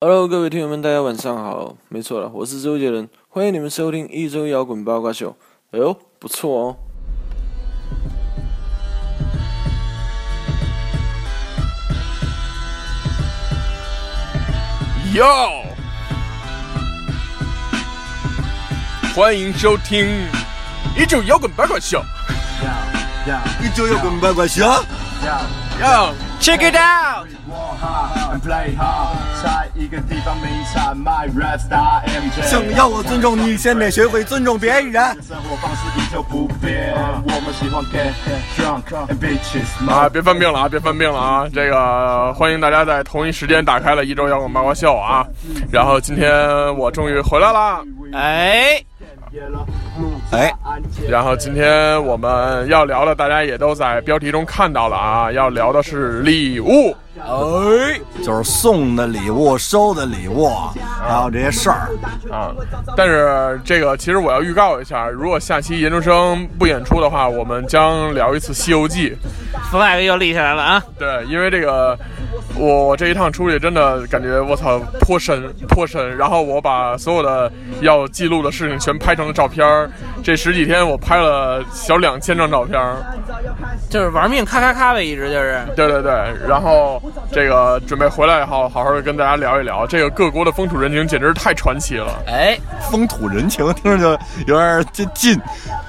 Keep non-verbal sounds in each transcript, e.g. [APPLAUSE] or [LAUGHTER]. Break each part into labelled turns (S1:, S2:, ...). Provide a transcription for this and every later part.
S1: Hello，各位听友们，大家晚上好。没错了，我是周杰伦，欢迎你们收听一周摇滚八卦秀。哎呦，不错哦。
S2: 哟，欢迎收听一九摇滚八卦秀。
S3: 一周摇滚八卦秀，
S2: 哟，
S4: Check it out！
S3: 想要我尊重你，先得学会尊重别人。
S4: 生活方式依旧不变，我们喜欢 get drunk and bitches。
S2: 啊，别犯病了啊，别犯病了啊！这个欢迎大家在同一时间打开了一周摇滚八卦秀啊。然后今天我终于回来啦。
S5: 哎，
S3: 哎，
S2: 然后今天我们要聊的，大家也都在标题中看到了啊，要聊的是礼物。
S3: 哎就是送的礼物、收的礼物，还有这些事儿。
S2: 啊，但是这个其实我要预告一下，如果下期研究生不演出的话，我们将聊一次《西游记》。
S5: flag 又立起来了啊！
S2: 对，因为这个，我我这一趟出去真的感觉我操颇深颇深，然后我把所有的要记录的事情全拍成了照片儿。这十几天我拍了小两千张照片儿，
S5: 就是玩命咔咔咔呗，一直就是。
S2: 对对对，然后这个准备回来以后，好好的跟大家聊一聊这个各国的风土人情，简直是太传奇了。
S5: 哎，
S3: 风土人情听着就有点这近，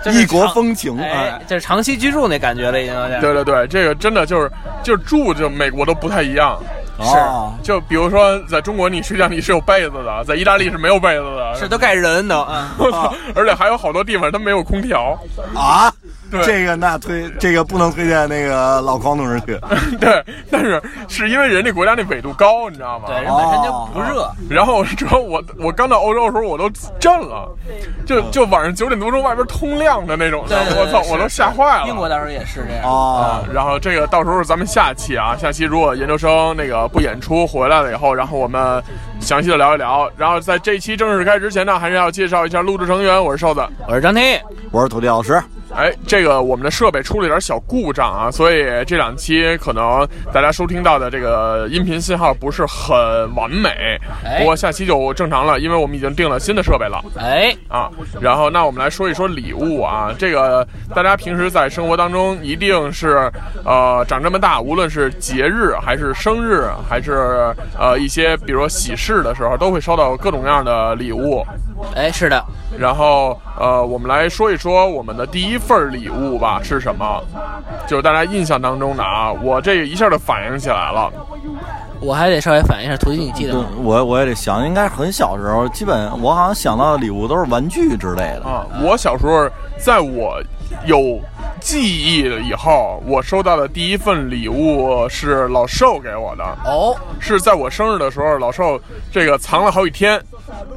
S5: 这是
S3: 异国
S5: 长
S3: 风情
S5: 哎
S3: 哎，，
S5: 就是长期居住那感觉了，已经有点。
S2: 对对对，这个真的就是就是住就美国都不太一样。
S3: 哦
S2: 就比如说，在中国你睡觉你是有被子的，在意大利是没有被子的，
S5: 是都盖人都啊。
S2: 哦 [LAUGHS] 而且还有好多地方它没有空调。 [LAUGHS]
S3: 啊，
S2: 对
S3: 这个那推这个不能推荐那个老匡同志去。
S2: 对，但是是因为人家国家那纬度高，你知道吗？啊
S5: 对，人本身就不热，
S2: 然后主要我我刚到欧洲的时候我都震了，就就晚上九点多钟外边通亮的那种的
S5: 嗯对对，对
S2: 我操，
S5: 是
S2: 我都吓坏了。
S5: 英国到时候也是这样。
S3: 哦，
S2: 啊然后这个到时候咱们下期啊，下期如果研究生那个不演出回来了以后，然后我们详细的聊一聊。然后在这一期正式开始之前呢，还是要介绍一下录制成员，我是瘦子。
S5: 我是张天
S3: 我是土地老师，
S2: 哎，这个我们的设备出了一点小故障啊，所以这两期可能大家收听到的这个音频信号不是很完美。
S5: 哎
S2: 不过下期就正常了，因为我们已经定了新的设备了。
S5: 哎，
S2: 啊，然后那我们来说一说礼物啊，这个大家平时在生活当中一定是，呃，长这么大，无论是节日还是生日，还是呃一些比如说喜事的时候，都会收到各种各样的礼物。
S5: 哎，是的，
S2: 然后呃，我们来说一说我们的第一份儿礼物吧是什么，就是大家印象当中的啊，我这一下就反应起来了，
S5: 我还得稍微反映一下图形，你记得吗？
S3: 我我也得想，应该很小时候，基本我好像想到的礼物都是玩具之类的。
S2: 啊，我小时候在我有记忆了以后，我收到的第一份礼物是老寿给我的，
S5: 哦，
S2: 是在我生日的时候，老寿这个藏了好几天，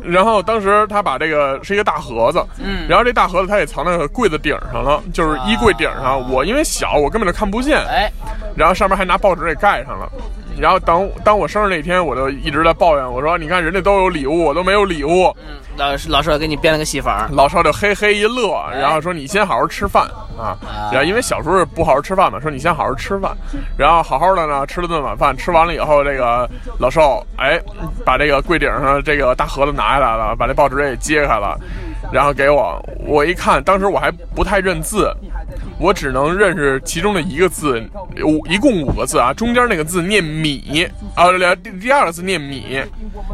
S2: 然后当时他把这个是一个大盒子，嗯，然后这大盒子他也藏在柜子顶上了，就是衣柜顶上，我因为小我根本就看不见，
S5: 哎，
S2: 然后上面还拿报纸给盖上了。然后当当我生日那天，我就一直在抱怨，我说：“你看人家都有礼物，我都没有礼物。”
S5: 嗯，老师老师给你编了个戏法，
S2: 老少就嘿嘿一乐，然后说你先好好吃饭啊，然后因为小时候不好好吃饭嘛，说你先好好吃饭，然后好好的呢吃了顿晚饭，吃完了以后，这个老少哎把这个柜顶上的这个大盒子拿下来了，把这报纸也揭开了，然后给我，我一看，当时我还不太认字。我只能认识其中的一个字，五一共五个字啊，中间那个字念米啊，第第二个字念米，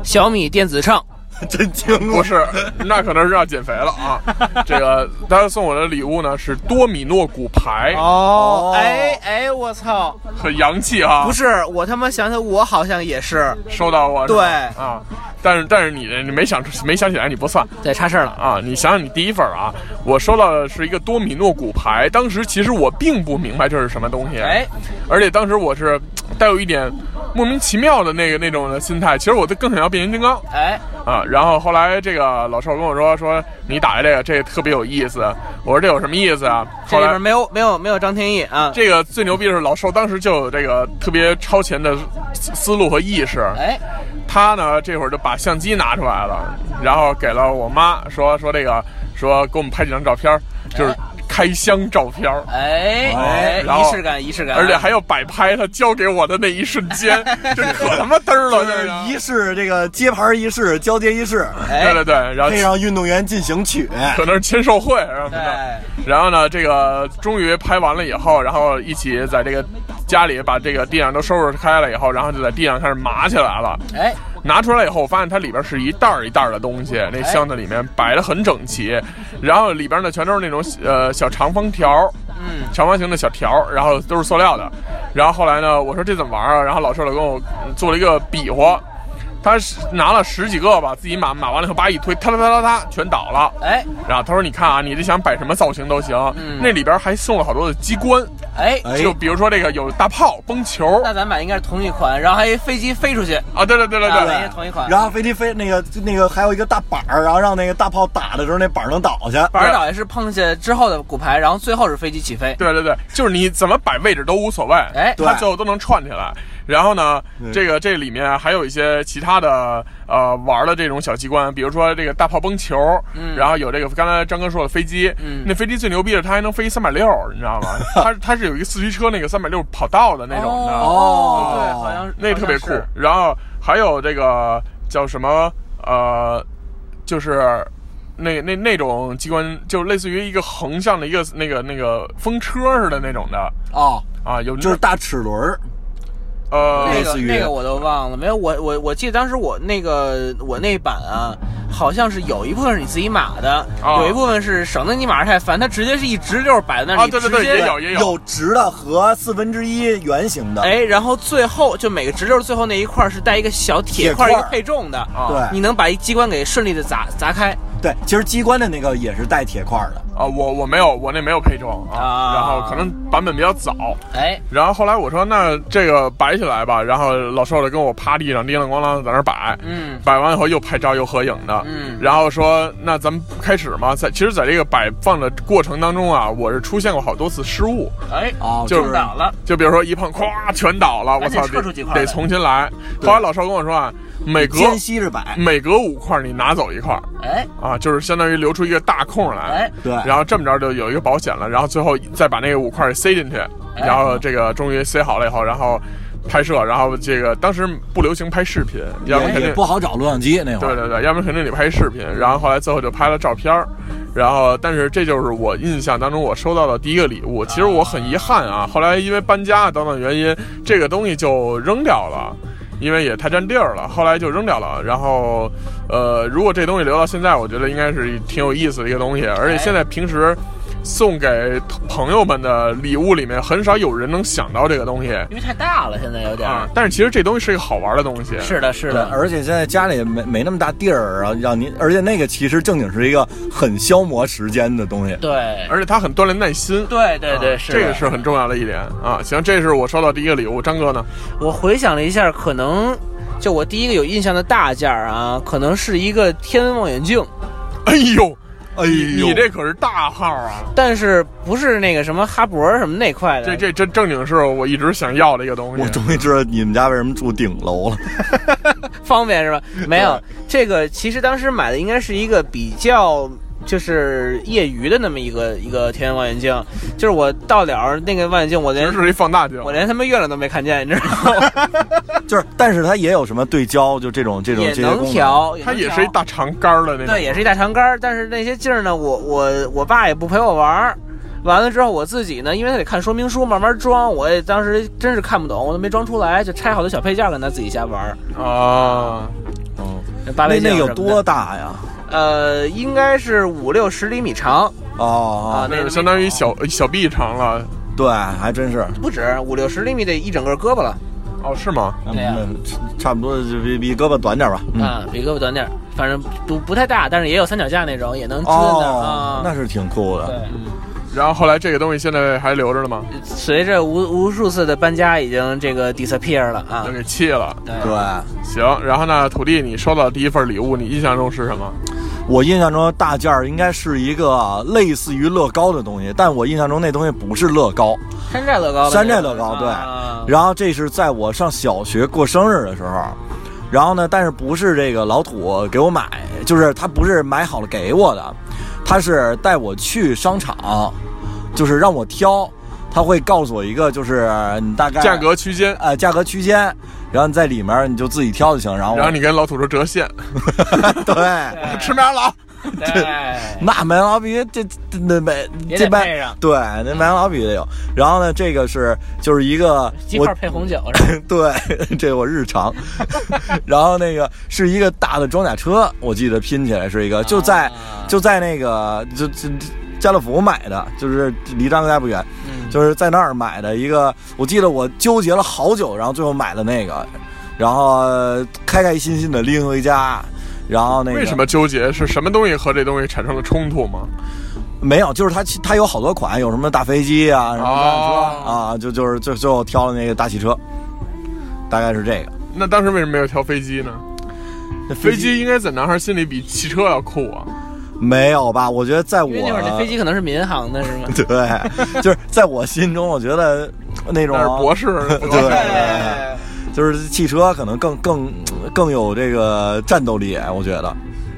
S5: 小米电子秤，
S3: 真惊
S2: 不是，那可能是要减肥了啊。这个他送我的礼物呢是多米诺骨牌，
S5: 哦，哎哎，我操！
S2: 很洋气啊。
S5: 不是，我他妈想想，我好像也是，
S2: 收到过是吧
S5: 对
S2: 啊，但是但是你你没想没想起来你不算
S5: 对，差事儿了。
S2: 啊。你想想你第一份儿啊，我收到的是一个多米诺骨牌，当时其实我并不明白这是什么东西，
S5: 哎，
S2: 而且当时我是带有一点莫名其妙的那个那种的心态，其实我都更想要变形金刚。
S5: 哎，
S2: 啊，然后后来这个老邵跟我说说你打开这个，这个特别有意思。我说这有什么意思啊？
S5: 这
S2: 后
S5: 里
S2: 来
S5: 边没有没有没有张天翼啊。
S2: 这个最牛逼的是老邵当时就有这个特别超前的思思路和意识。
S5: 哎，
S2: 他呢这会儿就把相机拿出来 [LAUGHS] 了，然后给了我妈说说这个说给我们拍几张照片儿，就是。开箱照
S5: [LAUGHS]
S2: 片儿。
S5: 哎哎，
S2: 然后
S5: 仪式感，仪式感，
S2: 而且还要摆拍他交给我的那一瞬
S5: [LAUGHS]
S2: 间，这可他妈嘚儿了！这个
S3: 仪式这个接盘仪式、交接仪式，
S2: 对
S5: 哎
S2: 对对，然后
S3: 配上运动员进行曲，
S2: 可能是签售会什么
S5: 哎
S2: 的。然后呢，这个终于拍完了以后，然后一起在这个家里把这个地上都收拾开了以后，然后就在地上开始码起来了。
S5: 哎
S2: 拿出来以后，我发现它里边是一袋儿一袋儿的东西，
S5: 哎
S2: 那箱子里面摆的很整齐，然后里边呢全都是那种呃小长方条儿，
S5: 嗯
S2: 长方形的小条儿，然后都是塑料的。然后后来呢，我说这怎么玩儿啊？然后老师老跟我嗯做了一个比划，他是拿了十几个吧，自己码码完了以后，叭一推，哒哒哒哒哒，全倒了。
S5: 哎
S2: 然后他说：“你看啊，你这想摆什么造型都行，
S5: 嗯
S2: 那里边还送了好多的机关，
S5: 哎，
S3: 哎
S2: 就比如说这个有大炮、崩球
S5: 那咱买应该是同一款，然后还有一飞机飞出去，
S2: 啊，对对对对
S5: 啊
S2: 对
S5: 咱，也同一款，
S3: 然后飞机飞那个那个还有一个大板儿，然后让那个大炮打的时候那板儿能倒下。
S5: 板儿岛也是碰下之后的骨牌，然后最后是飞机起飞，
S2: 对对对，就是你怎么摆位置都无所谓，
S5: 哎
S2: 它
S3: 对
S2: 最后都能串起来。然后呢，这个这里面还有一些其他的呃玩的这种小机关，比如说这个大炮崩球，
S5: 嗯
S2: 然后有这个刚才张哥说的飞机，
S5: 嗯
S2: 那飞机最牛逼的是它还能飞三百六，你知道吗？它它是有一个四驱车那个三百六跑道的那种的，
S5: 哦，对，好像
S2: 那特别酷
S5: 好像是。
S2: 然后还有这个叫什么呃，就是那那那种机关，就类似于一个横向的一个那个那个风车似的那种的
S3: 哦，
S2: 啊，有
S3: 就是大齿轮儿，
S2: 呃
S5: 那
S3: 类
S5: 个
S3: 似于
S5: 那个我都忘了，没有我我我记得当时我那个我那版啊，好像是有一部分是你自己码的，
S2: 啊
S5: 有一部分是省得你码太烦，它直接是一直就是摆在那里，
S2: 啊，对对对，
S5: 直接
S2: 也有也有
S3: 有直的和四分之一圆形的。
S5: 哎，然后最后就每个直溜最后那一块儿是带一个小铁块儿
S3: 铁块
S5: 一
S3: 儿
S5: 个配重的，
S2: 啊，
S3: 对
S5: 你能把一机关给顺利的砸砸开。
S3: 对，其实机关的那个也是带铁块儿的。
S2: 啊，我我没有我那没有配重啊，
S5: 啊
S2: 然后可能版本比较早。
S5: 哎，
S2: 然后后来我说那这个摆起来吧，然后老瘦的跟我趴地上叮当咣啷在那儿摆，
S5: 嗯
S2: 摆完以后又拍照又合影的，
S5: 嗯
S2: 然后说那咱们开始嘛，在其实在这个摆放的过程当中啊，我是出现过好多次失误，
S5: 哎，
S3: 哦，
S2: 就是
S5: 中倒了，
S2: 就比如说一碰咵全倒了，我
S5: 赶紧
S2: 操，
S5: 撤出
S2: 得
S5: 几块来
S2: 得重新来。后来老邵跟我说啊，每隔
S3: 间隙着摆。
S2: 每隔五块你拿走一块
S5: 哎
S2: 啊，就是相当于留出一个大空来
S5: 哎，
S3: 对
S2: 然后这么着就有一个保险了，然后最后再把那个五块塞进去，
S5: 哎
S2: 然后这个终于塞好了以后，然后拍摄，然后这个当时不流行拍视频，要不然
S3: 也
S2: 肯定
S3: 也不好找录像机那会
S2: 对
S3: 儿，
S2: 对对，要不然肯定得拍视频，然后后来最后就拍了照片儿，然后但是这就是我印象当中我收到的第一个礼物。其实我很遗憾啊，后来因为搬家等等原因，这个东西就扔掉了。因为也太占地儿了，后来就扔掉了。然后，呃，如果这东西留到现在，我觉得应该是挺有意思的一个东西。而且现在平时送给朋友们的礼物里面，很少有人能想到这个东西
S5: 因为太大了，现在有点儿。
S2: 啊。但是其实这东西是一个好玩的东西。
S5: 是的，是
S3: 对，
S5: 的，
S3: 而且现在家里也没没那么大地儿，然后让您，而且那个其实正经是一个很消磨时间的东西。
S5: 对，
S2: 而且它很锻炼耐心。
S5: 对对对，
S2: 啊
S5: 是的
S2: 这个是很重要的一点啊。行，这是我收到第一个礼物，张哥呢？
S5: 我回想了一下，可能就我第一个有印象的大件儿啊，可能是一个天文望远镜，
S2: 哎呦，
S3: 哎
S2: 你你这可是大号啊！
S5: 但是不是那个什么哈勃什么那块的。
S2: 这这这正经是我一直想要的一个东西。啊
S3: 我终于知道你们家为什么住顶楼了。
S5: [LAUGHS] 方
S3: [LAUGHS]
S5: 便是吧？没有，这个其实当时买的应该是一个比较。就是业余的那么一个一个天文望远镜，就是我到了那个望远镜，我
S2: 其
S5: 连
S2: 实是一放大镜
S5: 我。连他妈月亮都没看见，你知道吗？
S3: 就是，但是它也有什么对焦，就这种这种
S5: 也
S3: 这些功
S5: 能
S3: 能。
S5: 调，
S2: 它
S5: 也
S2: 也
S5: 能
S2: 是一
S5: 调
S2: 大长杆儿的那种，
S5: 对，也是一大长杆儿，但是那些劲儿呢，我我我爸也不陪我玩儿。完了之后，我自己呢，因为他得看说明书，慢慢装。我也当时真是看不懂，我都没装出来，就拆好多小配件儿跟他自己瞎玩儿。
S2: 啊，
S3: 嗯，
S5: 八
S3: 那
S5: 倍镜
S3: 那
S5: 什么
S3: 有
S5: 的
S3: 多？大呀？
S5: 呃，应该是五六十厘米长，
S3: 哦，
S5: 啊
S3: 哦
S5: 那
S2: 是相当于小小臂长了。
S3: 对，还真是。
S5: 不止五六十厘米得一整个胳膊了。
S2: 哦，是吗？
S5: 对呀
S3: 嗯，差不多就比比胳膊短点吧。嗯，
S5: 啊，比胳膊短点儿，反正不不太大，但是也有三脚架那种，也能支在那儿
S3: 哦
S5: 啊，。
S3: 那是挺酷的。
S5: 对，嗯
S2: 然后后来这个东西现在还留着呢吗？
S5: 随着无无数次的搬家，已经这个 disappear 了啊
S2: 就。给弃了。
S3: 对，
S2: 行，然后呢，土地，你收到的第一份礼物，你印象中是什么？
S3: 我印象中大件儿应该是一个类似于乐高的东西，但我印象中那东西不是乐高。
S5: 山寨乐高的那种，
S3: 山寨乐高，对
S5: 啊。
S3: 然后这是在我上小学过生日的时候，然后呢，但是不是这个老土给我买，就是他不是买好了给我的，他是带我去商场，就是让我挑，他会告诉我一个就是你大概
S2: 价格区间，
S5: 啊
S3: 呃价格区间，然后你在里面你就自己挑就行，然后我
S2: 然后你跟老土说折现，
S5: [LAUGHS]
S3: 对。
S2: 吃麦当劳。
S5: 对，
S3: 那麦当劳必须这这那麦
S5: 也得
S3: 这麦
S5: 配上
S3: 对，那麦当劳必须得有。然后呢，这个是就是一个
S5: 鸡
S3: 我
S5: 块配红酒是吧？
S3: [LAUGHS] 对，这我日常。 [LAUGHS] 然后那个是一个大的装甲车，我记得拼起来是一个，就在、
S5: 啊
S3: 就在那个就就家乐福买的，就是离张家不远，
S5: 嗯
S3: 就是在那儿买的一个。我记得我纠结了好久，然后最后买了那个，然后呃开开心心的拎回家。然后那个
S2: 为什么纠结？是什么东西和这东西产生了冲突吗？
S3: 没有？就是它其它有好多款，有什么大飞机啊，什么战车、
S2: 哦
S3: 啊，就就是最最后挑了那个大汽车，大概是这个。
S2: 那当时为什么没有挑飞机呢？
S3: 那
S2: 飞机应该在男孩心里比汽车要酷啊！
S3: 没有吧？我觉得在我
S5: 因为那会儿那飞机可能是民航的，是吗？
S3: [LAUGHS] 对，就是在我心中，我觉得那种
S5: [LAUGHS]
S2: 那是博士，
S3: 对就是汽车可能更更更有这个战斗力，我觉得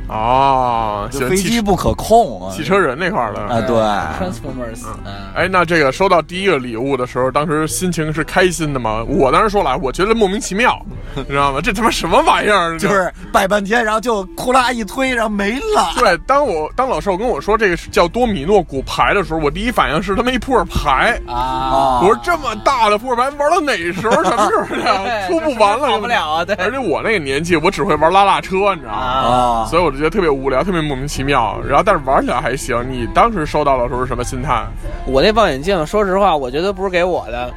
S2: 哦，
S3: 就
S2: 喜欢
S3: 飞
S2: 汽
S3: 机不可控啊，
S2: 汽车人那块儿
S3: 啊，
S2: 的。
S5: [LAUGHS]
S3: 对，
S5: ，Transformers，嗯，
S2: 哎，那这个收到第一个礼物的时候，当时心情是开心的吗？我当时说了，我觉得莫名其妙，你知道吗？这他妈什么玩意儿？
S3: 就是摆半天，然后就呼啦一推，然后没了。
S2: 对，当我当老师我跟我说这个是叫多米诺骨牌的时候，我第一反应是他妈一扑克牌。
S5: 啊，
S2: 我说这么大的扑克牌玩到哪时候？什么时候
S5: 对
S2: 呀？出不完了，哦
S5: 哎跑不了啊对
S2: [LAUGHS] 而且我那个年纪，我只会玩拉拉车，你知道吗？
S3: 啊，
S2: 所以我就觉得特别无聊，特别莫名其妙。然后，但是玩起来还行。你当时收到的时候是什么心态？
S5: 我那望远镜，说实话，我觉得不是给我的，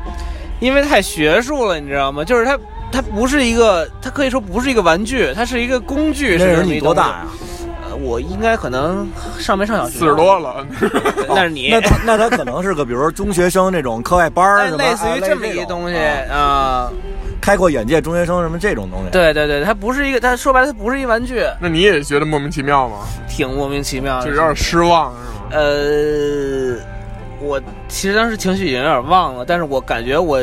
S5: 因为太学术了，你知道吗？就是它，它不是一个，它可以说不是一个玩具，它是一个工具。
S3: 那
S5: 是这
S3: 是
S5: 么一
S3: 你多大呀
S5: 东？西？呃我应该可能上没上小学？啊
S2: 四十多，了，
S5: [LAUGHS]
S2: [LAUGHS]
S5: 那是你
S3: 那。
S5: [LAUGHS]
S3: 他那他可能是个，比如说中学生那种课外班儿
S5: 但
S3: 什么，
S5: 类似
S3: 啊
S5: 于这么一
S3: 种
S5: 东西
S3: 啊
S5: 啊，
S3: 开阔眼界，中学生什么这种东西。
S5: 对对对，它不是一个，它说白了它不是一玩具，
S2: 那你也觉得莫名其妙吗？
S5: 挺莫名其妙
S2: 就
S5: 的。
S2: 有点失望是吗？
S5: 呃，我其实当时情绪已经有点忘了，但是我感觉我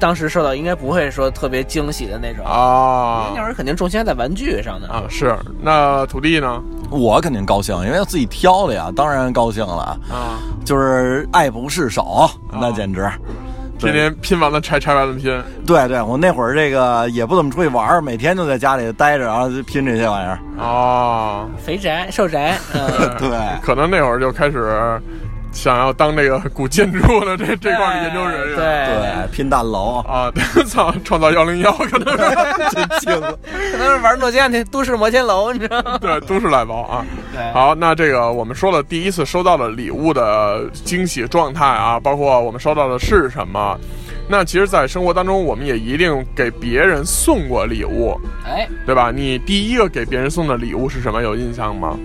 S5: 当时受到应该不会说特别惊喜的那种。
S2: 啊
S5: 那会儿肯定重心还在玩具上呢。
S2: 啊，是。那土地呢？
S3: 我肯定高兴，因为自己挑的呀，当然高兴了。
S2: 啊，
S3: 就是爱不释手，那简直。
S2: 天天拼完了拆，拆完了拼。
S3: 对对，我那会儿这个也不怎么出去玩儿，每天就在家里待着，然后就拼这些玩意儿。
S2: 哦，
S5: 肥宅、瘦 [LAUGHS] 宅，嗯，
S3: [LAUGHS] 对，
S2: 可能那会儿就开始想要当这个古建筑的这这块儿的研究人员。，
S5: 对，
S3: 对，拼大楼
S2: 啊，对操，创造幺零幺可能是
S3: 真精。
S5: 可能是玩诺基亚那都市摩天楼，你知道吗？
S2: [LAUGHS] 对都市懒毛啊。
S5: 对
S2: 好，那这个我们说了第一次收到的礼物的惊喜状态啊，包括我们收到的是什么。那其实，在生活当中，我们也一定给别人送过礼物，
S5: 哎，
S2: 对吧？你第一个给别人送的礼物是什么？有印象吗？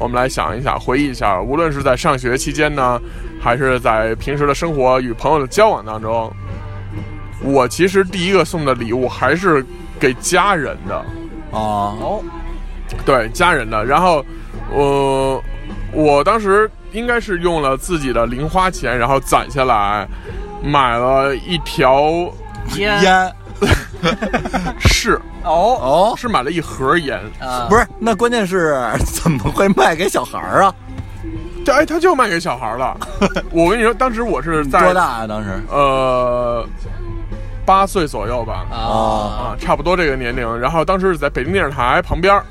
S2: 我们来想一想，回忆一下，无论是在上学期间呢，还是在平时的生活与朋友的交往当中，我其实第一个送的礼物还是给家人的，
S3: 啊，
S5: 哦，
S2: 对家人的。然后，呃，我当时应该是用了自己的零花钱，然后攒下来，买了一条
S5: 烟
S3: 烟
S2: 是
S5: 哎哦
S3: 哦，
S2: 是买了一盒烟，
S5: 啊，
S3: 不
S5: 是
S3: 是，那关键是怎么会卖给小孩儿啊？
S2: 对，哎，他就卖给小孩了。
S3: [LAUGHS]
S2: 我跟你说，当时我是在
S3: 多大啊？当时
S2: 呃，八岁左右吧，
S5: 啊
S2: 啊，差不多这个年龄。然后当时是在北京电视台旁边儿，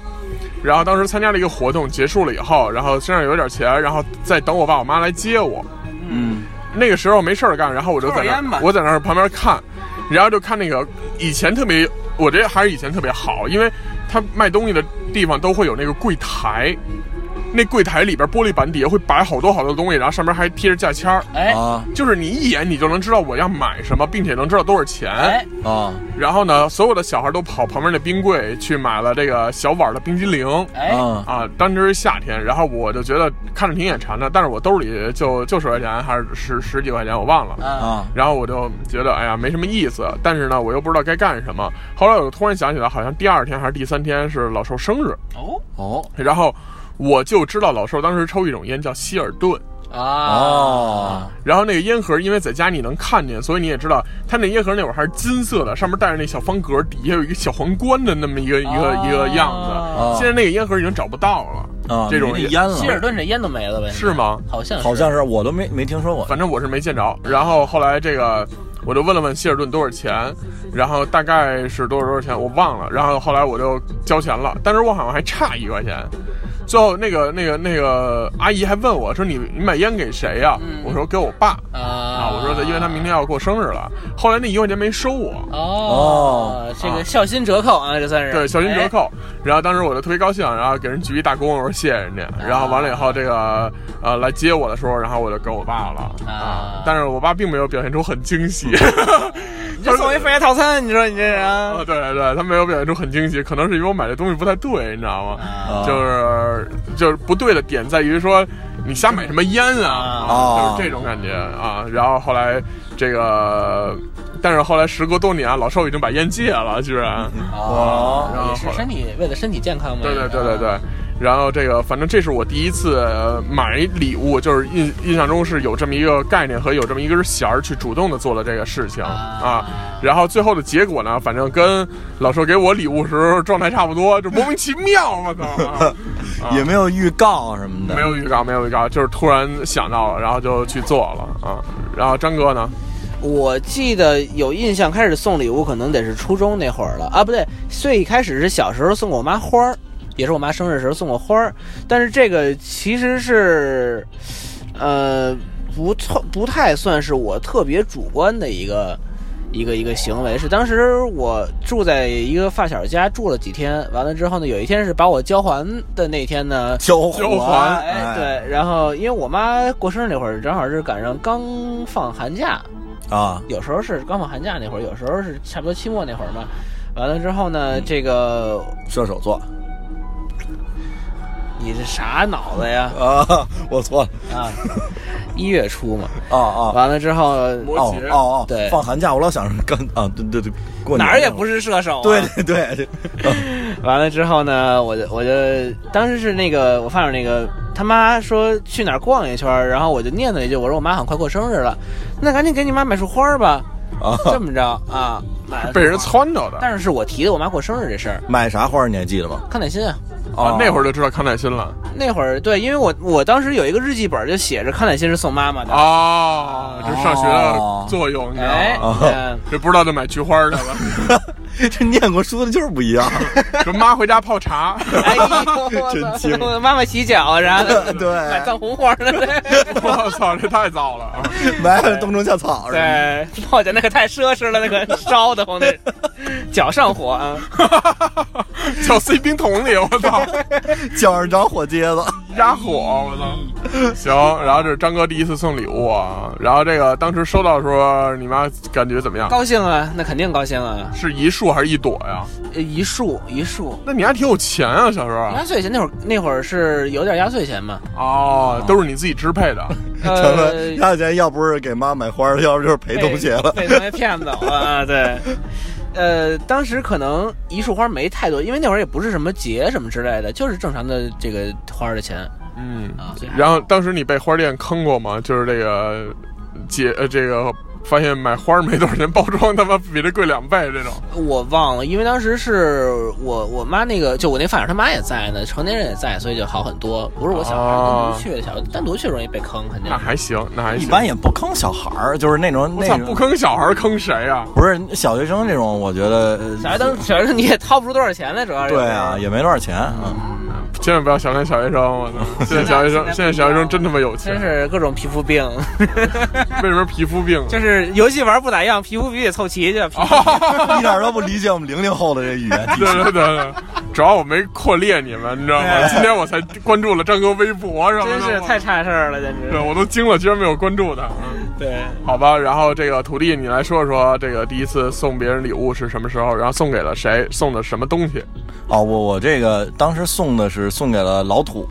S2: 然后当时参加了一个活动，结束了以后，然后身上有点钱，然后再等我爸我妈来接我。
S3: 嗯，
S2: 那个时候没事儿干，然后我就在
S5: 抽会
S2: 那
S5: 儿烟吧
S2: 儿，我在那儿旁边看，然后就看那个以前特别，我这还是以前特别好，因为他卖东西的地方都会有那个柜台，那柜台里边玻璃板底下会摆好多好多东西，然后上面还贴着价签儿。
S5: 哎
S3: 啊
S2: 就是你一眼你就能知道我要买什么，并且能知道多少钱。
S5: 哎，
S3: 啊，
S2: 然后呢，所有的小孩都跑旁边的冰柜去买了这个小碗的冰激凌。
S5: 哎，
S3: 嗯
S2: 啊，当时是夏天，然后我就觉得看着挺眼馋的，但是我兜里就就十块钱还是十十几块钱，我忘了。
S5: 啊，
S3: 啊，
S2: 然后我就觉得，哎呀，没什么意思，但是呢，我又不知道该干什么。后来我就突然想起来，好像第二天还是第三天是老寿生日，
S5: 哦
S3: 哦
S2: 然后我就知道老寿当时抽一种烟叫希尔顿，
S5: 啊，
S3: 哦，
S2: 然后那个烟盒，因为在家你能看见，所以你也知道，它那烟盒那会儿还是金色的，上面带着那小方格，底下有一个小皇冠的那么一个一个、
S5: 啊
S2: 一个样子。现在那个烟盒已经找不到了，
S3: 啊，
S2: 这种
S3: 没
S2: 也
S3: 那烟
S5: 希尔
S3: 了，
S5: 顿这烟都没了呗？
S2: 是吗？
S5: 嗯好像
S3: 好像是我都没没听说过。
S2: 反正我是没见着。然后后来这个，我就问了问希尔顿多少钱，然后大概是多少多少钱，我忘了。然后后来我就交钱了，但是我好像还差一块钱。最后那个那个那个阿姨还问我说你：“你买烟给谁呀、
S5: 嗯
S2: 我说：“给我爸。”啊，
S5: 啊，
S2: 我说的，因为他明天要过生日了。后来那一块钱没收我，
S5: 哦
S3: 哦，
S5: 这个
S2: 啊
S5: 孝心折扣啊，这算是
S2: 对，小心折
S5: 哎
S2: 扣。然后当时我就特别高兴，然后给人鞠一大躬，我说谢谢人家。然后完了以后，这个呃来接我的时候，然后我就给我爸了啊。
S5: 啊
S2: 但是我爸并没有表现出很惊喜，
S5: 你这送一飞鸭套餐，你说你这人啊
S2: 啊，对对，他没有表现出很惊喜，可能是因为我买的东西不太对，你知道吗？
S5: 啊
S2: 就是就是不对的点在于说你瞎买什么烟啊，
S3: 啊
S2: 啊就是这种感觉啊。然后后来这个，但是后来时隔多年啊，老寿已经把烟戒了，居然。
S5: 哦
S2: 然后
S5: 也是身体为了身体健康嘛。
S2: 对对对对对。然后这个，反正这是我第一次呃买礼物，就是印印象中是有这么一个概念和有这么一根弦儿去主动的做了这个事情啊。然后最后的结果呢，反正跟老寿给我礼物时候状态差不多，就莫名其妙，我操！啊
S3: 也没有预告什么的，
S2: 没有预告，没有预告，就是突然想到了，然后就去做了啊。然后张哥呢？
S5: 我记得有印象，开始送礼物可能得是初中那会儿了啊，不对，最一开始是小时候送过我妈花儿，也是我妈生日时候送过花儿，但是这个其实是，呃，不错，不太算是我特别主观的一个。一个一个行为是，当时我住在一个发小家住了几天，完了之后呢，有一天是把我交还的那天呢，
S3: 交
S2: 交
S3: 还，
S2: 还
S5: 哎，，对，然后因为我妈过生日那会儿，正好是赶上刚放寒假，
S3: 啊，
S5: 有时候是刚放寒假那会儿，有时候是差不多期末那会儿嘛。完了之后呢，这个
S3: 射手座
S5: 你这啥脑子 [LAUGHS] 呀？
S3: 啊， [LAUGHS] 我错了
S5: 啊，一月初嘛。
S3: 啊啊。
S5: 完了之后，
S3: 哦哦哦，
S5: 对
S3: 放寒假我老想着刚啊，对对对，过年
S5: 哪儿也
S3: 了
S5: 不是射手、啊。
S3: 对对对对， [LAUGHS]
S5: 完了之后呢，我就我就当时是那个我发现那个他妈说去哪儿逛一圈儿，然后我就念叨一句，我说我妈好像快过生日了，那赶紧给你妈买束花儿吧。
S3: 啊
S5: 这么着啊，买了束
S2: 被人
S5: 花儿
S2: 撺掇的
S5: 但是是我提的我妈过生日这事儿，
S3: 买啥花儿你还记得吗？
S5: 康乃馨啊，
S2: 啊，那会
S3: 儿
S2: 儿就知道康乃馨了
S5: 那会儿对，因为我我当时有一个日记本，就写着康乃馨是送妈妈的。
S2: 啊，这上学
S3: 哦
S2: 的作用，你知
S5: 哎
S2: 道吗？，
S5: 嗯
S2: 这不知道就买菊花去了。
S3: [LAUGHS] 这念过书的就是不一样，
S2: 说妈回家泡茶， [LAUGHS]
S5: 哎呦，我
S3: 真
S5: 操
S3: 精
S5: [LAUGHS] 我妈妈洗脚啥的，
S3: 对
S5: 买藏红花的，
S2: [LAUGHS] 我操，这太糟了啊！
S3: 买了冬虫夏草是吧？
S5: 对，泡脚那可太奢侈了，那个烧的慌，那脚上火啊。
S2: 脚塞冰桶里，我操，
S3: 叫上张火疖子，
S2: 压火，啊我操。行，然后这是张哥第一次送礼物啊，然后这个当时收到的时候，你妈感觉怎么样？
S5: 高兴啊，那肯定高兴啊，
S2: 是一束还是一朵呀？
S5: 呃一束一束。
S2: 那你还挺有钱啊，小时候
S5: 压岁钱那会儿，那会儿是有点压岁钱嘛，
S2: 哦，都是你自己支配的。
S3: 咱
S5: 呃，
S3: [LAUGHS] 们压岁钱要不是给妈买花儿，要不就是赔同学了。
S5: 被被同学骗走了啊！对，呃，当时可能一束花没太多，因为那会儿也不是什么节什么之类的，就是正常的这个花儿的钱
S2: 嗯，
S5: 啊。
S2: 然后当时你被花店坑过吗？就是这个姐，呃，这个发现买花没多少钱，包装他妈比这贵两倍这种。
S5: 我忘了，因为当时是我我妈那个，就我那发小他妈也在呢，成年人也在，所以就好很多。不是我小孩儿单独去，小孩儿单独去容易被坑，肯定
S2: 哦那还行，那还
S3: 一
S2: 行。
S3: 般也不坑小孩儿，就是那种
S2: 我
S3: 那
S2: 操，不
S3: 种
S2: 坑小孩儿坑谁啊？
S3: 不是小学生这种，我觉得呃
S5: 小孩当小孩儿你也掏不出多少钱来，主要是
S3: 对啊，也没多少钱啊。
S2: 千万不要小看小学生，我
S5: [LAUGHS]
S2: 操！现在小学生，现在小学生真他妈有钱
S5: 真，是各种皮肤病，
S2: 为什么皮肤病啊？。
S5: 就是游戏玩儿不咋样，皮肤必须得凑齐去。皮肤
S3: [LAUGHS] 一点都不理解我们零零后的这语言
S2: [LAUGHS] 对对对对，主要我没扩列你们，你知道吗？今天我才关注了张哥微博什么的，
S5: 哎真是太差事儿了，简直
S2: 对，。我都惊了，居然没有关注他。嗯
S5: 对，
S2: 好吧，然后这个徒弟，你来说说这个第一次送别人礼物是什么时候，然后送给了谁，送的什么东西？
S3: 哦，我我这个当时送的是送给了老土，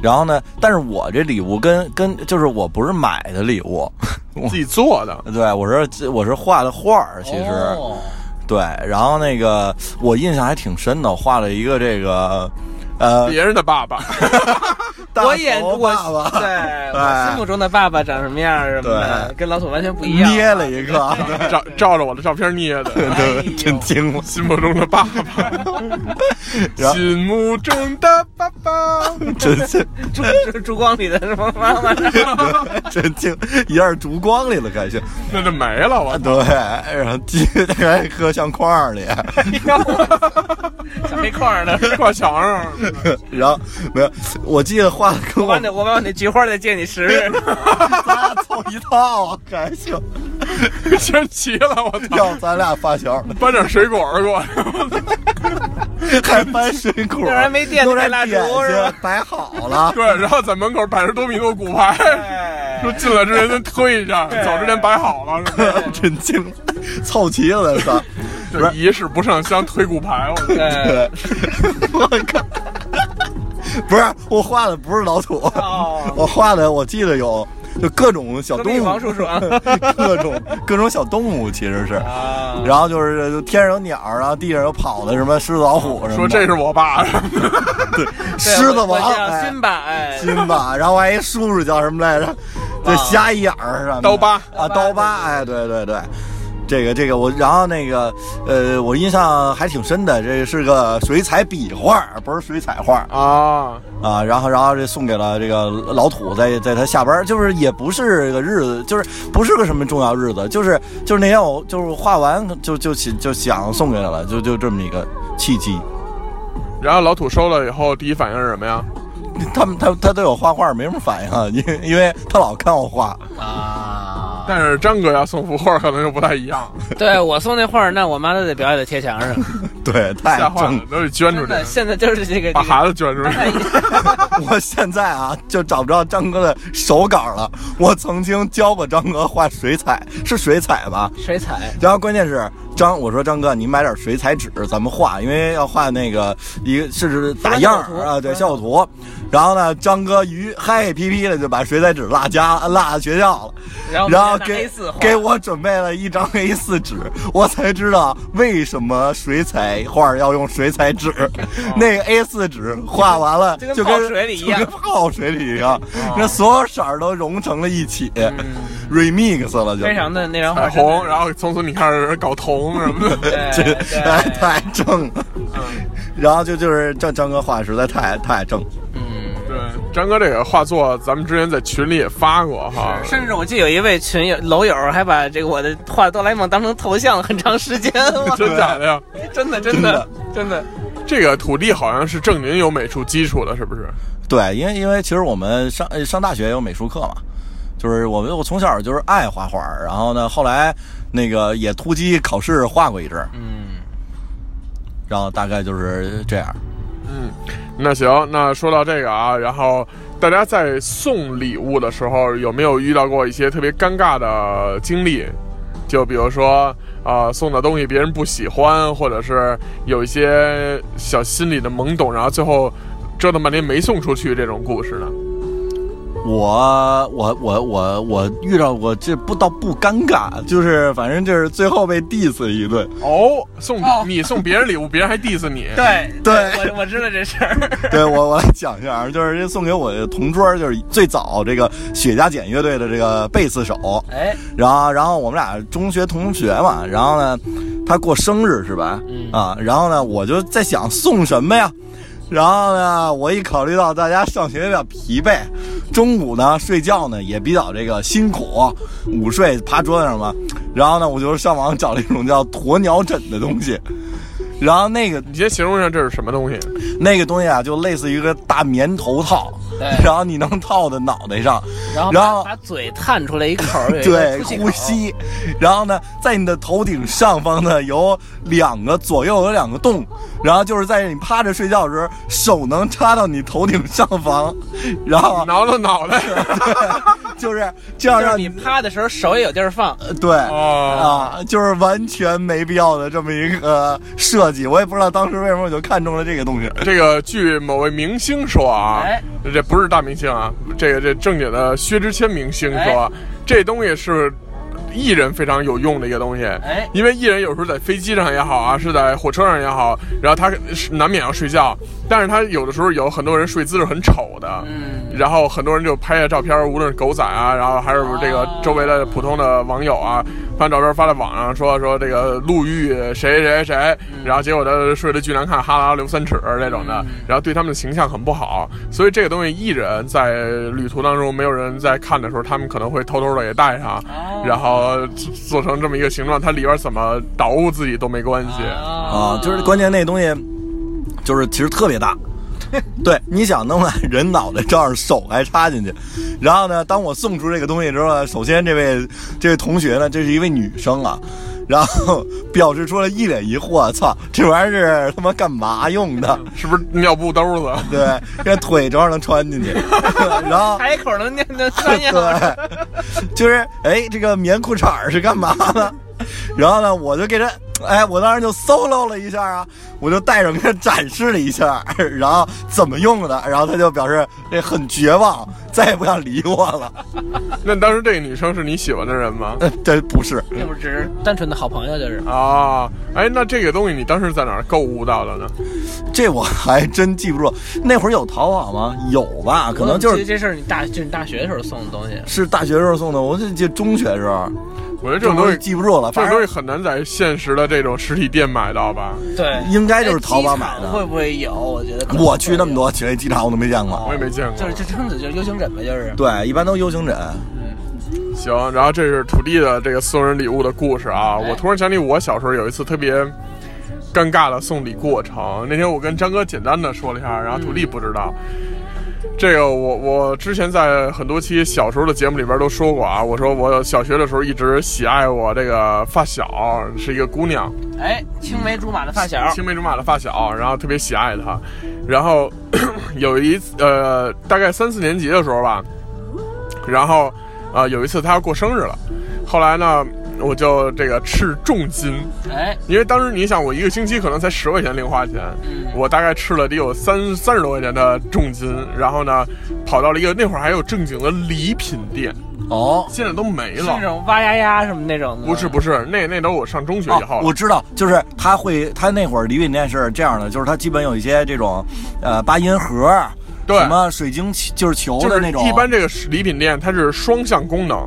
S3: 然后呢，但是我这礼物跟跟就是我不是买的礼物， [LAUGHS]
S2: 自己做的，
S3: 对我是我是画的画儿，其实、
S5: 哦
S3: 对，然后那个我印象还挺深的，我画了一个这个呃
S2: 别人的爸爸。
S3: 大
S5: 我也
S3: 头
S5: 我
S3: 爸 [LAUGHS] 爸
S5: 对啊我心目中的爸爸长什么样儿什么的，
S3: 对
S5: 跟老土完全不一样。啊
S3: 捏了一个，啊 [LAUGHS]
S2: 照照着我的照片捏
S5: [LAUGHS]
S2: 的，
S5: 哎呦
S3: 对，真惊了。
S5: [LAUGHS]
S2: 心目中的爸爸，
S3: 然后
S2: 心目中的爸爸。
S6: 棒。
S3: [LAUGHS] 真是
S5: 烛烛烛光里的什么妈妈？
S3: 真听一下烛光里了，感觉
S2: [LAUGHS] 那就没了，我
S3: 对，然后继续大概搁相框里， [LAUGHS]
S5: 小黑块儿的。
S2: 挂墙上。 [LAUGHS]
S3: 然后没有，我记得画的跟
S5: 我
S3: 我
S5: 把那我把我那菊花再借你十日，
S3: 咱俩凑一套啊，感性，
S2: 真齐了，我操！
S3: 要咱俩发小，
S2: 搬点水果儿过来， [LAUGHS]
S3: 还搬
S5: [LAUGHS]
S3: 水果，
S5: 那还没电
S3: 弄点
S5: 那蜡烛
S3: 点心
S5: 是吧
S3: 摆好了，
S2: 对，然后在门口摆着多米诺骨牌，
S5: 哎
S2: 说进来之前先推一下，走之前摆好了，是吧
S3: 真精，凑齐了，操，
S2: 就仪式不上香推骨牌，我操！
S5: 对，
S3: 我靠！不是我画的不是老土，
S5: 哦
S3: 我画的我记得有就各种小
S5: 隔
S3: 动
S5: 壁
S3: 物，
S5: 王叔叔啊，
S3: [LAUGHS] 各种各种小动物其实是，
S5: 啊
S3: 然后就是就天上有鸟儿，然后地上有跑的什么狮子老虎什么的，
S2: 说这是我 [LAUGHS] 爸，
S3: 狮子
S5: 对我
S3: 王
S5: 我叫
S3: 哎
S5: 辛巴，哎，
S3: 辛巴，然后还一叔叔叫什么来
S5: 啊
S3: 着？对，瞎眼儿什么的
S2: 刀疤
S3: 啊，刀疤，哎，对对对。这个这个我，然后那个，呃，我印象还挺深的，这是个水彩笔画，不是水彩画
S2: 啊，
S3: 啊。然后然后这送给了这个老土在，在他下班，就是也不是个日子，就是不是个什么重要日子，就是就是那天我就是画完就就就就想送给他了，就就这么一个契机。
S2: 然后老土收了以后，第一反应是什么呀？
S3: 他们他他对我画画没什么反应啊，因为因为他老看我画，
S5: 啊，
S2: 但是张哥要送幅画，可能就不太一样，
S5: 对我送那画儿，那我妈都得表演在贴
S3: [LAUGHS]
S5: 墙上。
S3: 对，太
S2: 吓坏
S3: 正
S2: 了，都得捐出去
S5: 哎真的，，现在就是这个
S2: 把
S5: 这个
S2: 孩子捐出去。
S3: 我现在啊，就找不着张哥的手稿了。我曾经教过张哥画水彩，是水彩吧？
S5: 水彩，
S3: 然后关键是张，我说张哥，你买点水彩纸，咱们画，因为要画那个一个是打样
S5: 效
S3: 儿
S5: 果图
S3: 啊，对效果图。然后呢，张哥于嗨皮皮的就把水彩纸落家落学校了。
S5: 然后
S3: 然后
S5: 拿
S3: 给
S5: A4 画
S3: 给我准备了一张 A4 纸，我才知道为什么水彩画要用水彩纸。 [LAUGHS] 那个 A4 纸画完了
S5: 哦就
S3: 就
S5: 跟
S3: 跟
S5: 泡水里一样哦
S3: 就跟泡水里一样，那所有色儿都融成了一起，remix 了就。
S5: 嗯非
S3: [LAUGHS]
S5: 常的那张画
S2: 彩
S5: 真
S3: 哦
S5: 的
S2: 虹，然后从此你开始搞铜什么的，
S3: 这
S5: 对对嗯
S3: 哎太正了，然后就就是张张哥画得实在太太正了，
S2: 对，张哥这个画作，咱们之前在群里也发过哈，
S5: 甚至我记得有一位群友楼友还把这个我的画哆啦 A 梦当成头像了很长时间，哇
S2: 真假的呀？
S5: 真的真的真的，
S2: 这个土地好像是正经有美术基础的，是不是？
S3: 对，因为因为其实我们上呃上大学也有美术课嘛，就是我们我从小就是爱画画，然后呢，后来那个也突击考试画过一阵，嗯，然后大概就是这样。
S2: 那行，那说到这个啊，然后大家在送礼物的时候，有没有遇到过一些特别尴尬的经历？就比如说啊、送的东西别人不喜欢，或者是有一些小心里的懵懂，然后最后折腾半天没送出去这种故事呢？
S3: 我我我我我遇到过这不到不尴尬，就是反正就是最后被 diss 一顿，
S2: 哦，送 [LAUGHS]
S5: 哦
S2: 你送别人礼物，别人还 diss 你，
S5: 对
S3: 对
S5: 我我知道这事儿，
S3: 对我我来讲一下啊，就是这送给我的同桌，就是最早这个雪茄简乐队的这个贝斯手，
S5: 哎，
S3: 然后然后我们俩中学同学嘛，然后呢，他过生日是吧？啊，然后呢，我就在想送什么呀？然后呢，我一考虑到大家上学比较疲惫，中午呢睡觉呢也比较这个辛苦，午睡趴桌子上嘛，然后呢，我就上网找了一种叫鸵鸟枕的东西，然后那个
S2: 你先形容一下这是什么东西？
S3: 那个东西啊，就类似于一个大棉头套
S5: 对，
S3: 然后你能套在脑袋上，
S5: 然后
S3: 然后
S5: 把把嘴探出来一口儿，有一个
S3: 对，
S5: 出气口
S3: 呼，吸，然后呢，在你的头顶上方呢有两个左右有两个洞，然后就是在你趴着睡觉的时候，手能插到你头顶上方，然
S5: [LAUGHS]
S3: 后
S2: 挠挠脑袋。
S3: [LAUGHS] 就是这样
S5: 就是
S3: 让
S5: 你趴的时候手也有地儿放，
S3: 对。
S2: 哦，
S3: 啊，就是完全没必要的这么一个设计，我也不知道当时为什么我就看中了这个东西。
S2: 这个据某位明星说啊
S5: 哎，
S2: 这不
S5: 哎
S2: 是大明星啊，这个这正经的薛之谦明星说，这东西是艺人非常有用的一个东西。
S5: 哎
S2: 因为艺人有时候在飞机上也好啊，是在火车上也好，然后他是难免要睡觉，但是他有的时候有很多人睡姿是很丑的，
S5: 嗯，
S2: 然后很多人就拍下照片，无论是狗仔啊，然后还是这
S5: 哦
S2: 个周围的普通的网友啊，拍照片发在网上说说这个路遇谁谁谁，然后结果他睡得巨难看，哈喇流三尺这种的，然后对他们的形象很不好。所以这个东西，艺人在旅途当中没有人在看的时候，他们可能会偷偷的也带上，然后做成这么一个形状，它里边怎么捣鼓自己都没关系。
S3: 啊，就是关键那东西，就是其实特别大。对，你想能把人脑袋照上，手还插进去，然后呢，当我送出这个东西之后呢，首先这位这位同学呢，这是一位女生啊， [LAUGHS] 然后表示出了一脸疑惑，操，这玩意儿是他妈干嘛用的？
S2: 是不是尿布兜子？ [LAUGHS]
S3: 对，这腿正好能穿进去， [LAUGHS] 然后
S5: 开口能念能三年
S3: [LAUGHS] 对，就是哎，这个棉裤衩儿是干嘛的？ [LAUGHS] 然后呢，我就给他，哎，我当时就 solo 了一下啊，我就带着给他展示了一下，然后怎么用的，然后他就表示这很绝望，再也不想理我了。
S2: 那当时这个女生是你喜欢的人吗？
S3: 呃这不是，
S5: 并不只是单纯的好朋友，就是
S2: 啊，哎，那这个东西你当时在哪儿购物到的呢？
S3: 这我还真记不住。那会儿有淘宝吗？有吧，可能就
S5: 这
S3: 是
S5: 这事儿，你大就是你大学的时候送的东西，
S3: 是大学时候送的，我就记中学时候，
S2: 我觉得这
S3: 这
S2: 种
S3: 种
S2: 东西
S3: 东西，记不住了。
S2: 这
S3: 反
S2: 种东
S3: 正
S2: 西很难在现实的这种实体店买到吧？
S5: 对，
S3: 应该就是淘宝买
S5: 哎机
S3: 的
S5: 场。会不会有？我觉得可能
S3: 我去那么多去机场，我都没见过。
S2: 我也没见过。
S5: 就是这真的就是 U 型枕呗，就是
S3: 对，一般都 U 型枕。
S2: 行，然后这是土地的这个送人礼物的故事啊。
S5: 哎
S2: 我突然想起我小时候有一次特别尴尬的送礼过程。那天我跟张哥简单的说了一下，然后土地不知道。这个我我之前在很多期小时候的节目里边都说过啊，我说我小学的时候一直喜爱我这个发小是一个姑娘，
S5: 哎，青梅竹马的发小，
S2: 青梅竹马的发小，然后特别喜爱他。然后 [COUGHS] 有一次呃，大概三四年级的时候吧，然后呃有一次他要过生日了，后来呢我就这个斥重金，
S5: 哎，
S2: 因为当时你想我一个星期可能才十块钱零花钱，
S5: 嗯
S2: 我大概斥了得有三三十多块钱的重金，然后呢跑到了一个那会儿还有正经的礼品店，
S3: 哦，
S2: 现在都没
S5: 是那啊
S2: 了。
S5: 种哇呀呀什么那种的，
S2: 不是不是，那那都是我上中学以后了。
S3: 哦我知道，就是他会，他那会儿礼品店是这样的，就是他基本有一些这种，呃，八音盒，
S2: 对
S3: 什么水晶球就是球
S2: 就
S3: 的
S2: 是
S3: 那种，
S2: 一般这个礼品店它是双向功能，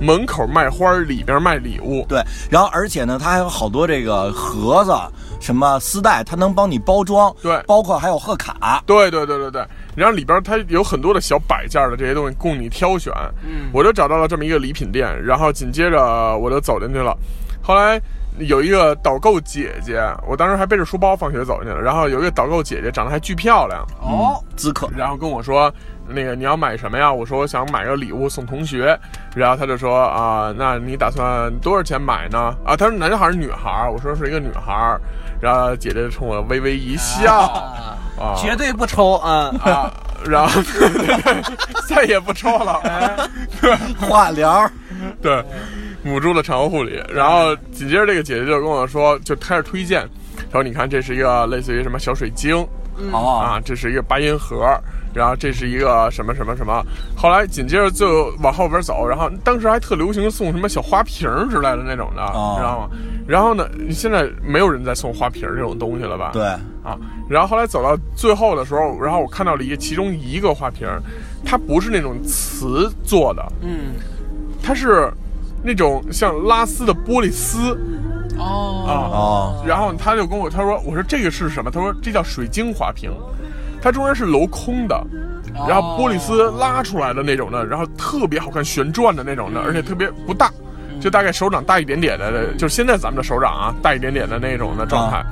S2: 门口卖花儿，里边卖礼物。
S3: 对。然后而且呢，它还有好多这个盒子，什么丝带，它能帮你包装，
S2: 对
S3: 包括还有贺卡，
S2: 对对对对对，然后里边它有很多的小摆件儿的这些东西供你挑选。
S5: 嗯
S2: 我就找到了这么一个礼品店，然后紧接着我就走进去了。后来有一个导购姐姐，我当时还背着书包放学走进去了。然后有一个导购姐姐长得还巨漂亮，
S5: 哦，
S3: 资客。
S2: 然后跟我说，那个你要买什么呀？我说我想买个礼物送同学，然后他就说啊、那你打算多少钱买呢？啊，他说男孩儿女孩儿，我说是一个女孩儿，然后姐姐冲我微微一笑
S5: 啊
S2: 啊，
S5: 绝对不抽啊，
S2: 啊，然后再也不抽了，
S3: 化疗，
S2: 对，捂住了产后护理，然后紧接着这个姐姐就跟我说，就开始推荐，她说你看这是一个类似于什么小水晶，
S3: 哦，
S2: 啊，这是一个八音盒，然后这是一个什么什么什么。后来紧接着就往后边走，然后当时还特流行送什么小花瓶儿之类的那种的，
S3: 哦
S2: 知道吗？然后呢，现在没有人再送花瓶儿这种东西了吧？
S3: 对，
S2: 啊，然后后来走到最后的时候，然后我看到了一个其中一个花瓶儿，它不是那种瓷做的，
S5: 嗯，
S2: 它是那种像拉丝的玻璃丝
S5: 哦，
S2: 啊。
S3: 哦，
S2: 然后他就跟我他说，我说这个是什么？他说这叫水晶花瓶，它中间是镂空的，然后玻璃丝拉出来的那种的，然后特别好看，旋转的那种的，而且特别不大，就大概手掌大一点点的，就是现在咱们的手掌啊，大一点点的那种的状态，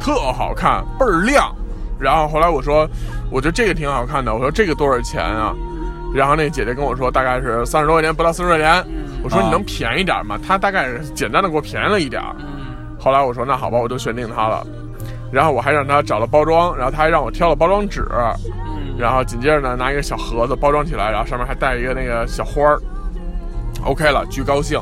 S2: 特好看，倍儿亮。然后后来我说，我觉得这个挺好看的，我说这个多少钱啊？然后那姐姐跟我说大概是三十多块钱，不到四十块钱。我说你能便宜点儿吗？她大概是简单的给我便宜了一点儿。后来我说那好吧，我就选定它了。然后我还让他找了包装，然后他还让我挑了包装纸，然后紧接着呢拿一个小盒子包装起来，然后上面还带一个那个小花儿，OK 了，巨高兴，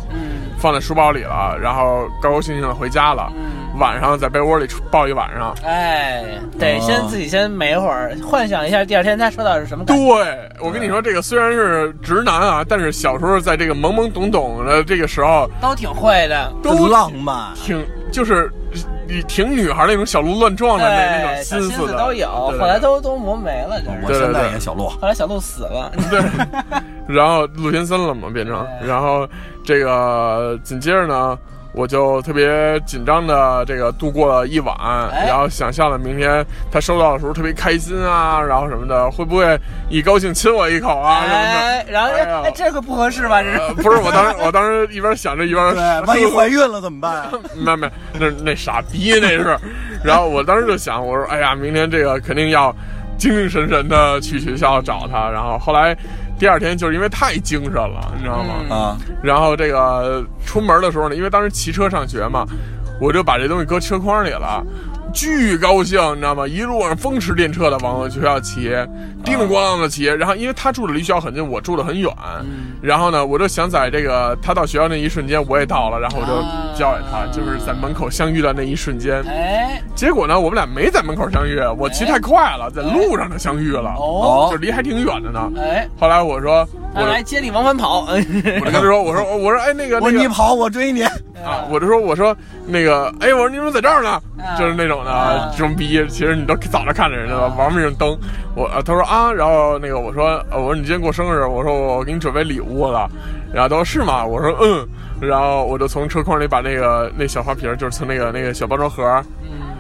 S2: 放在书包里了，然后高高兴兴的回家了。晚上在被窝里出抱一晚上。
S5: 哎，得
S3: 啊
S5: 先自己先美会儿，幻想一下第二天他收到是什么
S2: [LAUGHS]
S5: 感
S2: 对
S5: 觉。，
S2: 我跟你说，这个虽然是直男啊，但是小时候在这个懵懵懂懂的这个时候，
S5: 都挺会的，
S2: 都
S3: 浪漫，
S2: 挺就是你挺女孩那种小鹿乱撞的那那
S5: 对，
S2: 种
S5: 小
S2: 心
S5: 心
S2: 思的，
S5: 都有， [LAUGHS]
S2: 对
S5: 后来都都磨没了，就
S3: 我
S5: 是。
S2: 对
S3: 现
S2: 对
S3: 在
S2: 对
S3: 也
S2: [LAUGHS]
S3: 小鹿，
S5: 后来小鹿死了，
S2: 对，然后陆先森了嘛，变成，
S5: 对
S2: 然后这个紧接着呢，我就特别紧张的这个度过了一晚，
S5: 哎
S2: 然后想象了明天他收到的时候特别开心啊，然后什么的，会不会一高兴亲我一口啊什么的。
S5: 哎，然后
S2: 哎呀
S5: 哎哎，这可不合适吧？这是
S2: 呃不是，我当时我当时一边想着一边
S3: 对，万一怀孕了怎么办
S2: [LAUGHS]
S3: 啊？
S2: 没没，那那傻逼那是。然后我当时就想，我说，哎呀，明天这个肯定要精精神神的去学校找他。然后后来第二天就是因为太精神了，你知道吗？
S5: 嗯
S3: 啊，
S2: 然后这个出门的时候呢，因为当时骑车上学嘛，我就把这东西搁车筐里了。巨高兴，你知道吗？一路上风驰电掣的往学校骑，叮铃咣啷的骑。然后，因为他住的离学校很近，我住的很远，
S5: 嗯
S2: 然后呢，我就想在这个他到学校那一瞬间，我也到了，然后我就叫给他，
S5: 啊
S2: 就是在门口相遇的那一瞬间。
S5: 哎，
S2: 结果呢，我们俩没在门口相遇，我骑太快了，在路上就相遇了，
S5: 哦
S2: 就离还挺远的呢。
S5: 哎，
S2: 后来我说，我
S5: 那来接力往返跑，
S2: 我就跟他说，我说我说哎那个
S3: 我
S2: 那个
S3: 你跑我追你，
S2: 啊，我就说我说那个，哎，我说你怎么在这儿呢？
S5: 啊
S2: 就是那种的
S5: 啊
S2: 装逼，其实你都早就看着人家了，玩命蹬。我呃他说啊，然后那个我说呃我说你今天过生日，我说我给你准备礼物了，然后他说是吗？我说嗯，然后我就从车筐里把那个那小花瓶儿，就是从那个那个小包装盒儿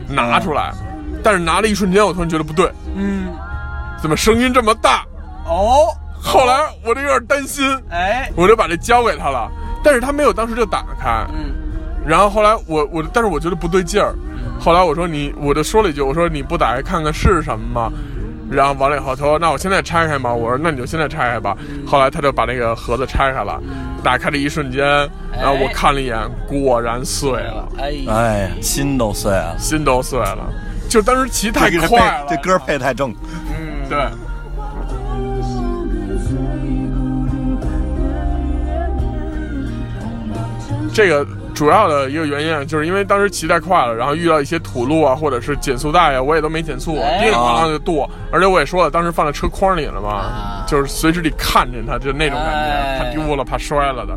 S2: 拿出来，但是拿了一瞬间，我突然觉得不对，
S5: 嗯，
S2: 怎么声音这么大？
S5: 哦，
S2: 后来我就有点担心，
S5: 哎，
S2: 我就把这交给他了，但是他没有当时就打开，
S5: 嗯，
S2: 然后后来我我，但是我觉得不对劲儿。
S3: 嗯
S2: 后来我说你，我就说了一句，我说你不打开看看是什么吗？
S3: 嗯
S2: 然后完了以后，他说那我现在拆开吗？我说那你就现在拆开吧。
S3: 嗯
S2: 后来他就把那个盒子拆开了，打开的一瞬间，然后我看了一眼，果然碎了，
S5: 哎呀，
S3: 哎呀，心都碎了。
S2: 心都碎了。就当时骑太
S3: 这个
S2: 快了，嗯
S3: 配这歌配太正，
S2: 对，这个主要的一个原因啊就是因为当时骑太快了，然后遇到一些土路啊，或者是减速带啊，我也都没减速，
S5: 哎
S2: 叮铃咣啷就跺。而且我也说了，当时放在车筐里了嘛
S5: 啊，
S2: 就是随时得看见它，就那种感觉，
S5: 哎
S2: 怕丢了，怕摔了的。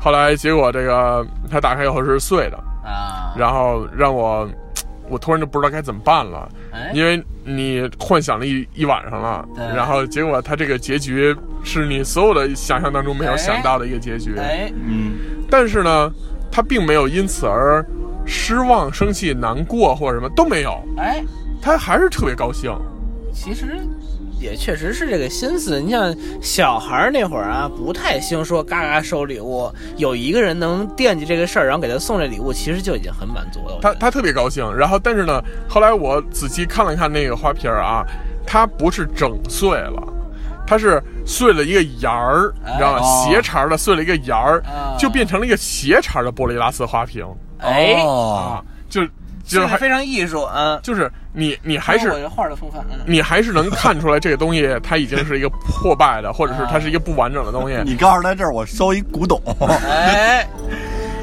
S2: 后来结果这个它打开以后是碎的，
S5: 啊，
S2: 然后让我我突然就不知道该怎么办了。
S5: 哎，
S2: 因为你幻想了一一晚上了，
S5: 对
S2: 然后结果它这个结局是你所有的想象当中没有想到的一个结局，
S5: 哎，
S3: 嗯，
S2: 但是呢，他并没有因此而失望、生气、难过或者什么都没有，
S5: 哎，
S2: 他还是特别高兴。
S5: 其实也确实是这个心思。你像小孩儿那会儿啊，不太兴说嘎嘎收礼物，有一个人能惦记这个事儿，然后给他送这礼物，其实就已经很满足了。我觉
S2: 他
S5: 得
S2: 他特别高兴，然后但是呢，后来我仔细看了看那个花瓶儿啊，它不是整碎了，它是碎了一个沿儿，你知道吗？
S3: 哦
S2: 斜茬儿的碎了一个沿儿，
S5: 啊
S2: 就变成了一个斜茬儿的玻璃拉丝花瓶。
S5: 哎，
S3: 哦
S2: 啊，，就
S5: 这
S2: 就
S5: 个
S2: 还
S5: 非常艺术啊，
S2: 就是你你还
S5: 我
S2: 是
S5: 这画儿的风范，嗯
S2: 你还是能看出来这个东西它已经是一个破败的，或者是它是一个不完整的
S5: [LAUGHS]
S2: 东西。
S3: 你告诉他这儿我收一古董，
S5: 哎，
S2: [LAUGHS]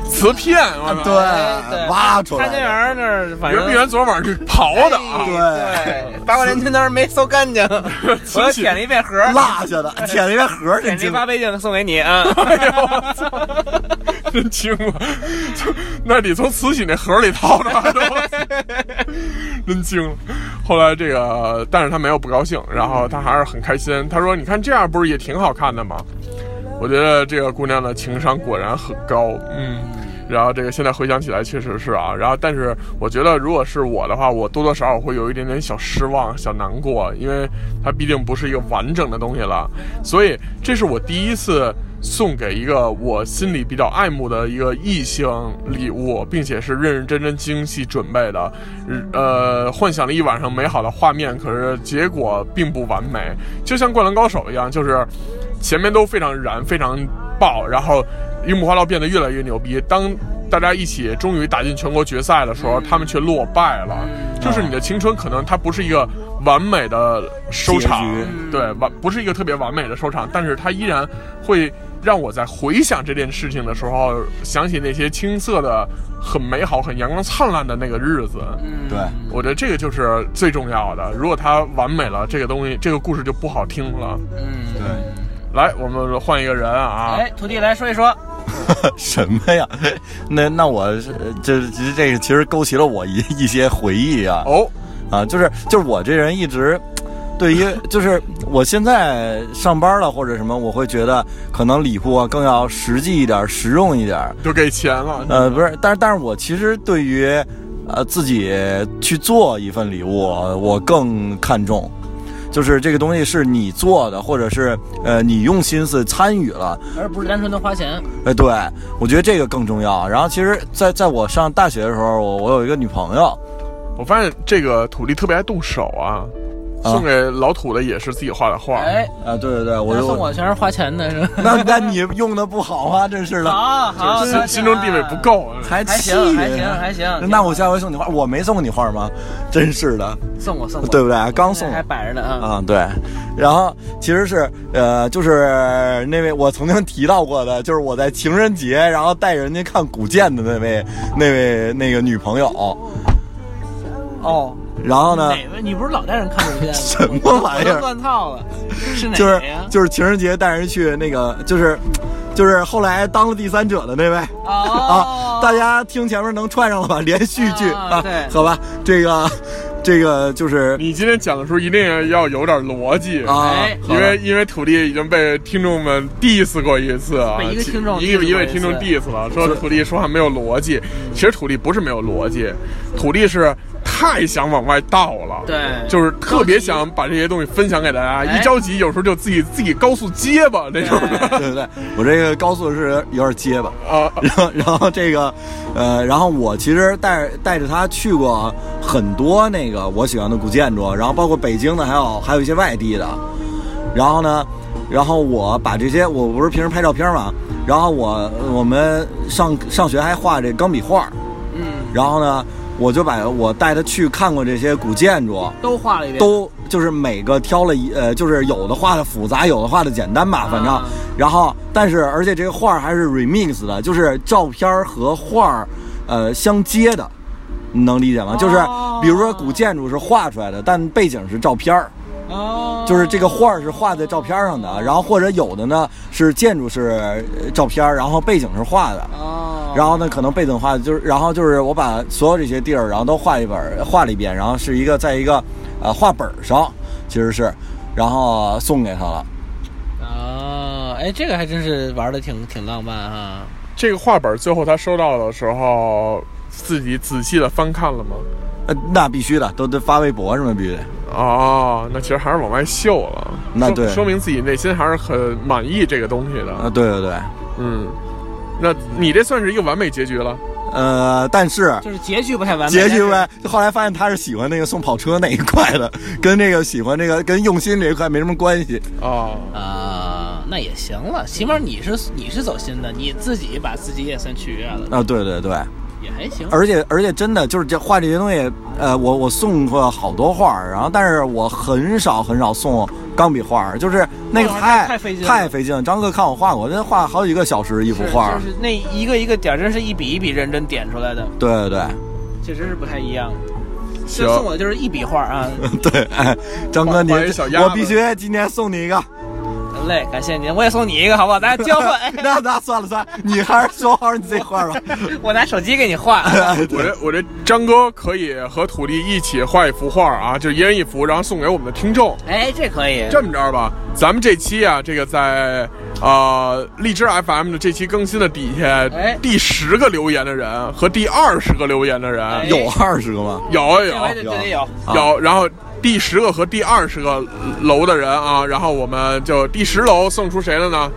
S2: 瓷片，我操
S3: 啊对，
S5: 对
S3: 挖出
S5: 潘家园
S3: 来，
S5: 儿那儿反
S2: 人
S5: 正
S2: 必然昨晚上去刨的啊。
S5: 哎对，八块钱当时没搜干
S2: [LAUGHS]
S5: 净，我又舔了一遍盒儿，
S3: 落下的，舔了一个盒儿，这
S5: 舔了一
S3: 精
S5: 八倍镜送给
S2: [LAUGHS]
S5: 你啊。
S2: 哎呦，我操！ [LAUGHS] 真轻啊！就那得从慈禧那盒里掏出来的，真惊了。后来这个，但是他没有不高兴，然后他还是很开心。他说：“你看这样不是也挺好看的吗？”我觉得这个姑娘的情商果然很高，嗯。然后这个现在回想起来确实是啊，然后但是我觉得如果是我的话，我多多少少会有一点点小失望、小难过，因为它毕竟不是一个完整的东西了。所以这是我第一次送给一个我心里比较爱慕的一个异性礼物，并且是认认真真、精细准备的，呃，幻想了一晚上美好的画面，可是结果并不完美，就像《灌篮高手》一样，就是前面都非常燃、非常爆，然后樱木花道变得越来越牛逼。当大家一起终于打进全国决赛的时
S3: 嗯
S2: 候，他们却落败了。就是你的青春可能它不是一个完美的收场
S3: 结局，
S2: 对，完不是一个特别完美的收场，但是它依然会让我在回想这件事情的时候，想起那些青涩的、很美好、很阳光灿烂的那个日子。
S3: 对，
S2: 我觉得这个就是最重要的。如果它完美了，这个东西，这个故事就不好听了。
S5: 嗯，
S3: 对，
S2: 来，我们换一个人啊，
S5: 哎，徒弟来说一说，
S3: [LAUGHS] 什么呀？那那我是这这这个其实勾起了我一 [LAUGHS] 一些回忆啊。
S2: 哦，
S3: 啊，就是就是我这人一直对于就是我现在上班了或者什么，我会觉得可能礼物啊更要实际一点、实用一
S2: [LAUGHS]
S3: 点。
S2: 就给钱了。
S5: 嗯
S3: 呃，不是，但是但是我其实对于呃自己去做一份礼物，我更看重。就是这个东西是你做的，或者是呃你用心思参与了，
S5: 而不是单纯的花钱。
S3: 哎，对，我觉得这个更重要。然后其实在，在我上大学的时候，我我有一个女朋友，
S2: 我发现这个土地特别爱动手啊，
S3: 啊
S2: 送给老土的也是自己画的画。
S5: 哎，
S3: 啊、对对对，我
S5: 他
S3: 就
S5: 送我全是花钱的是吧？
S3: 那那你用的不好啊，真是的。
S5: 好好，啊
S2: 就是心心中地位不，够，
S3: 还
S5: 还
S3: 气
S5: 行
S3: 人啊
S5: 还行还行
S3: 那我下回送你画，我没送你画吗？真是的，
S5: 送我送我，
S3: 对不对？刚送
S5: 还摆着呢啊。
S3: 啊，对。然后其实是呃，就是那位我曾经提到过的，就是我在情人节然后带人家看古建的那位那位那个女朋友。
S5: 哦，
S3: 然后呢，
S5: 哪位？你不是老带人看鬼
S3: [LAUGHS]
S5: 片吗？
S3: 什么玩意儿
S5: 我都乱套了，是
S3: [LAUGHS]
S5: 哪
S3: 就是
S5: 位啊呀？
S3: 就是情人节带人去那个，就是就是后来当了第三者的那位。啊
S5: 哦，，
S3: 大家听前面能串上了吧？连续剧
S5: 啊对
S3: 好吧，这个，这个就是
S2: 你今天讲的时候一定要有点逻辑
S3: 啊
S5: 哎，
S3: 好
S2: 因
S3: 吧
S2: 为因为土地已经被听众们 diss 过一次啊，
S5: 被一个听众
S2: 一个
S5: diss 过一次
S2: 一位听众 diss 了，说土地说话没有逻辑。其实土地不是没有逻辑，土地是太想往外倒了，
S5: 对
S2: 就是特别想把这些东西分享给大家。
S5: 哎
S2: 一着急，有时候就自己自己高速结巴那种的
S3: [LAUGHS] 对对对，我这个高速是有点结巴。
S2: 啊。
S3: [LAUGHS] 然后，然后这个，呃，然后我其实带带着他去过很多那个我喜欢的古建筑，然后包括北京的，还有还有一些外地的。然后呢，然后我把这些，我不是平时拍照片嘛，然后我我们上上学还画这钢笔画，
S5: 嗯，
S3: 然后呢，我就把我带他去看过这些古建筑，
S5: 都画了一遍，
S3: 都就是每个挑了一呃，就是有的画的复杂，有的画的简单吧，反正。
S5: 啊
S3: 然后，但是而且这个画儿还是 remix 的，就是照片儿和画儿呃相接的，你能理解吗？就是
S5: 哦
S3: 比如说古建筑是画出来的，但背景是照片儿。
S5: 哦，
S3: 就是这个画儿是画在照片儿上的，然后或者有的呢是建筑是呃照片儿，然后背景是画的，
S5: 哦，
S3: 然后呢，可能背景画就是，然后就是我把所有这些地儿，然后都画一本，画了一遍，然后是一个在一个呃画本上，其实是，然后送给他了。
S5: 啊，哎，这个还真是玩的挺挺浪漫哈。
S2: 这个画本最后他收到的时候，自己仔细的翻看了吗？
S3: 呃，那必须的，都得发微博什么必须得。
S2: 哦，那其实还是往外秀了，
S3: 那
S2: 说
S3: 对
S2: 说明自己内心还是很满意这个东西
S3: 呃，
S2: 的。
S3: 对对对，
S2: 嗯，那你这算是一个完美结局了。
S3: 呃，但是
S5: 就是结局不太完美，
S3: 结局呗，后来发现他是喜欢那个送跑车那一块的，跟那个喜欢这个跟用心这一块没什么关系。
S2: 哦，
S5: 啊，那也行了，起码你是你是走心的，你自己把自己也算取悦了，
S3: 啊、对对对。
S5: 也还行。
S3: 而且而且真的就是这画这些东西，呃，我我送过好多画儿，然后但是我很少很少送钢笔画儿，就是那个
S5: 哦
S3: 太
S5: 太费劲了
S3: 太费劲了。张哥看我画过，那画好几个小时一幅
S5: 是
S3: 画儿
S5: 就，是那一个一个点儿，真是一笔一笔认真点出来的，
S3: 对对对。
S5: 确实是不太一样。
S2: 行
S5: 这送我的就是一笔画啊，
S3: 对，
S5: [LAUGHS]
S3: 哎，张哥，
S2: 画
S3: 你
S2: 画一小鸭子
S3: 我必须今天送你一个。
S5: 累， [LAUGHS] 感谢您，我也送你一个，好不好？咱交换， [LAUGHS] 哎
S3: [LAUGHS] 那那算了算了，你还是收好你自己画吧。
S5: 我拿手机给
S2: [LAUGHS]
S5: 你画。
S2: 我这我这张哥可以和土地一起画一幅画啊，就一人一幅，然后送给我们的听众。
S5: 哎，这可以，
S2: 这么着吧，咱们这期啊，这个在呃荔枝 FM 的这期更新的底下
S5: 哎，
S2: 第十个留言的人和第二十个留言的人
S5: 哎
S3: 有二十个吗？
S2: 有啊有
S5: 这
S2: 啊
S5: 回得这得有。
S3: 啊
S2: 有，然后第十个和第二十个楼的人啊，然后我们就第十楼送出谁了呢？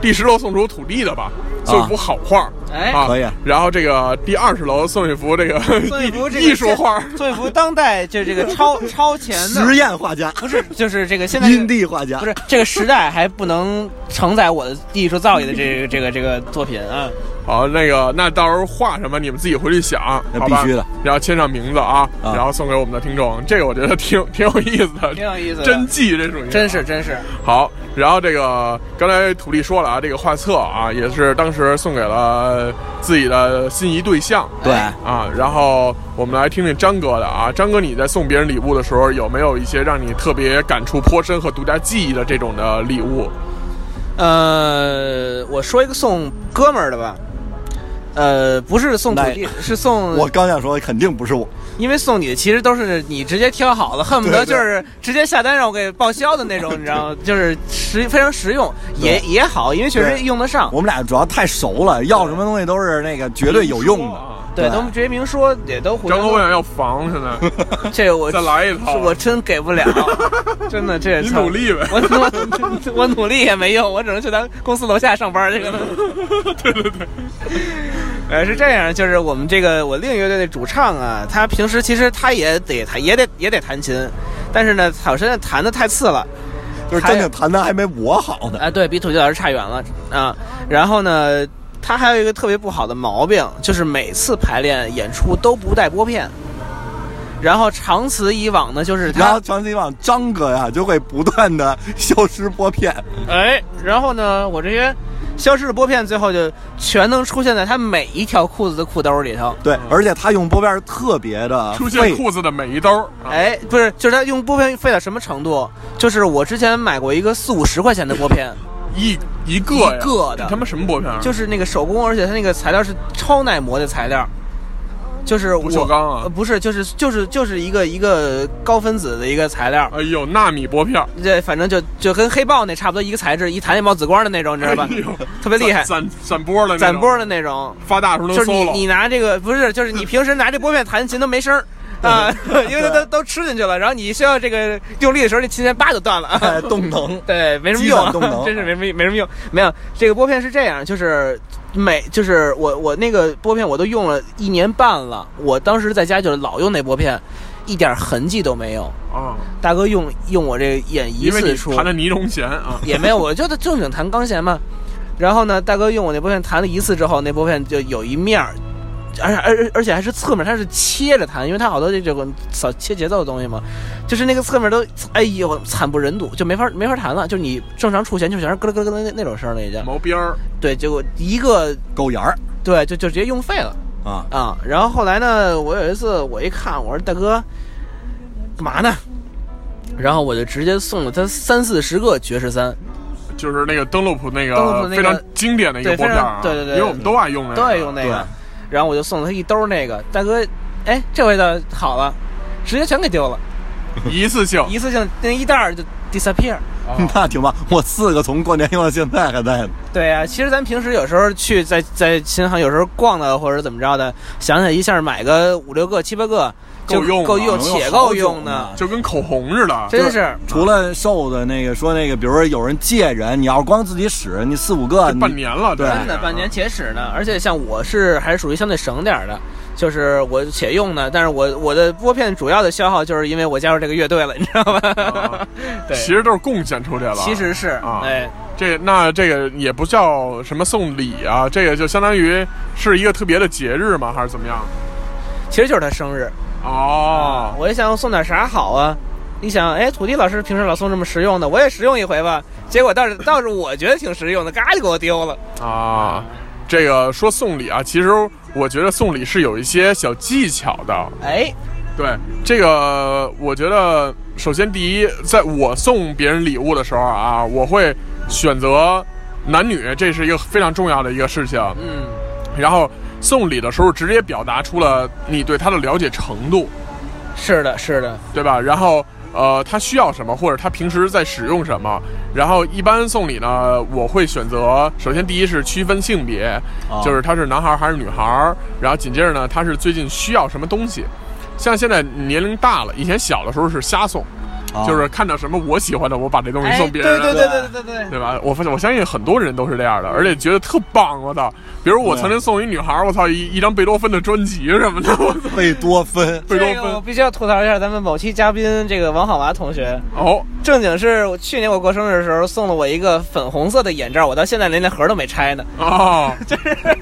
S2: 第十楼送出土地的吧，送一幅好画。
S5: 哎，
S2: 啊，
S3: 啊可以
S2: 然后这个第二十楼宋玉福
S5: [LAUGHS]
S2: 这个
S5: 宋一福这个
S2: [LAUGHS] 艺术画，
S5: 宋一福当代
S2: [LAUGHS]
S5: 就这个超超前
S3: 实
S5: 的，
S3: 验画家，
S5: 不是就是这个现在
S3: 阴地画家
S5: 不，是这个时代还不能承载我的艺术造诣的这个这个这个作品啊。
S2: 好，那个那到时候画什么你们自己回去想，啊
S3: 那
S2: 好吧
S3: 必须的。
S2: 然后签上名字啊，
S3: 啊
S2: 然后送给我们的听众，这个我觉得挺挺有意思的，
S5: 挺有意思的
S2: 真迹这属于
S5: 真是真是，
S2: 好。然后这个刚才土地说了啊，这个画册啊也是当时送给了自己的心仪对象。
S3: 对，
S2: 啊，然后我们来听听张哥的啊，张哥你在送别人礼物的时候，有没有一些让你特别感触颇深和独家记忆的这种的礼物？
S5: 呃，我说一个送哥们儿的吧，呃，不是送土地，是送
S3: 我刚想说肯定不是我，
S5: 因为送你的其实都是你直接挑好了，恨不得就是直接下单让我给报销的那种，你知道吗？就是实非常实用，也也好，因为确
S3: 对
S5: 实用得上。
S3: 我们俩主要太熟了，要什么东西都是那个绝对有用的。
S5: 对，
S3: 对
S5: 都直接明说，也都互
S2: 张
S5: 相
S2: 哥，
S5: 都。
S2: 我想要房，现在
S5: [LAUGHS] 这
S2: [LAUGHS]
S5: 我
S2: 再来一套
S5: 是我真给不了， [LAUGHS] 真的这
S2: 你努力呗。
S5: [LAUGHS] 我我我努力也没用，我只能去咱公司楼下上班去了。
S2: [LAUGHS] 对对对，
S5: [LAUGHS] 呃，是这样，就是我们这个我另一个乐队的主唱啊，他平时其实他也得弹，也得也得弹琴，但是呢，好像弹的太次了。
S3: 就是真的弹的还没我好呢，
S5: 啊，对比土地老师差远了啊。然后呢，他还有一个特别不好的毛病，就是每次排练演出都不带拨片。然后长此以往呢，就是
S3: 然后
S5: 他
S3: 长此以往，张哥呀就会不断的消失拨片，
S5: 哎，然后呢，我这些消失的拨片最后就全能出现在他每一条裤子的裤兜里头。
S3: 对，而且他用拨片儿特别的
S2: 嗯出现
S3: 费，
S2: 裤子的每一兜儿。啊，
S5: 哎，不是，就是他用拨片费到什么程度？就是我之前买过一个四五十块钱的拨片，
S2: 一一个呀
S5: 一个
S2: 你
S5: 的
S2: 他妈什么薄片儿？啊
S5: 就是那个手工，而且它那个材料是超耐磨的材料，就是
S2: 不
S5: 我
S2: 锈钢啊
S5: 呃不是，就是就是就是一个一个高分子的一个材料，
S2: 哎呦，纳米薄片儿，
S5: 这反正就就跟黑豹那差不多一个材质，一弹就冒紫光的那种，你知道吧
S2: 哎呦？
S5: 特别厉害，
S2: 散散波了，
S5: 攒波的那种，
S2: 发大时候能
S5: 就是你
S2: solo
S5: 你拿这个不是，就是你平时拿这拨片弹琴都没声儿。啊，因为它都都吃进去了，然后你需要这个用力的时候，这琴弦叭就断了。
S3: [LAUGHS] 哎
S2: [LAUGHS]
S3: 动能，
S5: 对，没什么
S3: 基
S5: 用
S3: 本动能
S5: 啊， [LAUGHS] 真是没什么没什么用。没有这个拨片是这样，就是每就是我我那个拨片我都用了一年半了，我当时在家就是老用那拨片，一点痕迹都没有。
S2: 啊，
S5: 大哥用用我这演一
S2: 因为
S5: 次
S2: 你
S5: 出
S2: 弹的尼龙弦啊，
S5: [LAUGHS] 也没有，我就正经弹钢弦嘛。然后呢，大哥用我那拨片弹了一次之后，那拨片就有一面儿。而且而而且还是侧面，它是切着弹，因为它好多这种扫切节奏的东西嘛，就是那个侧面都，哎呦惨不忍睹，就没法没法弹了，就是你正常触弦就全是咯咯咯咯那那种声了已经。
S2: 毛边儿，
S5: 对，结果一个
S3: 狗眼儿
S5: 对就就直接用废了
S3: 啊，
S5: 啊、然后后来呢，我有一次我一看，我说大哥，干嘛呢？然后我就直接送了他三四十个爵士三，
S2: 就是那个登陆普那
S5: 登陆
S2: 个
S5: 普那个
S2: 非常经典的一个
S5: 对
S2: 薄片儿啊，
S5: 非常对对对
S2: 因为我们都爱用那个，
S5: 都爱用那
S3: 对
S5: 个。然后我就送了他一兜那个，大哥，哎，这回倒好了，直接全给丢了，
S2: 一次性，
S5: 一次性那一袋儿就 disappear。
S2: 哦
S3: [LAUGHS] 那挺棒。我四个从过年用到现在还在呢，
S5: 对啊，其实咱平时有时候去在在琴行，有时候逛的或者怎么着的，想起来一下买个五六个、七八个，就
S2: 够用啊
S5: 够用，
S3: 能用
S5: 且
S3: 好
S5: 够
S3: 久
S5: 用
S3: 呢
S5: 的，
S2: 就跟口红似的，
S5: 真。
S3: 就是除了瘦的那个说那个，比如说有人借人，你要是光自己使，你四五个，
S2: 这半年了，
S3: 对
S5: 真的半年且使呢，而且像我是还是属于相对省点儿的，就是我且用呢，但是我我的拨片主要的消耗就是因为我加入这个乐队了，你知道吧？ [LAUGHS]
S2: 啊
S5: 对，
S2: 其实都是贡献出去了。
S5: 其实是
S2: 啊
S5: 哎，
S2: 这那这个也不叫什么送礼啊，这个就相当于是一个特别的节日嘛，还是怎么样？
S5: 其实就是他生日。
S2: 哦，
S5: 我也想送点啥好啊？你想，哎，土地老师平时老送这么实用的，我也实用一回吧。结果
S2: [LAUGHS]
S5: 倒是倒是我觉得挺实用的，嘎就给我丢了。
S2: 啊，这个说送礼啊，其实我觉得送礼是有一些小技巧的。
S5: 哎，
S2: 对，这个我觉得，首先第一，在我送别人礼物的时候啊，我会选择男女，这是一个非常重要的一个事情。
S5: 嗯，
S2: 然后送礼的时候，直接表达出了你对他的了解程度，
S5: 是的，是的，
S2: 对吧？然后。呃，他需要什么，或者他平时在使用什么？然后一般送礼呢，我会选择，首先第一是区分性别，
S3: 啊
S2: 就是他是男孩儿还是女孩儿，然后紧接着呢，他是最近需要什么东西。像现在年龄大了，以前小的时候是瞎送，
S3: 啊
S2: 就是看到什么我喜欢的，我把这东西
S5: 哎，
S2: 送别人。啊
S5: 对对对对对对
S2: 对吧？我发现我相信很多人都是这样的，而且觉得特棒。我操！比如我曾经送一女孩儿，我操一一张贝多芬的专辑什么的，我操
S3: 贝多芬
S2: 贝多
S5: 这个我
S2: 芬
S5: 必须要吐槽一下咱们某期嘉宾这个王好娃同学，
S2: 哦，
S5: 正经是我去年我过生日的时候送了我一个粉红色的眼罩，我到现在连那盒都没拆呢。
S3: [LAUGHS]
S2: 哦，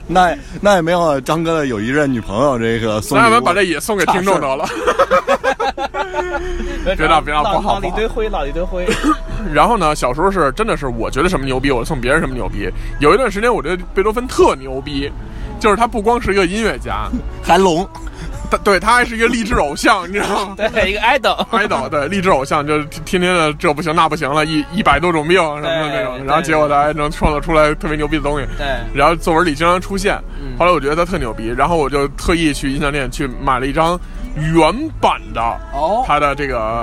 S3: 那那也没有张哥的有一任女朋友这个送
S2: 那
S3: 礼
S2: 我
S3: 物，
S2: 们把这也送给听众得了。别闹别闹不好
S5: 落了一堆灰，落了一堆灰。 [LAUGHS]
S2: 然后呢，小时候是真的是我觉得什么牛逼，我就送别人什么牛逼。有一段时间，我觉得贝多芬特牛逼，就是他不光是一个音乐家，
S3: 韩龙，
S2: 他对他还是一个励志偶像，你知道
S5: [LAUGHS]
S2: 吗？
S5: 对，一个 idol。
S2: 爱豆对励志偶像，就是天天的这不行那不行了，一一百多种病什么的那
S5: 对
S2: 种，
S5: 对
S2: 然后结果他还能创造出来特别牛逼的东西。
S5: 对，嗯
S2: 然后作文里经常出现。后来我觉得他特牛逼，然后我就特意去音像店去买了一张原版的
S5: 哦，
S2: 他的这个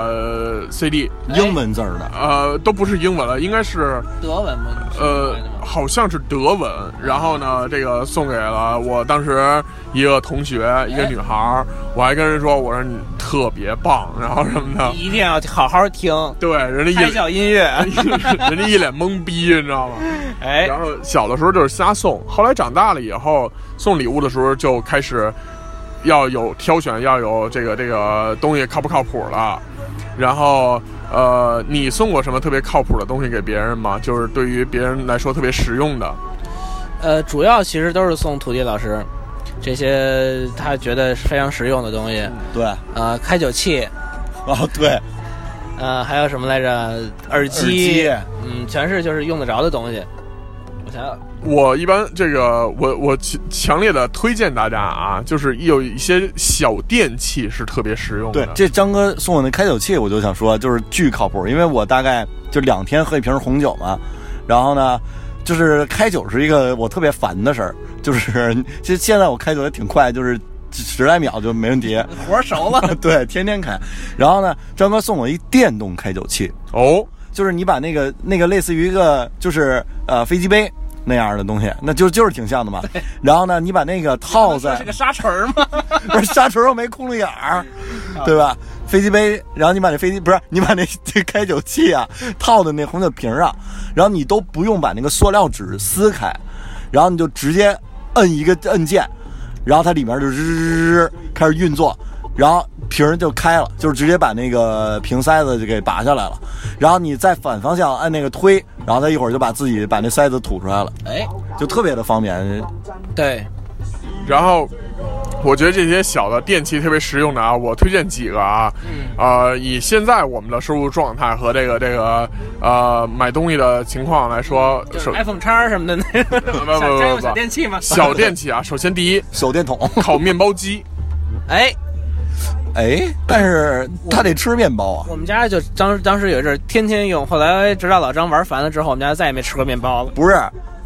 S2: 呃 CD，
S3: 英文字儿的，
S2: 呃，都不是英文了，应该是
S5: 德文吗？
S2: 呃，好像是德文。然后呢，这个送给了我当时一个同学，一个女孩儿，我还跟人说，我说你特别棒，然后什么的
S5: 你。 [LAUGHS] 一定要好好听，
S2: 对，人家一
S5: 拍
S2: 脸
S5: 小音乐。
S2: [LAUGHS] 人家一脸懵逼，你知道吗？
S5: 哎，
S2: 然后小的时候就是瞎送，后来长大了以后送礼物的时候就开始要有挑选，要有这个这个东西靠不靠谱了。然后呃，你送过什么特别靠谱的东西给别人吗？就是对于别人来说特别实用的。
S5: 呃，主要其实都是送土地老师这些他觉得非常实用的东西，
S3: 对，
S5: 呃，开酒器，
S3: 哦对，
S5: 呃，还有什么来着？耳
S3: 耳机
S5: 机，嗯，全是就是用得着的东西。我想想，
S2: 我一般这个，我我强强烈的推荐大家啊，就是有一些小电器是特别实用的。
S3: 对，这张哥送我那开酒器，我就想说，就是巨靠谱，因为我大概就两天喝一瓶红酒嘛，然后呢。就是开酒是一个我特别烦的事儿，就是 [LAUGHS] 其实现在我开酒也挺快，就是十来秒就没问题。
S5: [LAUGHS] 活熟了，
S3: [LAUGHS] 对，天天开。然后呢，张哥送我一电动开酒器，
S2: 哦，
S3: 就是你把那个那个类似于一个就是呃飞机杯那样的东西，那就就是挺像的嘛。然后呢，你把那个套
S5: 这 [LAUGHS]
S3: 在
S5: 是个沙尘儿吗？
S3: 不是沙锤又没窟窿眼儿，对吧？飞机杯，然后你把那飞机不是你把那这开酒器啊套在那红酒瓶儿啊，然后你都不用把那个塑料纸撕开，然后你就直接摁一个按键，然后它里面就吱吱吱开始运作，然后瓶儿就开了，就是直接把那个瓶塞子就给拔下来了，然后你再反方向按那个推，然后它一会儿就把自己把那塞子吐出来了，
S5: 哎，
S3: 就特别的方便。
S5: 对，
S2: 然后我觉得这些小的电器特别实用的啊，我推荐几个啊，
S5: 嗯
S2: 呃，以现在我们的收入状态和这个这个呃买东西的情况来说，
S5: 就是
S2: 首
S5: iPhone 叉什么的，那个
S2: 不不
S5: 小家用
S2: 不
S5: 小
S2: 不
S5: 电器嘛。
S2: 小电器啊，首 [LAUGHS] 先第一，
S3: 手电筒，
S2: 烤面包机，
S5: [LAUGHS] 哎，
S3: 哎，但是他得吃面包啊。
S5: 我们家就当当时有一阵儿天天用，后来直到老张玩烦了之后，我们家再也没吃过面包了。
S3: 不是，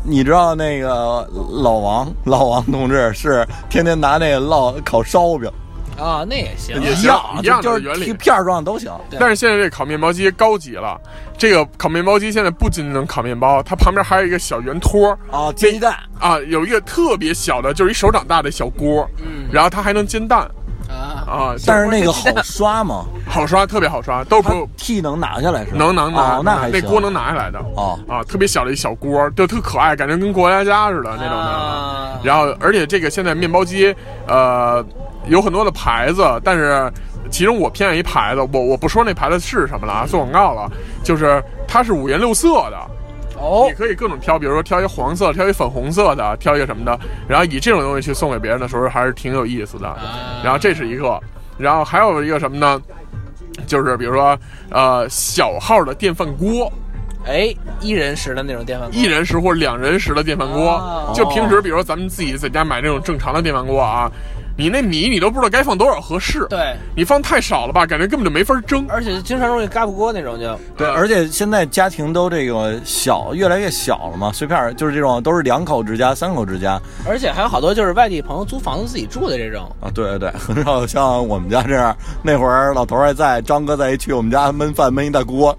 S3: 你知道那个老王，老王同志是天天拿那个烙烤烧饼，
S5: 啊、那也行
S2: 也
S3: 一
S2: 行
S3: 样，
S2: 一样的
S3: 就
S2: 原
S3: 是
S2: 理
S3: 一片儿状都行。
S5: 对
S2: 但是现在这烤面包机高级了，这个烤面包机现在不仅仅能烤面包，它旁边还有一个小圆托儿
S3: 啊，煎鸡蛋，
S2: 啊，有一个特别小的，就是一手掌大的小锅，
S5: 嗯
S2: 然后它还能煎蛋
S5: 啊，
S2: 啊，
S3: 但是那个好刷吗？
S2: 好刷，特别好刷，都
S3: 它
S2: 不
S3: T 能拿下来是吧？
S2: 能能拿
S3: 哦，，那还
S2: 那
S3: 行。
S2: 锅能拿下来的
S3: 哦
S2: 啊，特别小的一小锅，就特可爱，感觉跟过家家似的那种的。
S5: 啊
S2: 然后，而且这个现在面包机，呃，有很多的牌子，但是其中我偏爱一牌子，我我不说那牌子是什么了啊，做广告了，就是它是五颜六色的。
S5: 哦
S2: 你，可以各种挑，比如说挑一黄色，挑一粉红色的，挑一个什么的，然后以这种东西去送给别人的时候，还是挺有意思
S5: 啊
S2: 的。然后这是一个，然后还有一个什么呢？就是比如说，呃，小号的电饭锅，
S5: 哎，一人食的那种电饭锅
S2: 一，人食或两人食的电饭
S5: 哦
S2: 锅。就平时，比如说咱们自己在家买那种正常的电饭锅啊，你那米你都不知道该放多少合适，
S5: 对，
S2: 你放太少了吧，感觉根本就没法蒸。
S5: 而且经常容易嘎不锅那种就，
S3: 对，而且现在家庭都这个小，越来越小了嘛，碎片儿就是这种，都是两口之家、三口之家
S5: 而且还有好多就是外地朋友租房子自己住的这种，
S3: 啊。对对对， [LAUGHS] 很少像我们家这样，那会儿老头儿还在，张哥再一去我们家焖饭焖一大锅，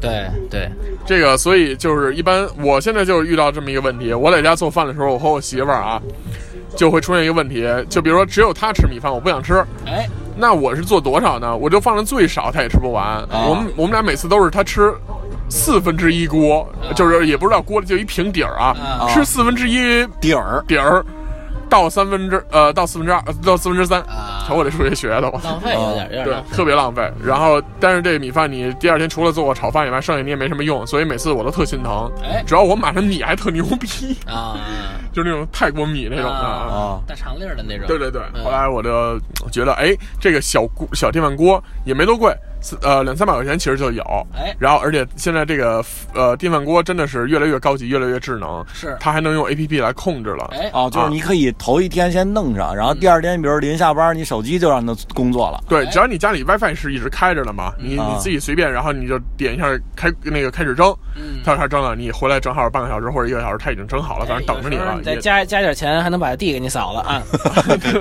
S5: 对对，
S2: 这个，所以就是一般，我现在就是遇到这么一个问题。我在家做饭的时候，我和我媳妇儿啊，就会出现一个问题，就比如说只有她吃米饭，我不想吃，
S5: 哎，
S2: 那我是做多少呢？我就放的最少，他也吃不完。我们我们俩每次都是他吃四分之一锅，就是也不知道锅里就一平底儿啊，吃四分之一
S3: 底儿
S2: 底儿，到三分之呃到四分之二到四分之三，
S6: 啊
S2: 瞧我这数学学的，我操！
S6: 浪费有点有点
S2: 对
S6: 浪，费。
S2: 特别浪费。然后，但是这米饭你第二天除了做炒饭以外，剩下你也没什么用，所以每次我都特心疼。
S6: 哎
S2: 主要我买的米还特牛逼， [LAUGHS]
S6: 啊，
S2: 就是那种泰国米那种的。
S6: 啊
S3: 啊，
S6: 大长粒儿的那种。
S2: 对对对，
S6: 嗯
S2: 后来我就觉得，哎，这个小锅小电饭锅也没多贵，四呃两三百块钱其实就有。
S6: 哎
S2: 然后而且现在这个呃电饭锅真的是越来越高级，越来越智能，
S6: 是
S2: 它还能用 A P P 来控制了。
S6: 哎，
S3: 哦，就是你可以头一天先弄上，
S2: 嗯
S3: 然后第二天，比如临下班，你手机就让它工
S2: [LAUGHS]
S3: 作了。
S2: 对，只要你家里 WiFi 是一直开着的嘛，你
S3: 啊
S2: 你自己随便，然后你就点一下开那个开始蒸，它就开始蒸了。你回来正好半个小时或者一个小时，它已经蒸好了，反正等着你
S5: 有时候
S2: 了
S5: 哎你。再
S2: 也
S5: 加加点钱，还能把地给你扫了
S2: [LAUGHS]
S6: [LAUGHS]
S5: 啊！ [LAUGHS]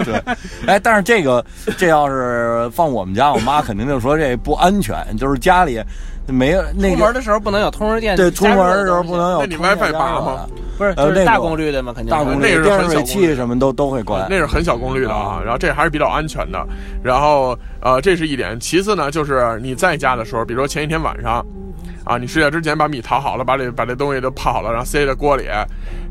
S3: 对，哎，但是这个这要是放我们家，我妈肯定就说这不安全，就是家里没有那
S5: 出门
S3: 个。
S5: 的时候不能有通热电，
S3: 对，出门的时候
S5: 加热的东西
S3: 不能有
S2: 那你
S3: 充电
S2: WiFi
S3: 站
S2: 拔
S3: 了
S2: 吗？
S5: 不是
S3: 呃
S5: 就
S3: 那
S5: 是大
S3: 个
S5: 功率的嘛，肯定
S3: 大功
S2: 那个
S3: 率
S2: 是
S3: 电
S2: 很
S3: 热水
S2: 小功率
S3: 器什么都都会关
S2: 那。是很小功率的啊，然后这还是比较安全的。然后呃，这是一点。其次呢，就是你在家的时候，比如说前一天晚上，啊，你睡觉之前把米淘好了，把这把这东西都泡好了，然后塞在锅里，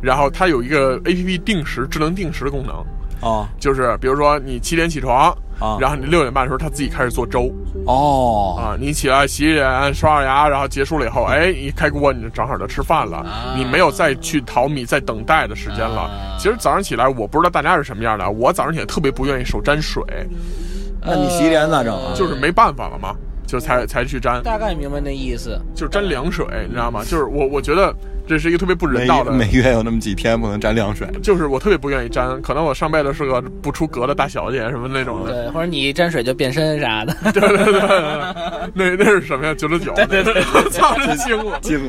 S2: 然后它有一个 A P P 定时智能定时的功能，
S3: 哦
S2: 就是比如说你七点起床，
S3: 啊
S2: 然后你六点半的时候它自己开始做粥
S3: 哦
S2: 啊，你起来洗洗脸、刷刷牙，然后结束了以后，哎，一开锅你就正好就吃饭了，你没有再去淘米、再等待的时间了。其实早上起来，我不知道大家是什么样的，我早上起来特别不愿意手沾水，
S3: 那你洗脸咋整啊？
S2: 呃就是没办法了嘛，就才才去沾，
S5: 大概明白那意思。
S2: 就是沾凉水，你知道吗？就是我我觉得这是一个特别不人道的。
S3: 每月有那么几天不能沾凉
S2: [LAUGHS]
S3: 水。
S2: 就是我特别不愿意沾，可能我上辈子是个不出格的大小姐什么那种的，
S5: 对，或者你沾水就变身啥的，
S2: 对对对对对，那 [LAUGHS] 那是什么呀？九九九，对对对， [LAUGHS] 操，真惊我，
S3: 经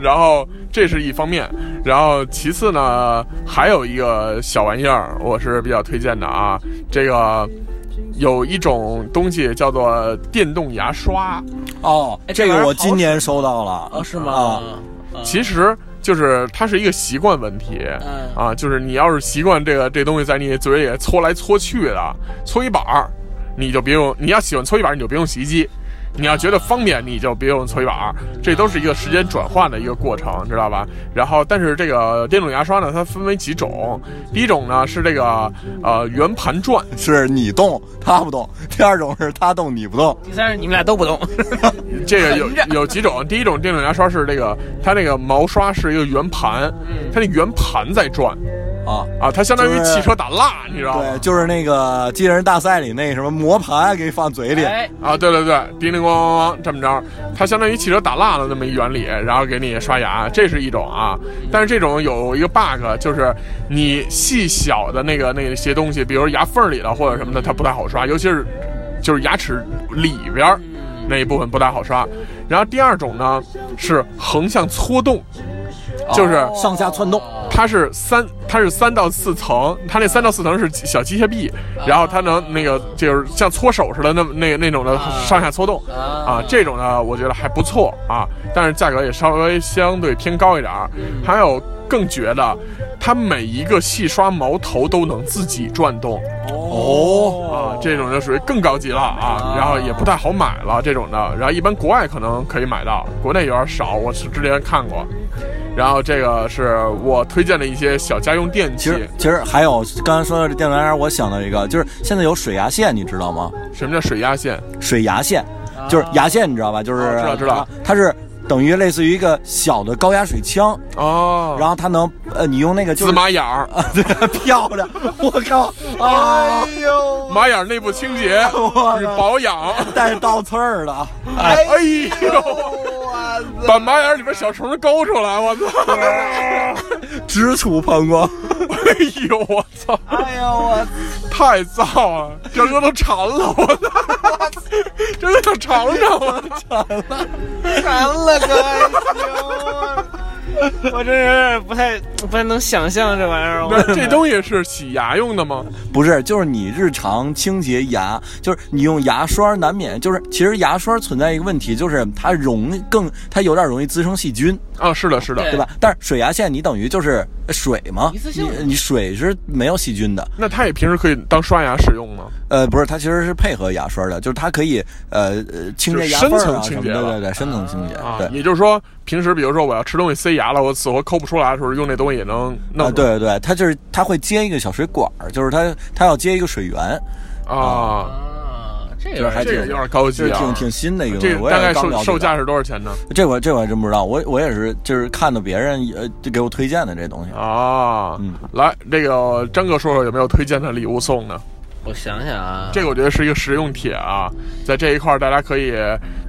S2: 然后这是一方面，然后其次呢，还有一个小玩意儿，我是比较推荐的啊。这个有一种东西叫做电动牙刷，
S3: 哦，
S5: 哎
S3: 这
S5: 这玩意
S3: 个
S5: 儿
S3: 我
S5: 好
S3: 今年收到了。
S5: 哦，是
S3: 啊
S5: 吗？
S2: 其实就是它是一个习惯问题
S5: 嗯
S2: 啊，就是你要是习惯这个这东西在你嘴里搓来搓去的，搓衣板儿，你就别用；你要喜欢搓衣板儿，你就别用洗衣机。你要觉得方便，你就别用搓衣板儿，这都是一个时间转换的一个过程，知道吧？然后，但是这个电动牙刷呢，它分为几种。第一种呢是这个呃圆盘转，
S3: 是你动他不动， [LAUGHS] 第二种是他动你不动。
S5: 第三是你们俩都不懂，
S2: 这个有有几种，第一种电动牙刷是这个它那个毛刷是一个圆盘，它那圆盘在转，
S3: 啊，
S2: 啊，它相当于
S3: 就是
S2: 汽车打蜡，你知道
S3: 对，
S2: 吗？
S3: 就是那个机器人大赛里那什么磨盘给你放嘴里。
S5: 哎，
S2: 啊，对对对，叮叮咣咣咣这么着，它相当于汽车打蜡的那么一原理，然后给你刷牙，这是一种啊。但是这种有一个 bug，就是你细小的那个那些东西，比如牙缝里的或者什么的，它不太好刷，尤其是就是牙齿里边儿那一部分不太好刷。然后第二种呢是横向搓动，就是。
S3: 上下窜动，
S2: 它是三，它是三到四层，它那三到四层是小机械臂，然后它能那个就是像搓手似的那那那种的上下搓动啊，这种呢我觉得还不错啊，但是价格也稍微相对偏高一点儿。还有更绝的，它每一个细刷毛头都能自己转动
S3: 哦，
S2: 啊，这种就属于更高级了啊，然后也不太好买了这种的，然后一般国外可能可以买到，国内有点少，我是之前看过。然后这个是我推荐的一些小家用电
S3: 其
S2: 器，
S3: 实其实还有刚才说到这电动牙刷，我想到一个，就是现在有水牙线，你知道吗？
S2: 什么叫水压线？
S3: 水牙线，就是牙线，你知道吧？就是、
S2: 啊哦知道知道，
S3: 它是等于类似于一个小的高压水枪，
S2: 哦，
S3: 然后它能呃，你用那个就
S2: 紫
S3: 是
S2: 马眼儿，
S3: [LAUGHS] 漂亮，我靠，哎呦，
S2: 马眼儿内部清洁
S3: 我
S2: 与保养。
S3: 带倒刺儿啊的，
S2: 哎呦，把马眼儿里边小虫勾出来，我操！哎
S3: 直触膀胱，
S2: 呦，我操！
S3: 哎呦我，
S2: 太燥了，这哥都馋了，我
S3: [LAUGHS]
S2: 操！这哥想尝尝，我操！
S5: 馋了哥，我真是不太不太能想象这玩意儿。
S2: 那
S5: 我
S2: 这东西是洗牙用的吗？
S3: 不是，就是你日常清洁牙，就是你用牙刷难免就是，其实牙刷存在一个问题，就是它容易更它有点容易滋生细菌，
S2: 啊，是的，是的。
S5: 对
S3: 对吧？但是水牙线你等于就是呃水嘛，
S5: 一次性的
S3: 你你水是没有细菌的，
S2: 那它也平时可以当刷牙使用吗？
S3: 呃，不是，它其实是配合牙刷的，就是它可以呃呃清洁牙缝
S2: 就是深
S3: 儿
S2: 层
S3: 啊什
S2: 清
S3: 么
S2: 洁
S3: 的，
S2: 了
S3: 对对，深层清洁，
S2: 啊
S3: 对，
S2: 也就是说，平时比如说我要吃东西塞牙了，我死活抠不出来的时候，用这东西也能弄。
S3: 啊，对对对，它就是它会接一个小水管儿，就是它它要接一个水源，
S2: 啊，
S5: 啊，这
S3: 就是
S5: 个
S3: 还
S2: 这个有点高级
S3: 就是
S2: 啊
S3: 挺。挺新的一个东
S2: 这
S3: 西，我
S2: 个
S3: 也
S2: 大概
S3: 刚了
S2: 售
S3: 解
S2: 售
S3: 到
S2: 价是多少钱呢？
S3: 这我这我还真不知道，我我也是就是看到别人呃就给我推荐的这东西。
S2: 啊，
S3: 嗯
S2: 来，这个张哥说说有没有推荐的礼物送呢？
S5: 我想想啊，
S2: 这个我觉得是一个实用帖啊，在这一块儿大家可以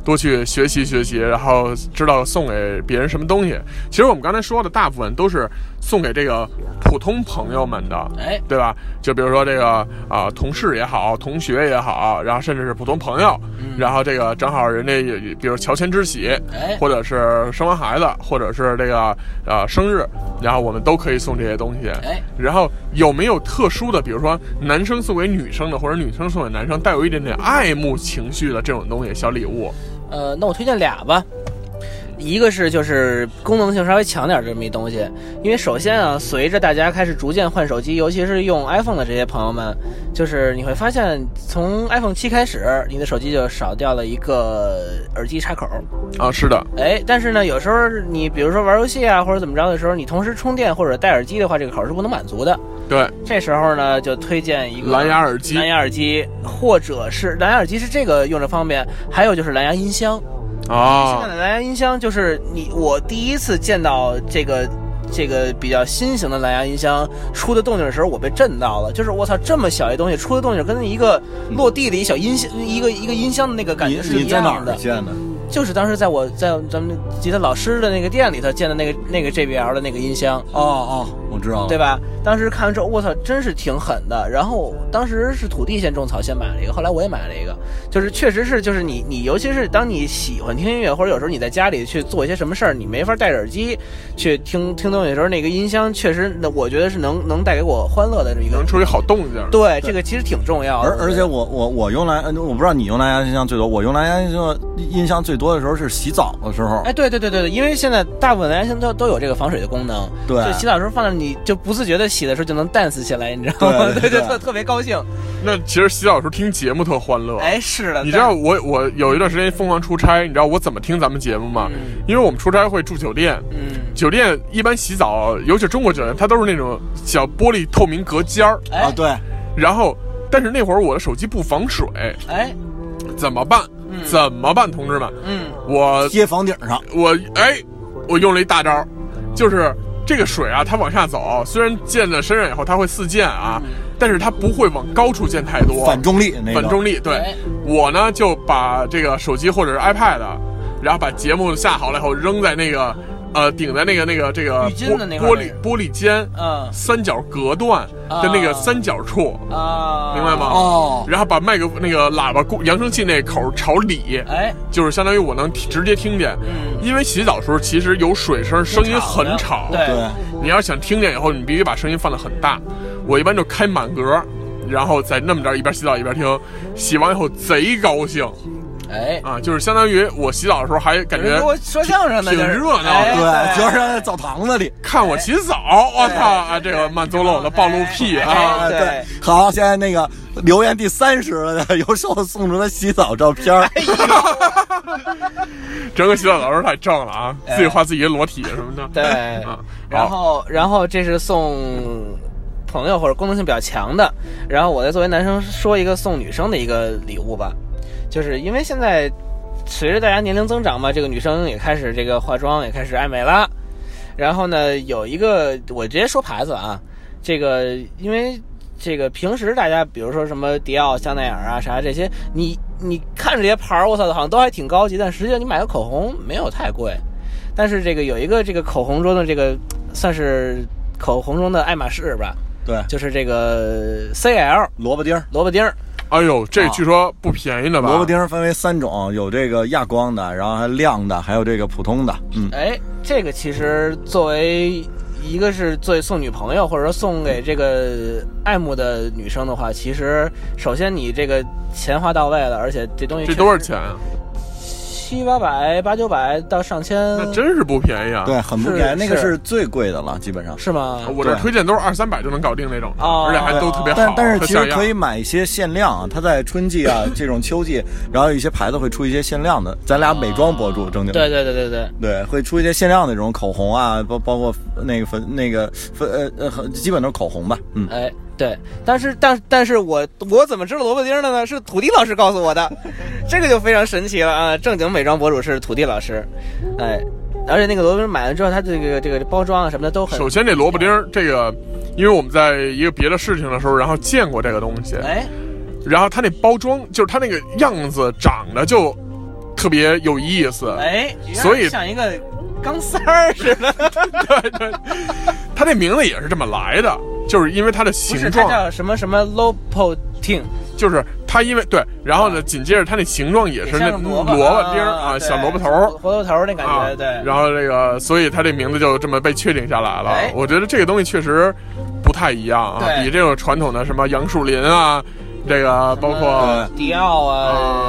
S2: 多去学习学习，然后知道送给别人什么东西。其实我们刚才说的大部分都是送给这个普通朋友们的，
S5: 哎
S2: 对吧？就比如说这个啊、同事也好，同学也好，然后甚至是普通朋友，然后这个正好人家也，也比如乔迁之喜，
S5: 嗯哎
S2: 或者是生完孩子，或者是这个呃生日，然后我们都可以送这些东西。
S5: 哎
S2: 然后有没有特殊的，比如说男生送给女生的，或者女生送给男生，带有一点点爱慕情绪的这种东西，小礼物
S5: 呃，那我推荐俩吧。一个是就是功能性稍微强点儿这么一东西，因为首先啊，随着大家开始逐渐换手机，尤其是用 iPhone 的这些朋友们，就是你会发现，从 iPhone 七开始，你的手机就少掉了一个耳机插口。
S2: 啊，是的，
S5: 哎，但是呢，有时候你比如说玩游戏啊或者怎么着的时候，你同时充电或者戴耳机的话，这个口是不能满足的。
S2: 对，
S5: 这时候呢，就推荐一个
S2: 蓝牙耳机
S5: 蓝牙耳机或者是蓝牙耳机是这个用着方便，还有就是蓝牙音箱。现在
S2: 啊
S5: 的蓝牙音箱就是你我第一次见到这个这个比较新型的蓝牙音箱出的动静的时候，我被震到了。就是我操，这么小一东西出的动静跟一个落地的一小音箱、一个一个音箱的那个感
S3: 你
S5: 觉是
S3: 你
S5: 一
S3: 在哪
S5: 样
S3: 儿
S5: 的。
S3: 见的？
S5: 就是当时在我在咱们吉他老师的那个店里头见的那个那个 JBL 的那个音箱。
S3: 哦哦，我知道了。
S5: 对吧？当时看完之后，我操，真是挺狠的。然后当时是土地先种草，先买了一个，后来我也买了一个。就是确实是，就是你你，尤其是当你喜欢听音乐，或者有时候你在家里去做一些什么事儿，你没法戴着耳机去听听东西的时候，那个音箱确实，那我觉得是能能带给我欢乐的这么一个
S2: 能。出一好动静。
S5: 对，这个其实挺重要的。
S3: 而而且我我我用蓝，呃我不知道你用蓝牙音箱最多，我用蓝牙音箱音箱最多的时候是洗澡的时候。
S5: 哎，对对对对对，因为现在大部分蓝牙箱都都有这个防水的功能，
S3: 对
S5: 就洗澡的时候放那儿，你就不自觉的洗的时候就能 dance 起来，你知道吗？
S3: 对对
S5: [LAUGHS] 对，就
S3: 对
S5: 特特别高兴。
S2: 那其实洗澡的时候听节目特欢乐。
S5: 哎，是的，
S2: 你知道我我有一段时间疯狂出差，你知道我怎么听咱们节目吗？
S5: 嗯
S2: 因为我们出差会住酒店，
S5: 但嗯，
S2: 酒店一般洗澡，尤其中国酒店，它都是那种小玻璃透明隔间儿，
S5: 哎
S3: 啊，对，
S2: 然后但是那会儿我的手机不防水，
S5: 哎，
S2: 怎么办？怎么办，同志们？
S5: 嗯。
S2: 我
S3: 贴房顶上。
S2: 我哎，我用了一大招儿，就是这个水啊，它往下走，虽然溅到身上以后它会四溅啊，
S5: 嗯
S2: 但是它不会往高处溅太多，
S3: 反重力那个，
S2: 反重力。对
S5: 哎，
S2: 我呢就把这个手机或者是 iPad，然后把节目下好了以后扔在那个呃顶在那个那个这个
S5: 浴巾
S2: 玻
S5: 的那块儿
S2: 玻璃玻璃间
S5: 嗯
S2: 三角隔断的那个三角处，
S5: 啊，
S2: 明白吗？？
S3: 哦，
S2: 然后把麦克那个喇叭扬声器那口儿朝里，
S5: 哎，
S2: 就是相当于我能听直接听见，
S5: 嗯
S2: 因为洗澡的时候其实有水声，声音很吵。
S5: 对
S3: 对，
S2: 你要想听见以后，你必须把声音放得很大。我一般就开满格，然后再那么着一边洗澡一边听，洗完以后贼高兴
S5: 哎，
S2: 啊！就是相当于我洗澡的时候还感
S5: 有人
S2: 觉
S5: 跟我说相声呢，
S2: 挺
S5: 这是
S2: 热闹的
S5: 哎
S3: 啊对， [LAUGHS] 就是在澡堂子里。
S2: 看我洗澡，我操啊！这个慢走了我的暴露癖啊！
S5: 哎对
S3: 对，好，现在那个留言第三十了 [LAUGHS] 的，由瘦子送出的洗澡照片儿。
S5: 哎
S2: 整个洗澡的时候太正了啊，自己画自己的裸体什么的。
S5: 哎对
S2: 啊，
S5: 然后然后这是送朋友或者功能性比较强的，然后我再作为男生说一个送女生的一个礼物吧，就是因为现在随着大家年龄增长嘛，这个女生也开始这个化妆，也开始爱美啦。然后呢，有一个我直接说牌子啊，这个因为这个平时大家比如说什么迪奥、香奈儿啊啥这些，你你看着这些牌儿，我操，好像都还挺高级，但实际上你买个口红没有太贵。但是这个有一个这个口红中的这个算是口红中的爱马仕吧，
S3: 对，
S5: 就是这个 CL
S3: 萝卜丁儿。
S5: 萝卜丁儿。
S2: 哎呦，这
S3: 啊
S2: 据说不便宜呢吧？
S3: 萝卜丁儿分为三种，有这个亚光的，然后还亮的，还有这个普通的。嗯，
S5: 哎，这个其实作为一个是作为送女朋友，或者说送给这个爱慕的女生的话，其实首先你这个钱花到位了，而且这东西
S2: 这多少？钱啊？
S5: 七八百、八九百到上千，
S2: 那真是不便宜啊！
S3: 对，很不便宜，那
S5: 是
S3: 个
S5: 是
S3: 是最贵的了，基本上。
S5: 是吗？
S2: 我这
S3: 对
S2: 推荐都是二三百就能搞定那种的，
S5: 哦
S2: 而且还都特别好，
S3: 但但是
S2: 特
S3: 其
S2: 像
S3: 实
S2: 样
S3: 可以买一些限量啊，它在春季啊这种秋季，然后有一些牌子会出一些限量的。咱俩美妆博主正经
S5: 对对对对对，
S3: 对，会出一些限量的这种口红啊，包包括那个粉那个粉呃呃，很基本都是口红吧。嗯，
S2: 呃
S5: 哎对，但是但但是我我怎么知道萝卜丁儿的呢？是土地老师告诉我的， [LAUGHS] 这个就非常神奇了啊！正经美妆博主是土地老师，哎，而且那个萝卜丁儿买了之后，它这个这个包装啊什么的都很
S2: 首先，这萝卜丁儿这个，因为我们在一个别的事情的时候，然后见过这个东西，
S5: 哎。
S2: 然后它那包装就是它那个样子长得就特别有意思，
S5: 哎，
S2: 所以
S5: 像一个钢丝儿似的，
S2: 对对， [LAUGHS] 它这名字也是这么来的，就是因为它的
S5: 不
S2: 形
S5: 是它
S2: 状，
S5: 叫什么什么 lopoting，
S2: 就是它因为对，然后呢，紧接着它那形状也是那
S5: 啊像
S2: 萝
S5: 卜
S2: 卜丁儿啊，
S5: 对
S2: 小萝卜头儿。
S5: 胡萝卜头儿那感
S2: 啊
S5: 觉，，对。
S2: 然后这个，所以它这名字就这么被确定下来了。
S5: 哎
S2: 我觉得这个东西确实不太一样啊，
S5: 对
S2: 比这种传统的什么杨树林啊，这个包括
S3: 对
S5: 呃迪奥啊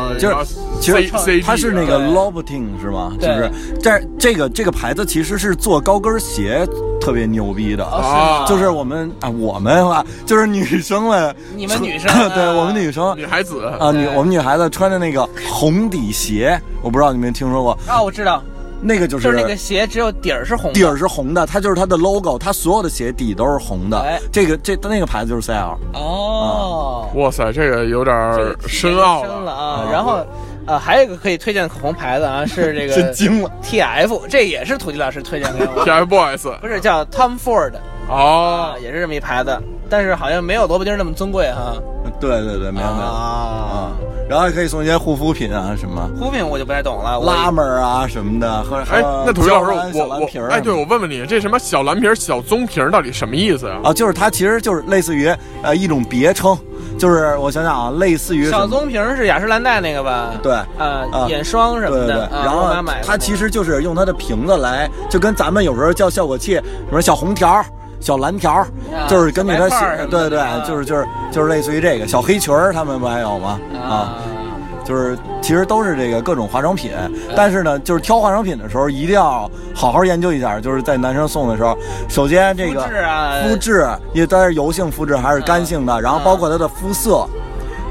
S2: 呃，，
S3: 就是
S2: 然后
S3: 其
S2: C
S3: 实
S2: C
S3: 它是那个
S5: 对
S3: Louboutin 是吗？是
S5: 对
S3: 不是？这这个这个牌子其实是做高跟鞋特别牛逼的，
S5: 哦
S2: 啊
S3: 就是我们啊，我们吧，就是女生们，
S5: 你们女生啊
S3: [LAUGHS] 对我们女生
S2: 女孩子
S3: 啊，女
S5: 对
S3: 我们女孩子穿的那个红底鞋，我不知道你们听说过，
S5: 啊，我知道，
S3: 那个就是
S5: 就是那个鞋只有底儿是红的，
S3: 底儿是红的，它就是它的 logo，它所有的鞋底都是红的
S5: 哎。
S3: 这个这那个牌子就是 CL，
S5: 哦，
S2: 哇塞，这个有点儿深奥
S5: 深了
S2: 了。
S5: 啊。然后呃，还有一个可以推荐的口红牌子啊，是这
S3: 真
S5: 个
S3: 惊了。
S5: TF，这也是土地老师推荐给
S3: [LAUGHS]
S5: 我的，
S2: TFBOYS
S5: 不是叫 Tom Ford 啊，
S2: 哦，
S3: 呃
S5: 也是这么一牌子，但是好像没有萝卜丁儿那么尊贵哈。
S3: 对对对，没有没有
S5: 啊
S3: 啊。然后还可以送一些护肤品啊，什么
S5: 护肤品我就不太懂了，我
S3: 拉门儿啊什么的，和
S2: 哎，那土豆老师，
S3: 小
S2: 我
S3: 蓝瓶
S2: 我
S3: 儿，啊
S2: 哎，对，我问问你，这什么小蓝瓶儿、小棕瓶儿到底什么意思呀？
S3: 啊，就是它其实就是类似于呃一种别称，就是我想想啊，类似于什
S5: 小
S3: 么
S5: 棕瓶是雅诗兰黛那个吧？
S3: 对
S5: 啊
S3: 啊，
S5: 眼霜什
S3: 对
S5: 么
S3: 对对，
S5: 的，啊
S3: 然
S5: 我
S3: 后
S5: 妈买的
S3: 它其实就是用它的瓶子来，就跟咱们有时候叫效果器，什么小红条儿、小蓝条儿，
S5: 啊
S3: 就是根据它
S5: 小白块儿什
S3: 写，
S5: 么
S3: 对
S5: 的
S3: 对
S5: 啊
S3: 对，就是就是就是类似于这个小黑裙儿，他们不还有吗？
S5: 啊
S3: 啊，，就是其实都是这个各种化妆品，
S5: 哎
S3: 但是呢，就是挑化妆品的时候一定要好好研究一下，就是在男生送的时候，首先这个
S5: 肤质啊嗯
S3: 肤质，因为它是油性肤质还是干性的，然后包括它的肤色。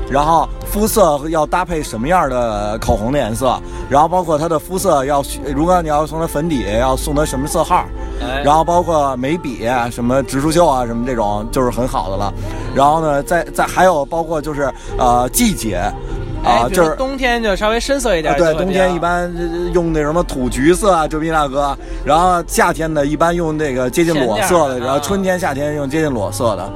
S3: 然后肤色要搭配什么样的口红的颜色，然后包括它的肤色要，如果你要送它粉底，要送它什么色号，
S5: 哎
S3: 然后包括眉笔啊、什么植树秀啊、什么这种，就是很好的了。然后呢，再再还有包括就是呃季节啊、
S5: 哎比如
S3: 就是。
S5: 冬天就稍微深色一点
S3: 啊，
S5: 就会
S3: 对，
S5: 比较，
S3: 冬天一般呃用那什么土橘色啊，这逼那个，然后夏天呢一般用那个接近裸色
S5: 浅点儿
S3: 的，
S5: 的啊
S3: 然后春天、夏天用接近裸色的。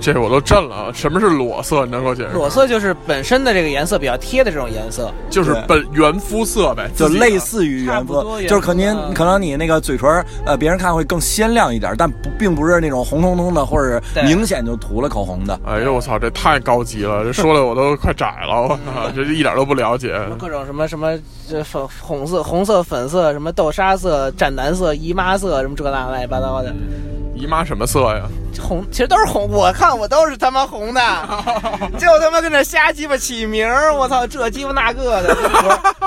S2: 这我都震了啊！什么是裸色？你能给我解释？
S5: 裸色就是本身的这个颜色比较贴的这种颜色，
S2: 就是
S3: 对
S2: 本原肤色呗，
S3: 就
S2: 自己
S3: 类
S2: 的
S3: 似于
S5: 差
S3: 原
S5: 不
S3: 肤
S5: 多，
S3: 就是肯定
S5: 原肤啊
S3: 可能你那个嘴唇儿，呃，别人看会更鲜亮一点，但不并不是那种红彤彤的，或者
S5: 对
S3: 明显就涂了口红
S5: [LAUGHS]
S3: 的。
S2: 哎呦我操，这太高级了！这说的我都快窄了，我操，这一点都不了解。
S5: 各种什么什么这粉红色、红色、粉色、什么豆沙色、湛蓝色、姨妈色，什么这那乱七八糟的，
S2: 姨妈什么色呀？
S5: 红其实都是红，我看我都是他妈红的，就他妈跟那瞎鸡巴起名儿，我操，这鸡巴那个的，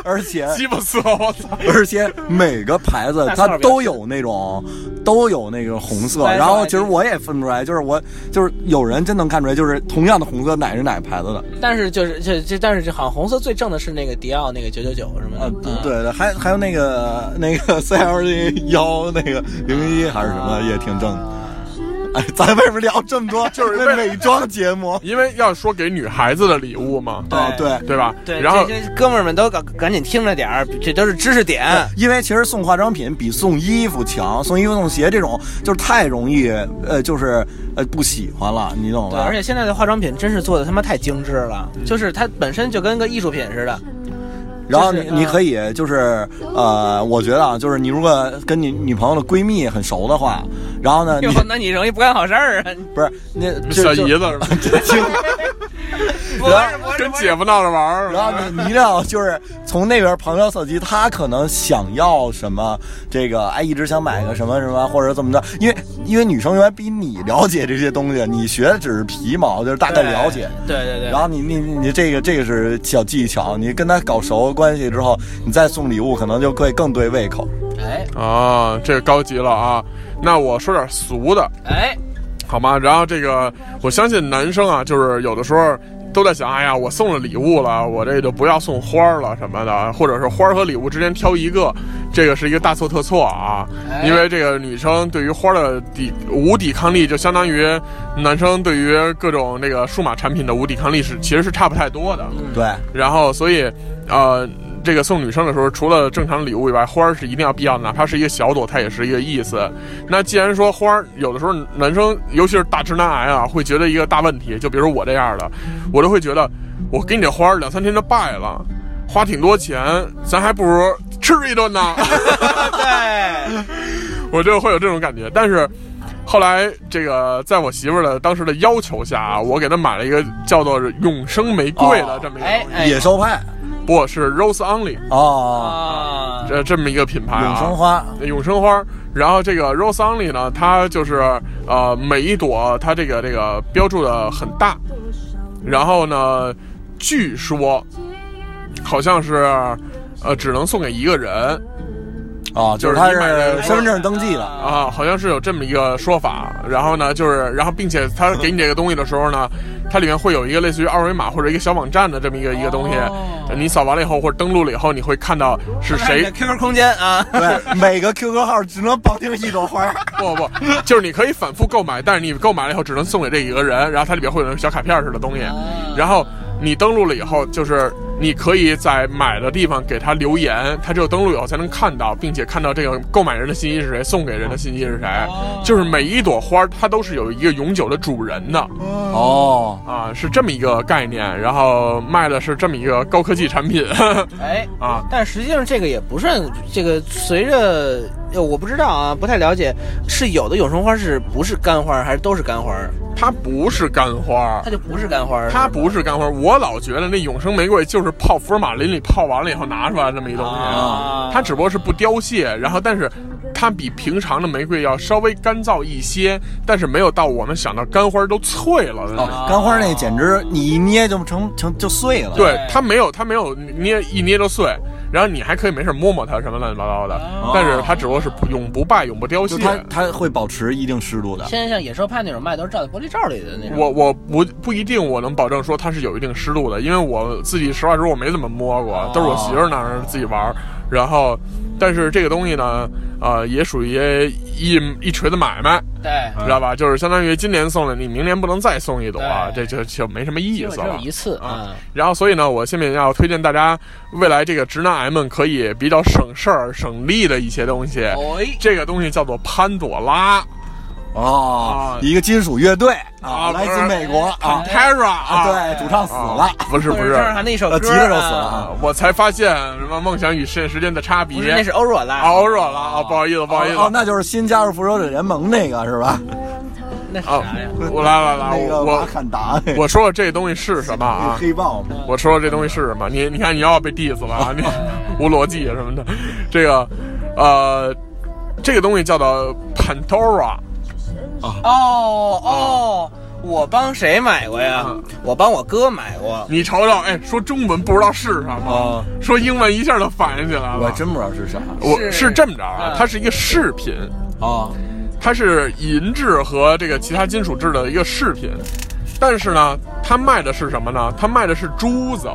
S3: 而且
S2: 鸡巴色，我操！
S3: 而且每个牌子它都有那种，都有那个红色。
S5: 白色
S3: 然后其实我也分不出来，就是我就是有人真能看出来，就是同样的红色哪是哪牌子的。
S5: 但是就是这这，但是这好像红色最正的是那个迪奥那个九九九什么
S3: 啊
S5: 的，，嗯
S3: 对对对，还还有那个那个 [LAUGHS] C L 幺那个零零一还是什么也挺正的。哎，咱为什么聊这么多？就是
S2: 为
S3: 美妆节目。
S2: 因为要说给女孩子的礼物嘛，
S3: 啊，
S5: 对
S3: 对。
S2: [LAUGHS] 对吧？
S5: 对，
S2: 然后
S5: 这些哥们儿们都赶赶紧听着点儿，这都是知识点。
S3: 因为其实送化妆品比送衣服强，送衣服送鞋这种就是太容易，呃，就是呃不喜欢了，你懂
S5: 对，
S3: 吧
S5: 而？且现在的化妆品真是做的他妈太精致了，就是它本身就跟个艺术品似的。
S3: 然后
S5: 就是
S3: 你
S5: 嗯
S3: 你可以就是呃，我觉得啊，就是你如果跟你女朋友的闺蜜很熟的话，然后
S5: [LAUGHS]
S3: 呢，你
S5: 哟，那你容易不干好事儿啊！
S3: 不是那
S2: 小
S3: 就就
S2: 姨子是吧
S5: 不是不是
S2: 跟姐夫闹着玩儿，
S3: 然后啊你你一定要就是从那边旁敲侧击，他可能想要什么，这个哎一直想买个什么什么，或者怎么着，因为因为女生永远比你了解这些东西，你学的只是皮毛，就是大概了解。
S5: 哎对对对
S3: 然，后你你你你这个这个是小技巧，你跟他搞熟关系之后，你再送礼物可能就会更对胃口。
S5: 哎
S2: 啊，这个高级了啊。那我说点俗的，
S5: 哎，
S2: 好吗？然后这个，我相信男生啊，就是有的时候都在想，哎呀，我送了礼物了，我这就不要送花儿了什么的，或者是花儿和礼物之间挑一个，这个是一个大错特错啊
S5: 哎。
S2: 因为这个女生对于花儿的抵无抵抗力，就相当于男生对于各种这个数码产品的无抵抗力是其实是差不太多的。
S3: 对，
S2: 然后所以，呃，这个送女生的时候，除了正常礼物以外，花儿是一定要必要的，哪怕是一个小朵，它也是一个意思。那既然说花儿，有的时候男生，尤其是大直男癌啊，会觉得一个大问题，就比如我这样的，我就会觉得，我给你这花儿两三天就败了，花挺多钱，咱还不如吃一顿呢。 [LAUGHS]
S5: 对，
S2: 我就会有这种感觉。但是后来这个在我媳妇儿的当时的要求下啊，我给她买了一个叫做永生玫瑰的这么一个东西。
S5: 哎哎，
S3: 野兽派
S2: 不是 Rose Only
S3: 哦，
S5: 啊，
S2: 这这么一个品牌啊，
S3: 永生花
S2: 永生花。然后这个 Rose Only 呢，它就是呃每一朵它这个这个标注的很大，然后呢，据说好像是呃只能送给一个人。
S3: 哦，就
S2: 就是
S3: 是他
S2: 你买的
S3: 是身份证登记的，
S2: 啊，
S5: 啊，
S2: 好像是有这么一个说法。然后呢，就是然后，并且他给你这个东西的时候呢，它里面会有一个类似于二维码或者一个小网站的这么一个一个东西
S5: 哦，
S2: 你扫完了以后或者登录了以后，你会看到是谁。
S5: QQ 空间
S2: [LAUGHS]
S5: 啊，
S3: 对，每个 QQ 号只能绑定一朵花。
S2: 不不，就是你可以反复购买，但是你购买了以后只能送给这一个人，然后它里边会有那种小卡片似的东西，然后你登录了以后，就是你可以在买的地方给他留言，他只有登录以后才能看到，并且看到这个购买人的信息是谁，送给人的信息是谁，就是每一朵花儿它都是有一个永久的主人的
S3: 哦，
S2: 啊，是这么一个概念，然后卖的是这么一个高科技产品 [LAUGHS]
S5: 哎。
S2: 啊。
S5: 但实际上，这个也不算这个。随着呃我不知道啊，不太了解，是有的永生花是不是干花，还是都是干花？
S2: 它不是干花儿
S5: 它，就不是干花。
S2: 它不是干花，我老觉得那永生玫瑰就是泡福尔马林里泡完了以后拿出来这么一东西，
S5: 啊
S2: 它只不过是不凋谢，然后但是它比平常的玫瑰要稍微干燥一些，但是没有到我们想到干花都脆了的那种。
S3: 哦，干花那简直你一捏就成成就碎了。
S2: 对，它没有，它没有捏一捏就碎，然后你还可以没事摸摸它什么乱七八糟的，但是它只不过是不永不败、永不凋谢
S3: 就。它它会保持一定湿度的。
S5: 现在像野兽派那种卖都是罩在玻璃罩里的那种。
S2: 我我不不一定我能保证说它是有一定湿度的，因为我自己实话实说我没怎么摸过，都是我媳妇儿那儿自己玩儿。然后，但是这个东西呢，呃，也属于一一锤子买卖，
S5: 对，
S2: 知道吧？就是相当于今年送了你，明年不能再送一朵啊，这就
S5: 对
S2: 就没什么意
S5: 因为
S2: 思
S5: 只有
S2: 了。
S5: 一次
S2: 啊
S5: 啊。
S2: 然后，所以呢，我下面要推荐大家，未来这个直男癌们可以比较省事儿、省力的一些东西。
S5: 哎，
S2: 这个东西叫做潘朵拉
S3: 哦
S2: 啊，
S3: 一个金属乐队
S2: 啊
S3: 啊，来
S2: 不
S3: 自
S2: 是
S3: 美国啊
S2: p a r a 啊，
S3: 啊，对，主唱死
S2: 啊
S3: 了，
S2: 不是不是，
S5: 正好那首
S3: 呃，
S5: 歌啊，
S3: 吉他手死了
S2: 啊
S3: 啊。
S2: 我才发现什么梦想与现实间的差别。
S5: 不是，那是欧若拉。
S2: 熬热了啊，不好意思，不好意思。
S3: 哦，那就是新加入复仇者联盟那个是吧？
S5: 那是
S2: 啊
S5: 啥呀？，
S2: 我来来来，
S3: 那个
S2: 啊我
S3: 瓦
S2: 我
S3: 坎达，那个
S2: 我说啊说这东西是什么
S3: 那个
S2: 啊？
S3: 黑豹嘛。
S2: 我说说这东西是什么？你你看你要被 diss 了
S5: [LAUGHS]
S2: 啊，你无逻辑啊什么的。这个，呃，这个东西叫做 Pandora
S5: 哦哦，我帮谁买过呀？我帮我哥买过。
S2: 你瞅瞅，哎，说中文不知道是什么
S5: 哦
S3: 啊，
S2: 说英文一下就反应起来了。
S3: 我真不知道是啥
S2: 我
S5: 是
S2: 是这么着啊
S5: 嗯，
S2: 它是一个饰品，
S3: 啊
S2: 它是银质和这个其他金属制的一个饰品，但是呢，它卖的是什么呢？它卖的是珠子，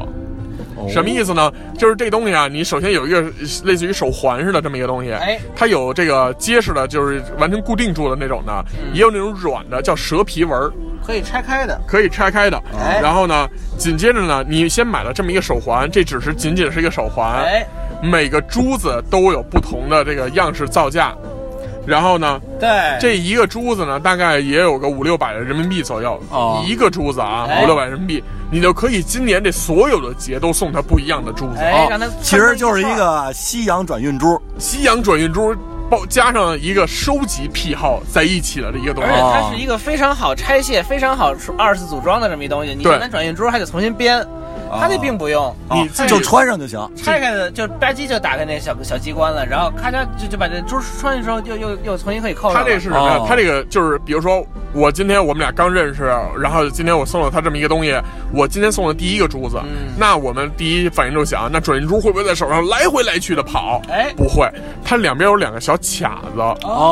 S2: 什么意思呢？就是这东西啊，你首先有一个类似于手环似的这么一个东西，
S5: 哎
S2: 它有这个结实的，就是完全固定住的那种的，
S5: 嗯
S2: 也有那种软的，叫蛇皮纹儿。
S5: 可以拆开的，
S2: 可以拆开的。
S5: 哎
S2: 然后呢，紧接着呢，你先买了这么一个手环，这只是仅仅是一个手环，
S5: 哎
S2: 每个珠子都有不同的这个样式造价。然后呢，
S5: 对，
S2: 这一个珠子呢，大概也有个五六百的人民币左右，
S5: 哦
S2: 一个珠子啊，
S5: 哎
S2: 五六百人民币，你就可以今年这所有的节都送他不一样的珠子。
S5: 哎，让他
S3: 哦其实就是一个西洋转运珠，
S2: 西洋转运珠包加上一个收集癖好在一起的一个东
S5: 而
S2: 西
S5: 且。它
S3: 哦
S5: 是一个非常好拆卸、非常好二次组装的这么一东西。你
S2: 对
S5: 简单转运珠还得重新编，它这并不用，
S3: 哦
S2: 你自己
S3: 啊就穿上就行。
S5: 拆开的就吧唧就打开那小小机关了，然后咔嚓就就把这珠穿进之后又又又重新可以扣上
S2: 他
S5: 了。
S2: 这是什么呀
S3: 哦？
S2: 他这个就是，比如说我今天我们俩刚认识，然后今天我送了他这么一个东西，我今天送了第一个珠子，
S5: 嗯
S2: 那我们第一反应就想，那转运珠会不会在手上来回来去的跑？
S5: 哎
S2: 不会，它两边有两个小卡子，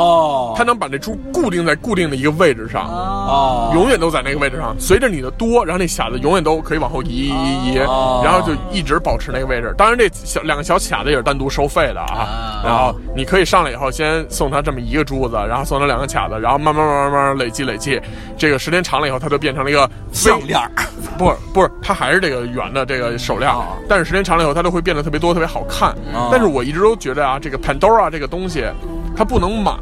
S3: 哦
S2: 它能把这珠固定在固定的一个位置上。
S5: 哦，
S3: 哦
S2: 永远都在那个位置上，随着你的多，然后那卡子永远都可以往后移移移，
S3: 哦
S2: 然后就一直保持那个位置。当然，这小两个小卡子也是单独收费的啊
S5: 啊。
S2: 然后你可以上来以后，先送他这么一个珠子，然后送他两个卡子，然后慢慢慢慢慢慢累积累积，这个时间长了以后，它就变成了一个
S3: 项链儿， [LAUGHS]
S2: 不是不是，它还是这个圆的这个手链，
S5: 哦
S2: 但是时间长了以后，它就会变得特别多，特别好看。
S3: 哦
S2: 但是我一直都觉得啊，这个 Pandora 这个东西，它不能满，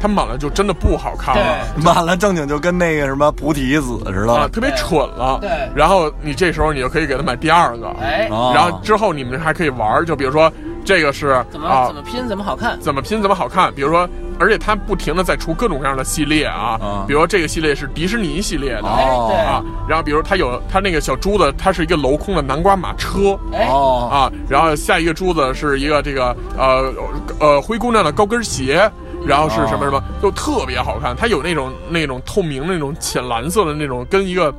S2: 它满了就真的不好看了。
S5: 对
S3: 满了正经就跟那个什么菩提子似
S2: 啊，
S3: 的。
S2: 特别蠢了。
S5: 对
S2: 然后你这时候你就可以给他买第二个，
S5: 哎，
S3: 哦
S2: 然后之后你们还可以玩儿，就比如说这个是
S5: 怎么、
S2: 啊
S5: 怎么拼怎么好看？
S2: 怎么拼怎么好看，比如说，而且它不停的在出各种各样的系列啊，
S3: 啊
S5: 嗯
S2: 比如说这个系列是迪士尼系列的。
S5: 哎，
S2: 啊，然后比如它有它那个小珠子，它是一个镂空的南瓜马车
S5: 对，哎，
S3: 哦
S2: 啊，然后下一个珠子是一个这个呃呃灰姑娘的高跟鞋，然后是什么什么，就特别好看。它有那种那种透明的那种浅蓝色的那种，跟一个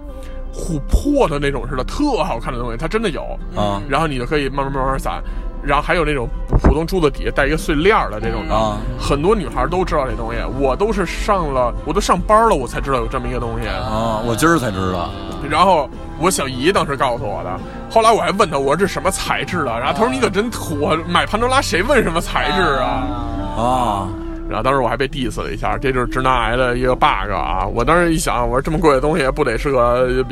S2: 琥珀的那种似的，特好看的东西，它真的有。
S3: 啊
S2: 然后你就可以慢慢慢慢散。然后还有那种普通珠子底下带一个碎链儿的这种的，
S3: 啊
S2: 很多女孩都知道这东西。我都是上了，我都上班了，我才知道有这么一个东西。
S3: 啊！我今儿才知道，
S2: 然后我小姨当时告诉我的，后来我还问她，我说这什么材质的？然后她说你可真土，买潘多拉谁问什么
S5: 哎
S2: 材质啊？
S3: 啊
S2: 然后当时我还被 diss 了一下，这就是直男癌的一个 bug 啊！我当时一想，我说这么贵的东西不得是个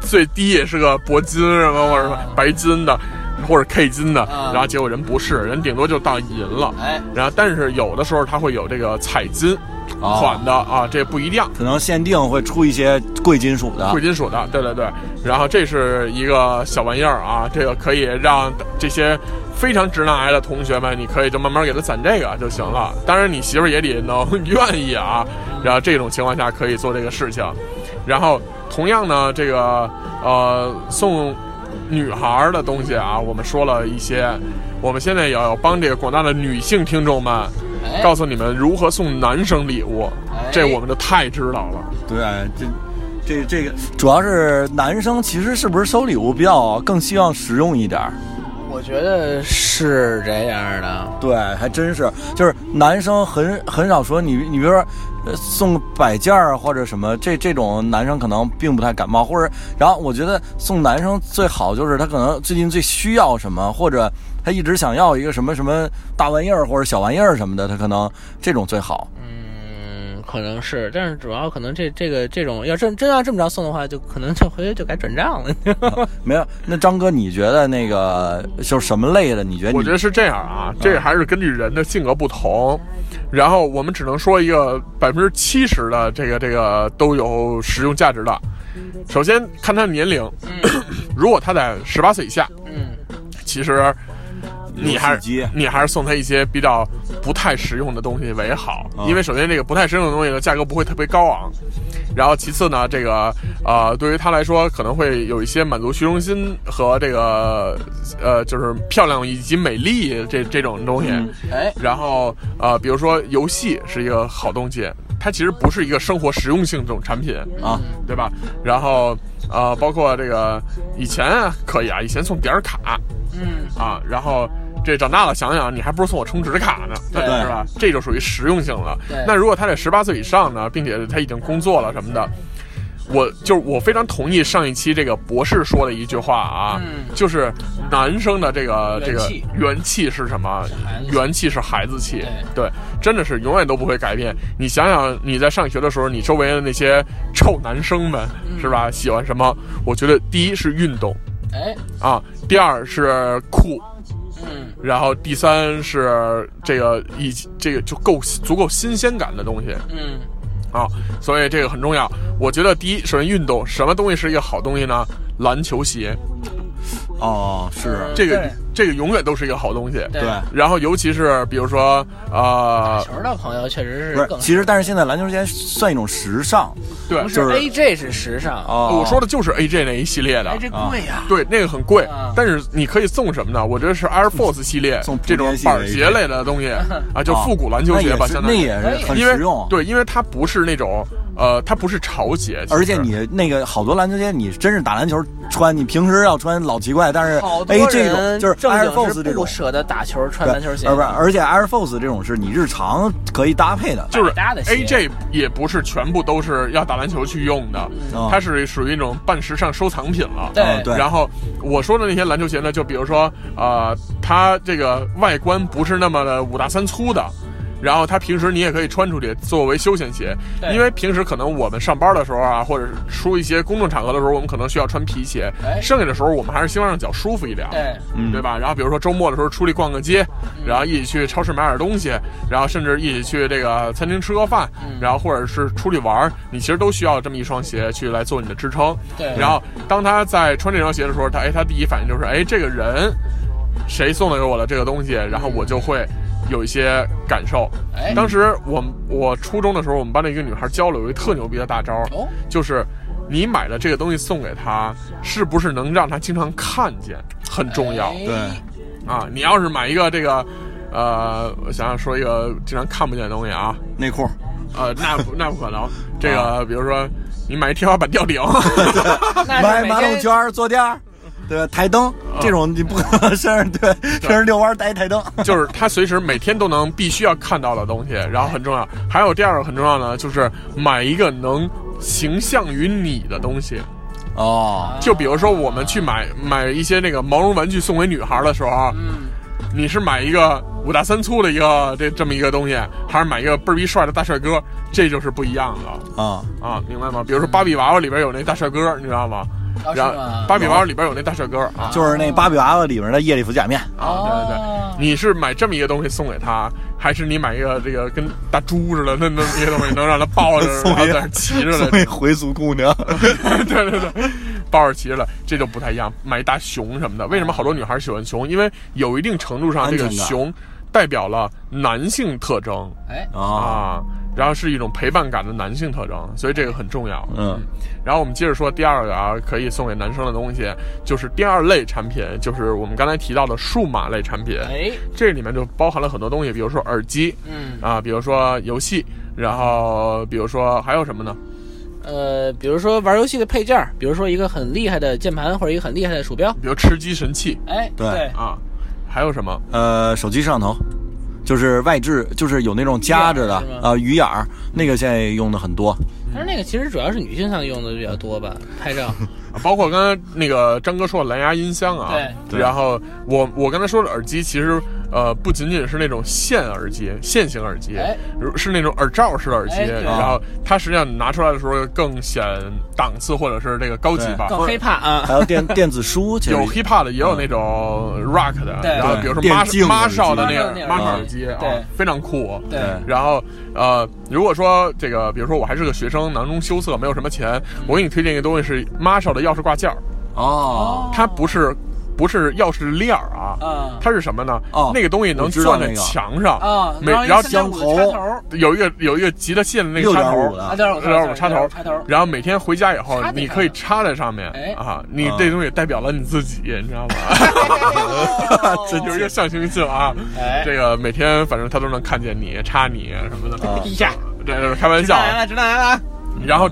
S2: 最低也是个铂金什么，或者什么白金的，或者 K 金的，
S5: 啊
S2: 然后结果人不是，人顶多就到银了。
S5: 哎，
S2: 然后但是有的时候它会有这个彩金款的啊，这不一定。
S3: 可能限定会出一些贵金属的
S2: 贵金属的，对对对。然后这是一个小玩意儿啊，这个可以让这些非常直男癌的同学们，你可以就慢慢给他攒这个就行了。当然，你媳妇儿也得能愿意啊。 [LAUGHS] 然后这种情况下可以做这个事情。然后同样呢，这个呃送女孩儿的东西啊，我们说了一些。我们现在也要帮这个广大的女性听众们，
S5: 哎
S2: 告诉你们如何送男生礼物，这
S5: 哎
S2: 我们就太知道了。
S3: 对，这这这个主要是男生，其实是不是收礼物比较更希望实用一点儿？
S5: 我觉得是这样的。
S3: 对，还真是，就是男生很很少说你，你比如说。呃送摆件儿或者什么，这这种男生可能并不太感冒，或者，然后我觉得送男生最好就是他可能最近最需要什么，或者他一直想要一个什么什么大玩意儿或者小玩意儿什么的，他可能这种最
S2: [LAUGHS]
S3: 好。
S5: 嗯，可能是，但是主要可能这这个这种要真真要这么着送的话，就可能就回去就该转账了。
S3: 没有，那张哥，你觉得那个就是什么类的？你觉得你？
S2: 我觉得是这样啊，这还是根据人的性格不同，然后我们只能说一个百分之七十的这个这个都有实用价值的。首先看他的年龄，如果他在十八岁以下，
S5: 嗯，
S2: 其实你还
S3: 游戏机
S2: 是你还是送他一些比较不太实用的东西为好，因为首先这个不太实用的东西的价格不会特别高昂，然后其次呢，这个呃对于他来说可能会有一些满足虚荣心和这个呃就是漂亮以及美丽这这种东西，
S5: 哎，
S2: 然后呃比如说游戏是一个好东西，它其实不是一个生活实用性这种产品，
S3: 啊，
S2: [LAUGHS] 对吧？然后呃，包括这个以前啊可以啊，以前送点儿卡，
S5: 嗯
S2: 啊，然后这长大了想想，你还不如送我充值卡呢，
S5: 对
S2: 是吧？这就属于实用性了
S5: 对。
S2: 那如果他在十八岁以上呢，并且他已经工作了什么的。我就是我非常同意上一期这个博士说的一句话啊，
S5: 嗯
S2: 就是男生的这个这
S5: 元
S2: 个
S5: 气
S2: 元气是什么？
S5: 孩子气
S2: 元气是孩子气，对，真的是永远都不会改变。你想想，你在上学的时候，你周围的那些臭男生们，
S5: 嗯
S2: 是吧？喜欢什么？我觉得第一是运动
S5: [LAUGHS] 哎，
S2: 啊，第二是酷，
S5: 嗯
S2: 然后第三是这个以这个就够足够新鲜感的东西
S5: 嗯
S2: 啊，所以这个很重要。我觉得第一，首先运动，什么东西是一个好东西呢？篮球鞋，
S3: 哦，是，
S2: 这个
S5: 对
S2: 这个永远都是一个好东西。
S5: 对
S3: 对，
S2: 然后尤其是比如说啊、
S5: 球的朋友确实
S3: 不
S5: 是
S3: 是，
S5: 更
S3: 其实但是现在篮球鞋算一种时尚
S2: 对
S5: 不，是
S3: 就是
S5: AJ 是时尚
S3: 哦。
S2: 我说的就是 AJ 那一系列的。
S5: ，AJ 贵呀，
S2: 对，那个很贵
S5: 哎啊，
S2: 但是你可以送什么呢？我觉得是 Air Force 系列
S3: 嗯送
S2: 这种
S3: 蝴蝶系列
S2: 板鞋类的
S5: [LAUGHS]
S2: 东西啊，就
S3: 哦
S2: 复古篮球鞋吧，相
S3: 那
S2: 当于
S3: 也是那也是
S5: 哎
S3: 很
S2: 因为
S3: 实用，，啊
S2: 对，因为它不是那种呃，它不是潮鞋，其实
S3: 而且你那个好多篮球鞋，你真是打篮球穿，你平时要穿老奇怪，但是
S5: 好多
S3: 哎这
S5: 人
S3: 种就是
S5: 正
S3: Air
S5: 经
S3: Force
S5: 是
S3: 这
S5: 不
S3: 种，
S5: 舍得打球穿
S3: 对，
S5: 篮球鞋
S3: 而，不是，而且 Air Force 这种是你日常可以搭配的，啊
S2: 就是
S5: 百搭的鞋
S2: AJ 也不是全部都是要打篮球去用的，
S3: 嗯
S2: 它是属于那种半时尚收藏品了。
S5: 对
S3: 嗯对，
S2: 然后我说的那些篮球鞋呢，就比如说，呃，它这个外观不是那么的五大三粗的，然后它平时你也可以穿出去作为休闲鞋，
S5: 对
S2: 因为平时可能我们上班的时候啊，或者是出一些公众场合的时候，我们可能需要穿皮鞋，
S5: 哎
S2: 剩下的时候我们还是希望让脚舒服一点。
S5: 对，
S3: 嗯
S2: 对吧？然后比如说周末的时候出去逛个街，
S5: 嗯
S2: 然后一起去超市买点东西，然后甚至一起去这个餐厅吃个饭，
S5: 嗯
S2: 然后或者是出去玩儿，你其实都需要这么一双鞋去来做你的支撑。
S5: 对
S2: 然后当他在穿这双鞋的时候，他哎，他第一反应就是哎，这个人谁送的给我的这个东西，然后我就会。有一些感受
S5: 嗯哎，
S2: 当时我我初中的时候，我们班的一个女孩教了我一个特牛逼的大招儿
S5: 哦，
S2: 就是你买的这个东西送给她，是不是能让她经常看见，很重要。
S5: 哎
S3: 对，
S2: 啊，你要是买一个这个，呃，我想想说一个经常看不见的东西啊，
S3: 内裤，
S2: 呃，那不那不可能。这个比如说你买一天花板吊顶， [LAUGHS]
S5: 那
S3: 买
S5: 是每
S3: 马桶
S5: 天
S3: 圈儿坐垫儿，对吧？台灯
S2: 啊
S3: 这种你不可能 [LAUGHS] 身上对身上遛弯儿带一
S2: [LAUGHS]
S3: 台灯，
S2: 就是它随时每天都能必须要看到的东西，然后很重要。还有第二个很重要呢，就是买一个能形象于你的东西。
S3: 哦，
S2: 就比如说我们去买买一些那个毛绒玩具送给女孩的时候，啊
S5: 嗯，
S2: 你是买一个五大三粗的一个这这么一个东西，还是买一个倍儿逼帅的大帅哥，这就是不一样了。
S3: 啊，
S2: 啊，明白吗？比如说芭比娃娃里边有那大帅哥，你知道吗？
S5: 哦
S2: 然
S5: 是吗
S2: 后芭比娃娃里边有那大帅哥啊，
S3: 就是那芭比娃娃里面的夜礼服假面，
S2: 啊，对对
S5: 哦
S2: 对，你是买这么一个东西送给他，还是你买一个这个跟大猪似的那那么一个东西能让他抱着
S3: [LAUGHS] 送
S2: 哦然后
S3: 一
S2: 在那儿骑着啊的？
S3: 送给回族姑娘，
S2: [LAUGHS] 对对对，抱着骑着的，这就不太一样。买一大熊什么的，为什么好多女孩喜欢熊？因为有一定程度上，这个
S3: 安全感
S2: 熊代表了男性特征
S5: 哎，
S3: 啊，
S2: 啊，然后是一种陪伴感的男性特征，所以这个很重要。
S3: 嗯，
S2: 然后我们接着说第二个啊，可以送给男生的东西，就是第二类产品，就是我们刚才提到的数码类产品。
S5: 哎，
S2: 这里面就包含了很多东西，比如说耳机
S5: 嗯，
S2: 啊，比如说游戏，然后比如说还有什么呢？
S5: 呃，比如说玩游戏的配件儿，比如说一个很厉害的键盘或者一个很厉害的鼠标，
S2: 比如吃鸡神器
S5: 哎，
S3: 对
S5: 对，
S2: 啊，还有什么？
S3: 呃，手机摄像头。就是外置，就是有那种夹着的
S5: 鱼眼儿是吗
S3: 啊、鱼眼儿，那个现在用的很多。
S2: 嗯
S5: 但是那个其实主要是女性上用的比较多吧，
S2: [LAUGHS]
S5: 拍照，
S2: 啊包括刚才那个张哥说的蓝牙音箱啊，
S3: 对
S2: 然后我我刚才说的耳机，其实呃不仅仅是那种线耳机、线型耳机，
S5: 哎
S2: 如是那种耳罩式的耳机，
S5: 哎对
S2: 然后它实际上拿出来的时候更显档次或者是这个高级吧。
S5: 更 hiphop
S3: [LAUGHS]
S5: 啊，
S3: 还有电电子书，其实
S2: 有 hiphop 的，也有那种 rock 的，
S5: 对
S2: 然后比如说
S3: 电
S2: m a
S3: 竞
S2: m a
S3: 耳
S2: r
S3: 机
S2: s h a l 的那
S5: 那
S2: 个
S5: 个
S2: m a r s h a l
S5: 耳
S2: 耳
S5: 机
S2: 机啊
S5: 对，
S2: 非常酷。
S5: 对
S2: 然后呃，如果说这个，比如说我还是个学生，囊中羞涩，没有什么钱，
S5: 嗯
S2: 我给你推荐一个东西是 m a r s h a l 的钥匙挂件儿，
S3: 哦
S2: 它不是不是钥匙链儿啊，
S5: 啊
S2: 它是什么呢？
S3: 哦
S2: 那个东西能
S3: 我知道
S2: 攥
S3: 那
S2: 在
S3: 个
S2: 墙上，
S5: 啊，
S2: 每然后
S5: 江头
S3: 江头
S2: 有一个有一个极了线的那个
S3: 六
S2: 插
S3: 点五
S2: 头，
S5: 啊，
S3: 的，
S5: 对，我
S2: 然后
S5: 看
S2: 我插头
S5: 插头，
S2: 然后每天回家以后
S5: 插，在
S2: 你
S5: 上
S2: 可以插在上面
S5: 哎
S2: 啊，你
S3: 啊
S2: 这东西代表了你自己，你知道吗？
S3: [LAUGHS]
S2: [LAUGHS]
S3: 真
S2: 有一个象形性啊，
S5: 哎
S2: 这个每天反正他都能看见你插你什么的 [LAUGHS]
S3: 啊，
S5: 一下，
S2: 这是开玩
S5: 直
S2: 笑
S5: 男
S2: 啊。
S5: 了，直男来了，
S2: 然后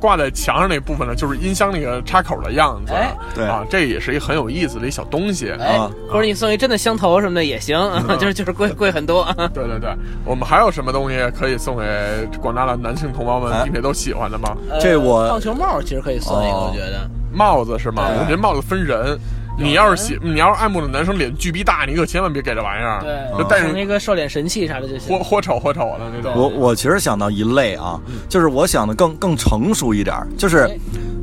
S2: 挂在墙上那部分呢，就是音箱那个插口的样子
S5: 哎，
S3: 对
S2: 啊，这也是一很有意思的一小东西。
S5: 哎
S3: 啊，
S5: 或者你送一真的香头什么的也行，
S2: 嗯
S5: [LAUGHS] 就是就是贵贵很多，
S2: 对对对，我们还有什么东西可以送给广大的男性同胞们，
S3: 哎
S2: 并且都喜欢的吗？
S5: 呃
S3: [LAUGHS] 这我
S5: 棒球帽其实可以送一个，
S3: 哦
S5: 我觉得，
S2: 帽子是吗？
S5: 对
S3: 哎
S2: 我觉得帽子分人，
S5: 啊
S2: 你要是喜，你要是爱慕的男生脸巨逼大，你可千万别给这玩意儿，
S5: 对
S3: 嗯
S2: 就戴
S5: 送一
S2: 上
S5: 个瘦脸神器啥的就行
S2: 豁。豁丑豁丑的那种。嗯
S3: 我我其实想到一类啊，就是我想的更更成熟一点儿，就是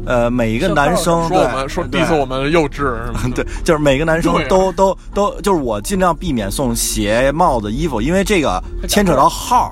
S3: 呃，每一个男生
S2: 哎说我们说 diss 我
S3: 们。
S2: 们幼稚，嗯
S3: 对， [LAUGHS] 就是每个男生
S2: 对啊
S3: 都、都都，就是我尽量避免送鞋、帽子、衣服，因为这个牵扯到号儿，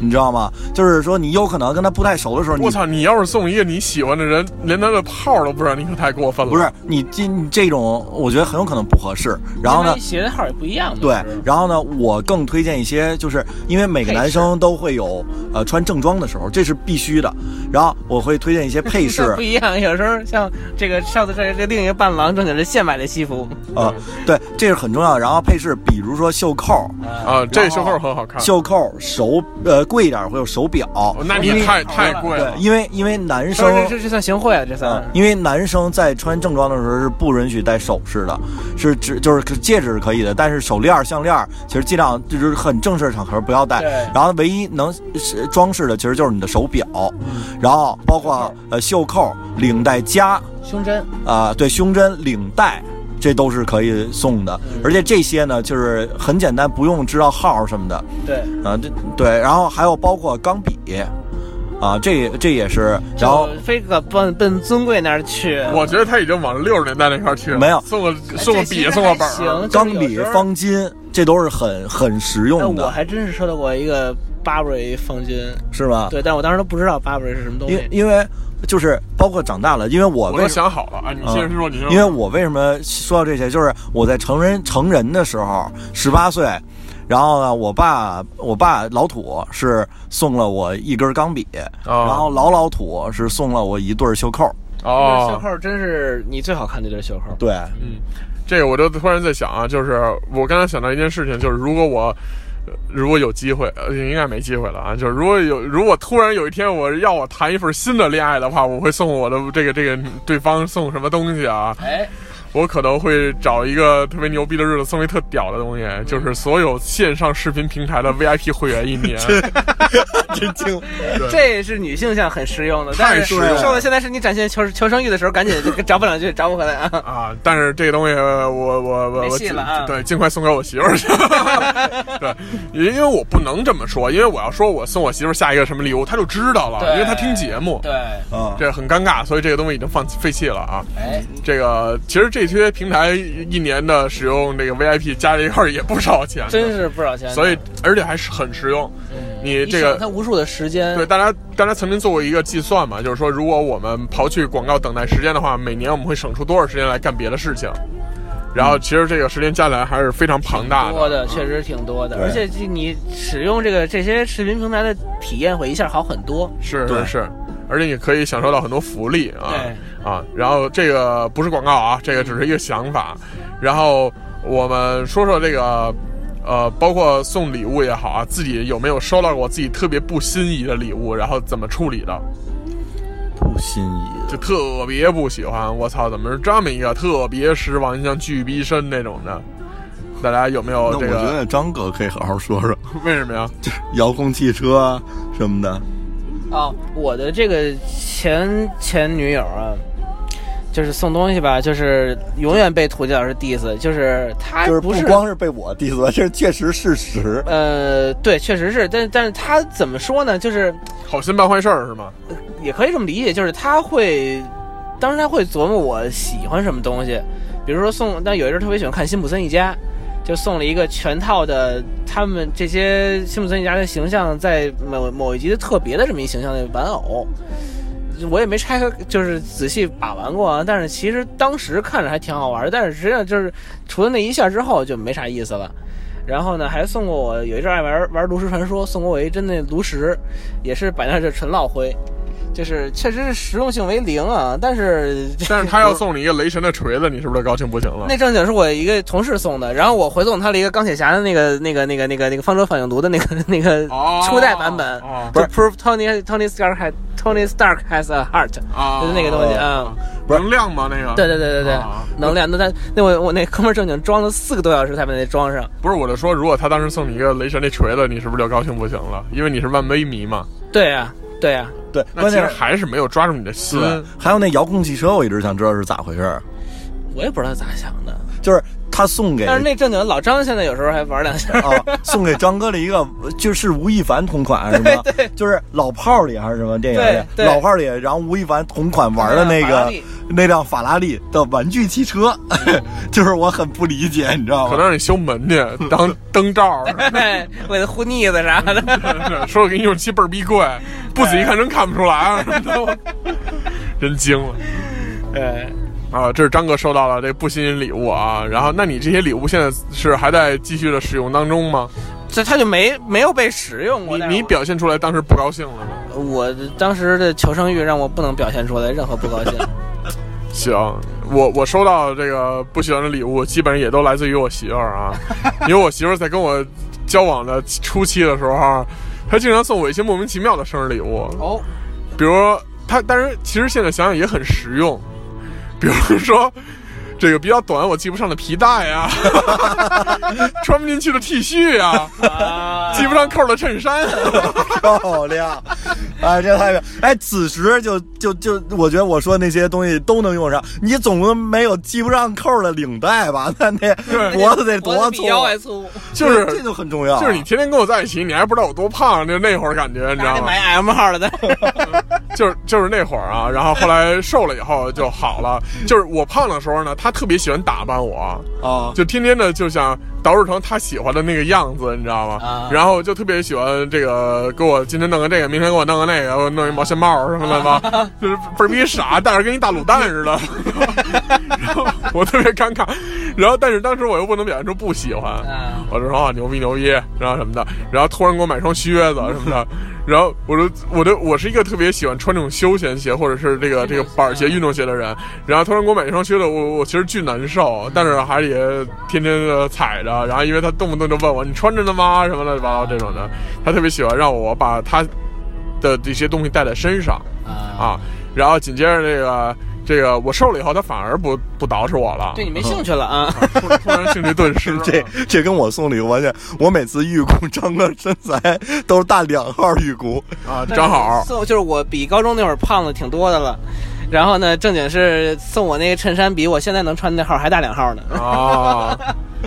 S3: 你知道吗？就是说你有可能跟他不太熟的时候，
S2: [LAUGHS]
S3: 你
S2: 嗯我操！你要是送一个你喜欢的人，连他的号都不知道，你可太过分了。
S3: 不是你这你这种，我觉得很有可能不合适。然后
S5: 因
S3: 呢
S5: 为，鞋的号也不一样嘛。
S3: 对
S5: [LAUGHS] 是，
S3: 然后呢，我更推荐一些，就是因为每个男生都会有呃穿正装的时候，这是必须的。然后我会推荐一些配饰
S5: 不，一样，有时候像这个上次这这另一个伴郎正经是现买的西服，
S3: 呃，对，这是很重要。然后配饰，比如说袖扣，
S2: 啊，这袖扣很好看。
S3: 袖扣手呃贵一点会有手表，
S2: 哦那你也太太贵
S3: 对
S2: 了，。
S3: 因为因为男生
S5: 说这这这算行贿了，这
S3: 嗯
S5: 算。，
S3: 因为男生在穿正装的时候是不允许戴首饰的，是只就是戒指是可以的，但是手链儿、项链儿其实尽量就是很正式的场合不要戴
S5: 对。
S3: 然后唯一能是装饰的其实就是你的手表，然后包括呃袖扣、领带夹
S5: 胸针，
S3: 啊、对胸针、领带。这都是可以送的，而且这些呢，就是很简单，不用知道号儿什么的，
S5: 对，
S3: 啊，这对，然后还有包括钢笔，啊，这这也是，然后
S5: 就非个奔奔尊贵那儿去，
S2: 我觉得他已经往六十年代那块儿去了。
S3: 没有
S2: 送个送个
S5: 这其
S2: 笔，
S5: 实
S2: 送个
S5: 还
S2: 本儿
S5: 行，
S3: 钢
S5: 就是
S3: 笔
S5: 有时、候
S3: 方巾，这都是很很实
S5: 哎
S3: 用
S5: 我
S3: 的，
S5: 还真是收到过一个 Burberry 方巾，
S3: 是吗？
S5: 对，但是我当时都不知道 Burberry 是什么东
S3: 啊因
S5: 西。
S3: 因为就是包括长大了，因为我
S2: 我
S3: 为
S2: 都想好了啊，你接着说，你说。
S3: 嗯因为我为什么说到这些，就是我在成人成人的时候，十八岁，然后呢，我爸我爸老土是送了我一根钢笔，然后老老土是送了我一对儿袖扣，
S5: 这袖
S2: 哦，
S5: 扣真是你最好看的一对袖扣，
S3: 对，
S2: 这个我就突然在想啊，就是我刚才想到一件事情，就是如果我。呃如果有机会，呃应该没机会了啊！就是如果有，如果突然有一天我要我谈一份新的恋爱的话，我会送我的这个这个对方送什么东西啊？
S5: 哎，
S2: 我可能会找一个特别牛逼的日子送一特屌的东西，就是所有线上视频平台的 VIP 会员一
S3: [LAUGHS]
S2: 年。
S3: 真精，
S5: 这是女性向很实用的，但
S2: 太
S5: 是
S2: 实用了
S5: 受到现在是你展现求求生欲的时候，赶紧就找补两句，找补回来啊！
S2: 啊，但是这个东西我我我我
S5: 没
S2: 我
S5: 戏
S2: 尽
S5: 了啊
S2: 对，尽快送给我媳妇儿去。 [LAUGHS] 对，因为我不能这么说，因为我要说我送我媳妇儿下一个什么礼物，她就知道了，
S5: 对
S2: 因为她听节目，
S5: 对，
S3: 嗯，
S2: 这很尴尬，所以这个东西已经放废弃了啊。
S5: 哎，
S2: 这个其实这些平台一年的使用这个 VIP 加在一块儿也不少钱，
S5: 真是嗯不少钱。
S2: 所以而且还是很实用。你这个
S5: 他无数的时间，
S2: 对，大家大家曾经做过一个计算嘛，就是说，如果我们刨去广告等待时间的话，每年我们会省出多少时间来干别的事情？然后其实这个时间加起来还是非常庞大
S5: 嗯多
S2: 的。嗯
S5: 的，确实挺多的。
S3: 对
S5: 而且这你使用这个这些视频平台的体验会一下好很多。
S2: 是
S3: 对
S2: 是是，而且你可以享受到很多福利啊啊！然后这个不是广告啊，这个只是一个想法。然后我们说说这个。呃，包括送礼物也好啊，自己有没有收到过自己特别不心仪的礼物，然后怎么处理的？
S3: 不心仪。
S2: 就特别不喜欢。我操，怎么是这么一个特别失望、印象巨逼深那种的？大家有没有
S3: 那我
S2: 这
S3: 觉
S2: 个？
S3: 得张哥可以好好说说，
S2: 为什么呀？
S3: 遥控汽车什么的，
S5: 啊、我的这个前前女友啊，就是送东西吧，就是永远被土鸡老师 diss，就是她
S3: 就是
S5: 哎不
S3: 不
S5: 是。
S3: 光是被我 diss 了，这确实事实。
S5: 呃，对，确实是，但但是她怎么说呢？就是
S2: 好心办坏事儿是吗？
S5: 也可以这么理解，就是她会，当时她会琢磨我喜欢什么东西，比如说送，但有一阵儿特别喜欢看辛普森一家，就送了一个全套的他们这些辛普森一家的形象在某某一集的特别的这么一形象的玩偶，我也没拆开，就是仔细把玩过啊。但是其实当时看着还挺好玩儿，但是实际上就是除了那一下之后就没啥意思了。然后呢，还送过我有一阵儿爱玩玩炉石传说，送过我一真的炉石，也是摆那这纯落灰，就是确实是实用性为零啊。但是
S2: [LAUGHS] 但是他要送你一个雷神的锤子，你是不是高兴不行了
S5: 那？正经是我一个同事送的，然后我回送他了一个钢铁侠的那个、那个、那个、那个、那个方舟反应炉的那个、那个
S2: 哦
S5: [LAUGHS] 初代版本，
S2: 哦
S5: 就 Prove Tony Tony Stark has Tony Stark has a heart，、
S2: 啊
S5: 就是那个东西啊。嗯
S2: 不是能量吗？那个
S5: 对对对对对，
S2: 啊
S5: 能量那他那我我那哥们儿正经装了四个多小时才把那装上，
S2: 不是我就说，如果他当时送你一个雷神那锤子，你是不是就高兴不行了？因为你是万威迷嘛。
S5: 对呀、啊、对呀、啊，
S3: 对，
S2: 那
S3: 关
S2: 其实
S3: 键是嗯
S2: 还是没有抓住你的心。
S3: 对还有那遥控汽车，我一直想知道是咋回事儿。
S5: 我也不知道咋想的，
S3: 就是他送给
S5: 但是那正经老张现在有时候还玩两下，
S3: 啊，送给张哥的一个就是吴亦凡同款是吗？就是老炮儿里还是什么电影里？
S5: 对对
S3: 老炮儿里，然后吴亦凡同款玩的那
S5: 法拉
S3: 个
S5: 利嗯
S3: 那辆法拉利的玩具汽车， [LAUGHS] 就是我很不理解，你知道
S2: 可
S3: 吗？
S2: 能让你修门去
S5: [LAUGHS]
S2: 当灯罩儿，
S5: 哎为了护腻子啥的。
S2: [LAUGHS] 说我给你用漆倍儿逼贵，不仔细看真看不出来啊， [LAUGHS] 真惊了
S5: 对，
S2: 啊！这是张哥收到了这不新鲜礼物啊，然后那你这些礼物现在是还在继续的使用当中吗？
S5: 这他就没没有被使用过。
S2: 你
S5: 但是
S2: 你表现出来当时不高兴了吗？
S5: 我当时的求生欲让我不能表现出来任何不高兴。
S2: 行，我我收到这个不喜欢的礼物，基本上也都来自于我媳妇儿啊， [LAUGHS] 因为我媳妇儿在跟我交往的初期的时候啊，她经常送我一些莫名其妙的生日礼物，
S5: 哦，
S2: 比如说她，但是其实现在想想也很实用，比如说。这个比较短，我系不上的皮带啊， [LAUGHS] 穿不进去的 T 恤啊，系不上扣的衬衫、啊，
S3: 漂亮，哎，这太漂亮！哎，此时就就就，我觉得我说那些东西都能用上。你总共没有系不上扣的领带吧？那那
S5: [LAUGHS]
S3: 脖子得多
S5: 我
S3: 粗
S5: 比？腰还粗，啊
S2: 就是
S3: 这就很重要啊。
S2: 就是你天天跟我在一起，你还不知道我多胖，就那会儿感觉，你知
S5: 还
S2: 道
S5: 得
S2: 吗？
S5: 买 M 号的。
S2: 就是就是那会儿啊，然后后来瘦了以后就好了。就是我胖的时候呢，他特别喜欢打扮我，
S3: 啊，
S2: 就天天的就想捯饬成他喜欢的那个样子，你知道吗
S5: 啊？
S2: 然后就特别喜欢这个，给我今天弄个这个，明天给我弄个那个，弄一毛线帽什么的
S5: [LAUGHS]
S2: 吧，就是倍儿逼傻，但是跟一大卤蛋似的。 [LAUGHS] 然后我特别尴尬，然后但是当时我又不能表现出不喜欢，
S5: 啊
S2: 我就说啊牛逼牛逼，然后什么的，然后突然给我买双靴子什么的，然后我就我就我是一个特别喜欢穿这种休闲鞋或者是这个这个板鞋运动鞋的人，然后突然给我买一双靴子，我我其实巨难受，但是还得天天的踩着，然后因为他动不动就问我你穿着呢吗什么乱七八糟这种的，他特别喜欢让我把他的这些东西带在身上。
S5: 啊，
S2: 啊，然后紧接着这个这个我瘦了以后，他反而不不捯饬我了，
S5: [LAUGHS] 对你没兴趣了啊？
S2: 突突然兴趣顿失了。
S3: [LAUGHS] 这这跟我送礼物完全，我每次预估张哥身材都是大两号预估，
S2: 啊，
S5: [LAUGHS]
S2: 正好
S5: 送就是我比高中那会儿胖的挺多的了，然后呢，正经是送我那个衬衫比我现在能穿那号还大两号呢。
S2: 啊，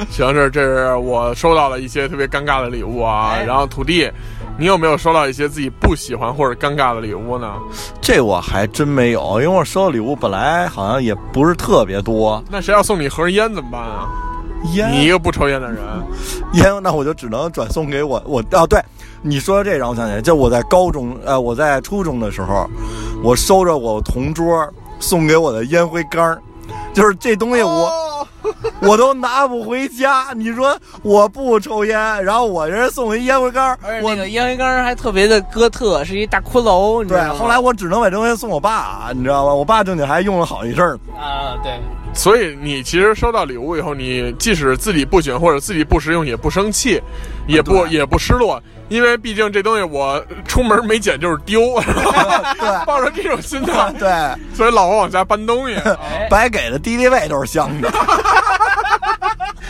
S2: 行，这这是我收到了一些特别尴尬的礼物啊。
S5: 哎
S2: 然后土地，你有没有收到一些自己不喜欢或者尴尬的礼物呢？
S3: 这我还真没有，因为我收的礼物本来好像也不是特别多，
S2: 那谁要送你一盒烟怎么办啊？你一
S3: 烟
S2: 个不抽烟的人，
S3: [LAUGHS] 烟，那我就只能转送给我我啊，对，你说这让我想起来，就我在高中呃我在初中的时候，我收着我同桌送给我的烟灰缸儿，就是这东西我。 [LAUGHS] 我都拿不回家，你说我不抽烟，然后我人送我一烟灰缸儿，
S5: [LAUGHS] 而且
S3: 我
S5: 那个烟灰缸还特别的哥特，是一大骷髅，你知
S3: 对
S5: 道，吗？
S3: 后来我只能把这东西送我爸，啊你知道吗？我爸正经还用了好一 [LAUGHS] 阵儿。
S5: 啊，对，
S2: 所以你其实收到礼物以后，你即使自己不喜欢或者自己不实用，也不生气，也不也不失落，因为毕竟这东西我出门没捡就是丢， [LAUGHS] 是吧抱着这种心
S3: 哎
S2: 态，
S3: 对，
S2: 所以老王往家搬东西。
S3: 白给的敌敌畏都是香的。
S5: [LAUGHS]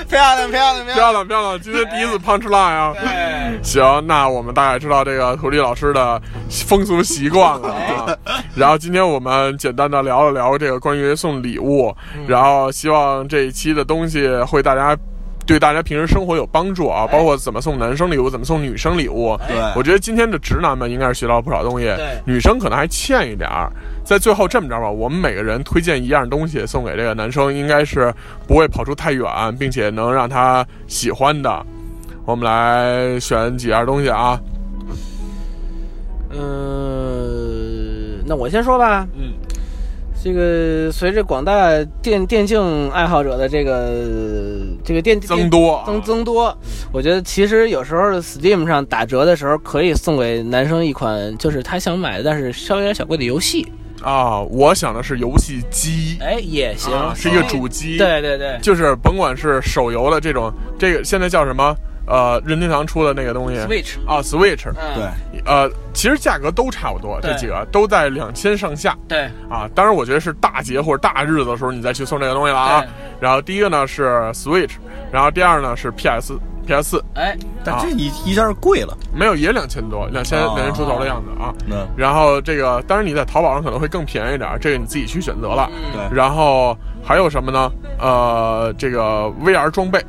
S5: 漂亮漂亮
S2: [LAUGHS]
S5: 漂 [LAUGHS]
S2: 漂亮漂亮，今天第一次 punch line 啊！
S5: 哎
S2: [LAUGHS] 行，那我们大概知道这个土地老师的风俗习惯了啊。然后今天我们简单的聊了聊这个关于送礼物，然后希望这一期的东西会大家。对大家平时生活有帮助啊，包括怎么送男生礼物，怎么送女生礼物。
S3: [LAUGHS] 对
S2: 我觉得今天的直男们应该是学到了不少东西
S5: 对，
S2: 女生可能还欠一点儿。在最后这么着吧，我们每个人推荐一样东西送给这个男生，应该是不会跑出太远，并且能让他喜欢的。我们来选几样东西啊，
S5: 哎嗯，那我先说吧。嗯，这个随着广大电电竞爱好者的这个这个电
S2: 增多啊
S5: 增增多，我觉得其实有时候 Steam 上打折的时候，可以送给男生一款就是他想买但是稍微有点小贵的游戏，
S2: 啊，我想的是游戏机，
S5: 哎，也行，哎
S2: 啊是一个主机，，
S5: 对对对，
S2: 就是甭管是手游的这种，这个现在叫什么？呃，任天堂出的那个东西
S5: Switch
S2: 啊，Switch，
S5: 嗯
S3: 对，
S2: 呃，其实价格都差不多，
S5: 对
S2: 这几个都在两千上下
S5: 对
S2: 啊。当然，我觉得是大节或者大日子的时候你再去送这个东西了啊
S5: 对。
S2: 然后第一个呢是 Switch，然后第二呢是 PS PS，
S5: 哎，
S3: 但这一一下就贵了。
S2: 没有也两千多，两千
S3: 哦
S2: 两千出头的样子啊。
S3: 嗯，
S2: 然后这个，当然你在淘宝上可能会更便宜点儿，这个你自己去选择了。
S5: 嗯
S3: 对
S2: 然后还有什么呢？呃，这个 VR 装备，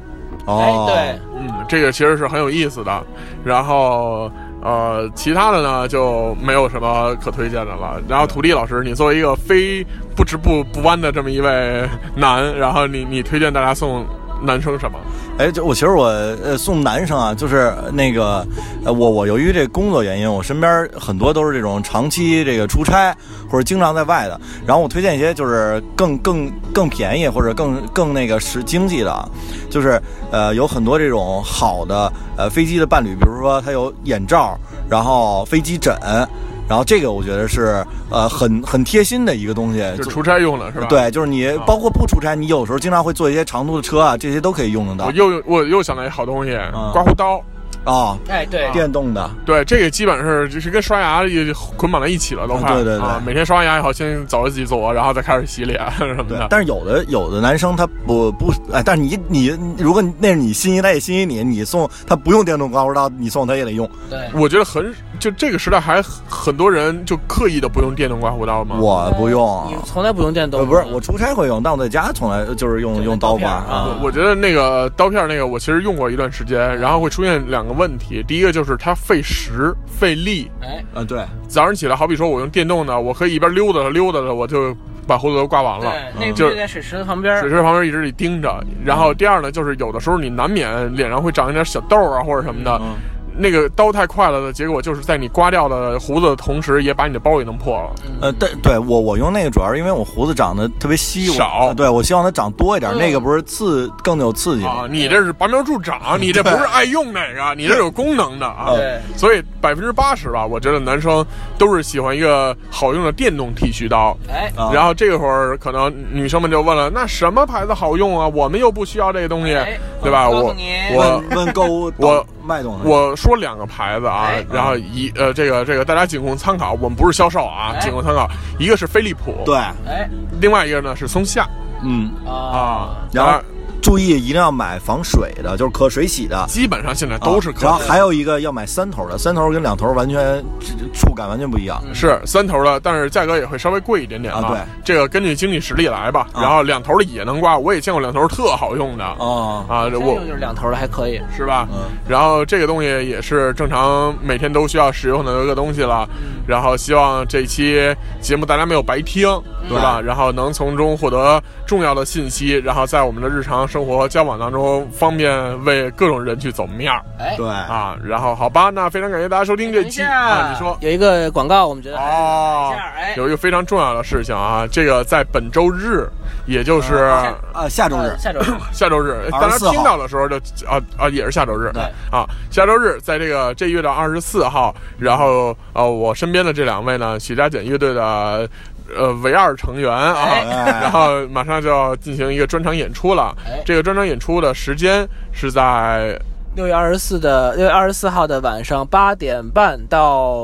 S3: 哦，
S5: 哎，
S2: 嗯，这个其实是很有意思的。然后呃，其他的呢就没有什么可推荐的了。然后土地老师，你作为一个非不直不不弯的这么一位男，然后你你推荐大家送男生什么？ [LAUGHS]
S3: 哎，就我其实我呃送男生啊，就是那个呃我我由于这工作原因，我身边很多都是这种长期这个出差或者经常在外的，然后我推荐一些就是更更更便宜或者更更那个实经济的，啊，就是呃有很多这种好的呃飞机的伴侣，比如说它有眼罩，然后飞机枕。然后这个我觉得是呃很很贴心的一个东西，
S2: 就
S3: 就是
S2: 出差用的是吧？。啊
S3: 对，就是你包括不出差，你有时候经常会坐一些长途的车啊，这些都可以用得到
S2: 我又我又想到一好东西，
S3: 嗯
S2: 刮胡刀。
S3: 啊。
S5: 对，哎，对，
S3: 电动的，
S2: 对，这个基本是就是跟刷牙也捆绑在一起了，都快。
S3: 啊对对对
S2: 啊，每天刷牙也好，先早自己做，然后再开始洗脸什么
S3: 对
S2: 的。。
S3: 但是有的有的男生他不不哎，但是你你如果那是你心仪，他也心仪你，你送他不用电动刮胡刀，你送他也得用。
S5: 对，
S2: 我觉得很，就这个时代还很多人就刻意的不用电动刮胡刀嘛。
S3: 我不
S5: 你
S3: 用，
S5: 从来不用电
S3: 呃
S5: 动，
S3: 不是我出差会用，但我在家从来就是用
S5: 对
S3: 用刀
S5: 刀片
S3: 刮
S5: 儿
S3: 啊
S5: 啊。
S2: 我觉得那个刀片儿那个，我其实用过一段时间，然后会出现两个问题。第一个就是它费时费力，
S5: 哎，
S3: 啊对，
S2: 早上起来，好比说我用电动的，我可以一边溜达着溜达着，我就把胡子都刮完了。
S5: 对，那个
S2: 就
S5: 就是是在水池子旁边
S2: 水
S5: 儿，
S2: 池旁边一直得盯着。然后第二呢，就是有的时候你难免脸上会长一点小痘儿啊或者什么的，
S3: 嗯
S2: 那个刀太快了的结果就是在你刮掉了胡子的同时，也把你的包给弄破了。
S3: 呃，对对，我我用那个主要是因为我胡子长得特别稀，我呃
S2: 少
S3: 对我希望它长多一点，
S5: 嗯
S3: 那个不是刺更有刺激吗
S2: 啊，？你这是拔苗助长，你这不是爱用那个，你这是有功能的啊。
S5: 对
S2: 所以百分之八十吧，我觉得男生都是喜欢一个好用的电动剃须刀。
S5: 哎，
S3: 啊
S2: 然后这会儿可能女生们就问了，那什么牌子好用啊？我们又不需要这个东西
S5: 哎，
S2: 对吧？
S5: 我告诉
S2: 我
S5: 你嗯
S2: 我
S3: 问问购物
S2: 我
S3: 脉动的
S2: 我说两个牌子啊
S5: 哎，
S2: 然后一呃这个这个大家仅供参考，我们不是销售啊，
S5: 哎
S2: 仅供参考。一个是飞利浦，
S3: 对，
S5: 哎，
S2: 另外一个呢是松下
S3: 嗯，
S5: 啊
S2: 啊，，
S3: 然
S2: 当
S3: 后注意一定要买防水的，就是可水洗的，
S2: 基本上现在都是可
S3: 啊然后还有一个要买三头的，三头跟两头完全触感完全不一样。
S2: 是三头的，但是价格也会稍微贵一点点
S3: 啊对
S2: 这个根据经济实力来吧。
S3: 啊
S2: 然后两头的也能刮，我也见过两头特好用的啊，
S3: 哦，
S5: 这
S2: 我
S5: 种就是两头的还可以，
S2: 是吧？
S3: 嗯
S2: 然后这个东西也是正常每天都需要使用的一个东西了。
S5: 嗯
S2: 然后希望这期节目大家没有白听，
S5: 嗯
S2: 对吧？然后能从中获得重要的信息，然后在我们的日常生活和交往当中，方便为各种人去走面儿
S5: 哎，
S3: 对，
S2: 啊。然后好吧，那非常感谢大家收听这
S5: 等一
S2: 期
S5: 下
S2: 啊，你说。
S5: 有一个广告，我 [LAUGHS] 们觉得还
S2: 哦
S5: 等一下哎，
S2: 有一个非常重要的事情啊，这个在本周日，也就是
S3: 啊，下周日
S5: 呃下周日
S2: 下周日，大家
S3: 24号
S2: 听到的时候就啊啊也是下周日，
S5: 对
S2: 啊，下周日在这个这月的二十四号，然后呃我身边的这两位呢，许家简乐队的呃唯二成员啊，
S5: 哎
S2: 然后马上就要进行一个专场演出了，
S5: 哎
S2: 这个专场演出的时间是在
S5: 六月二十四的六月二十四号的晚上八点半到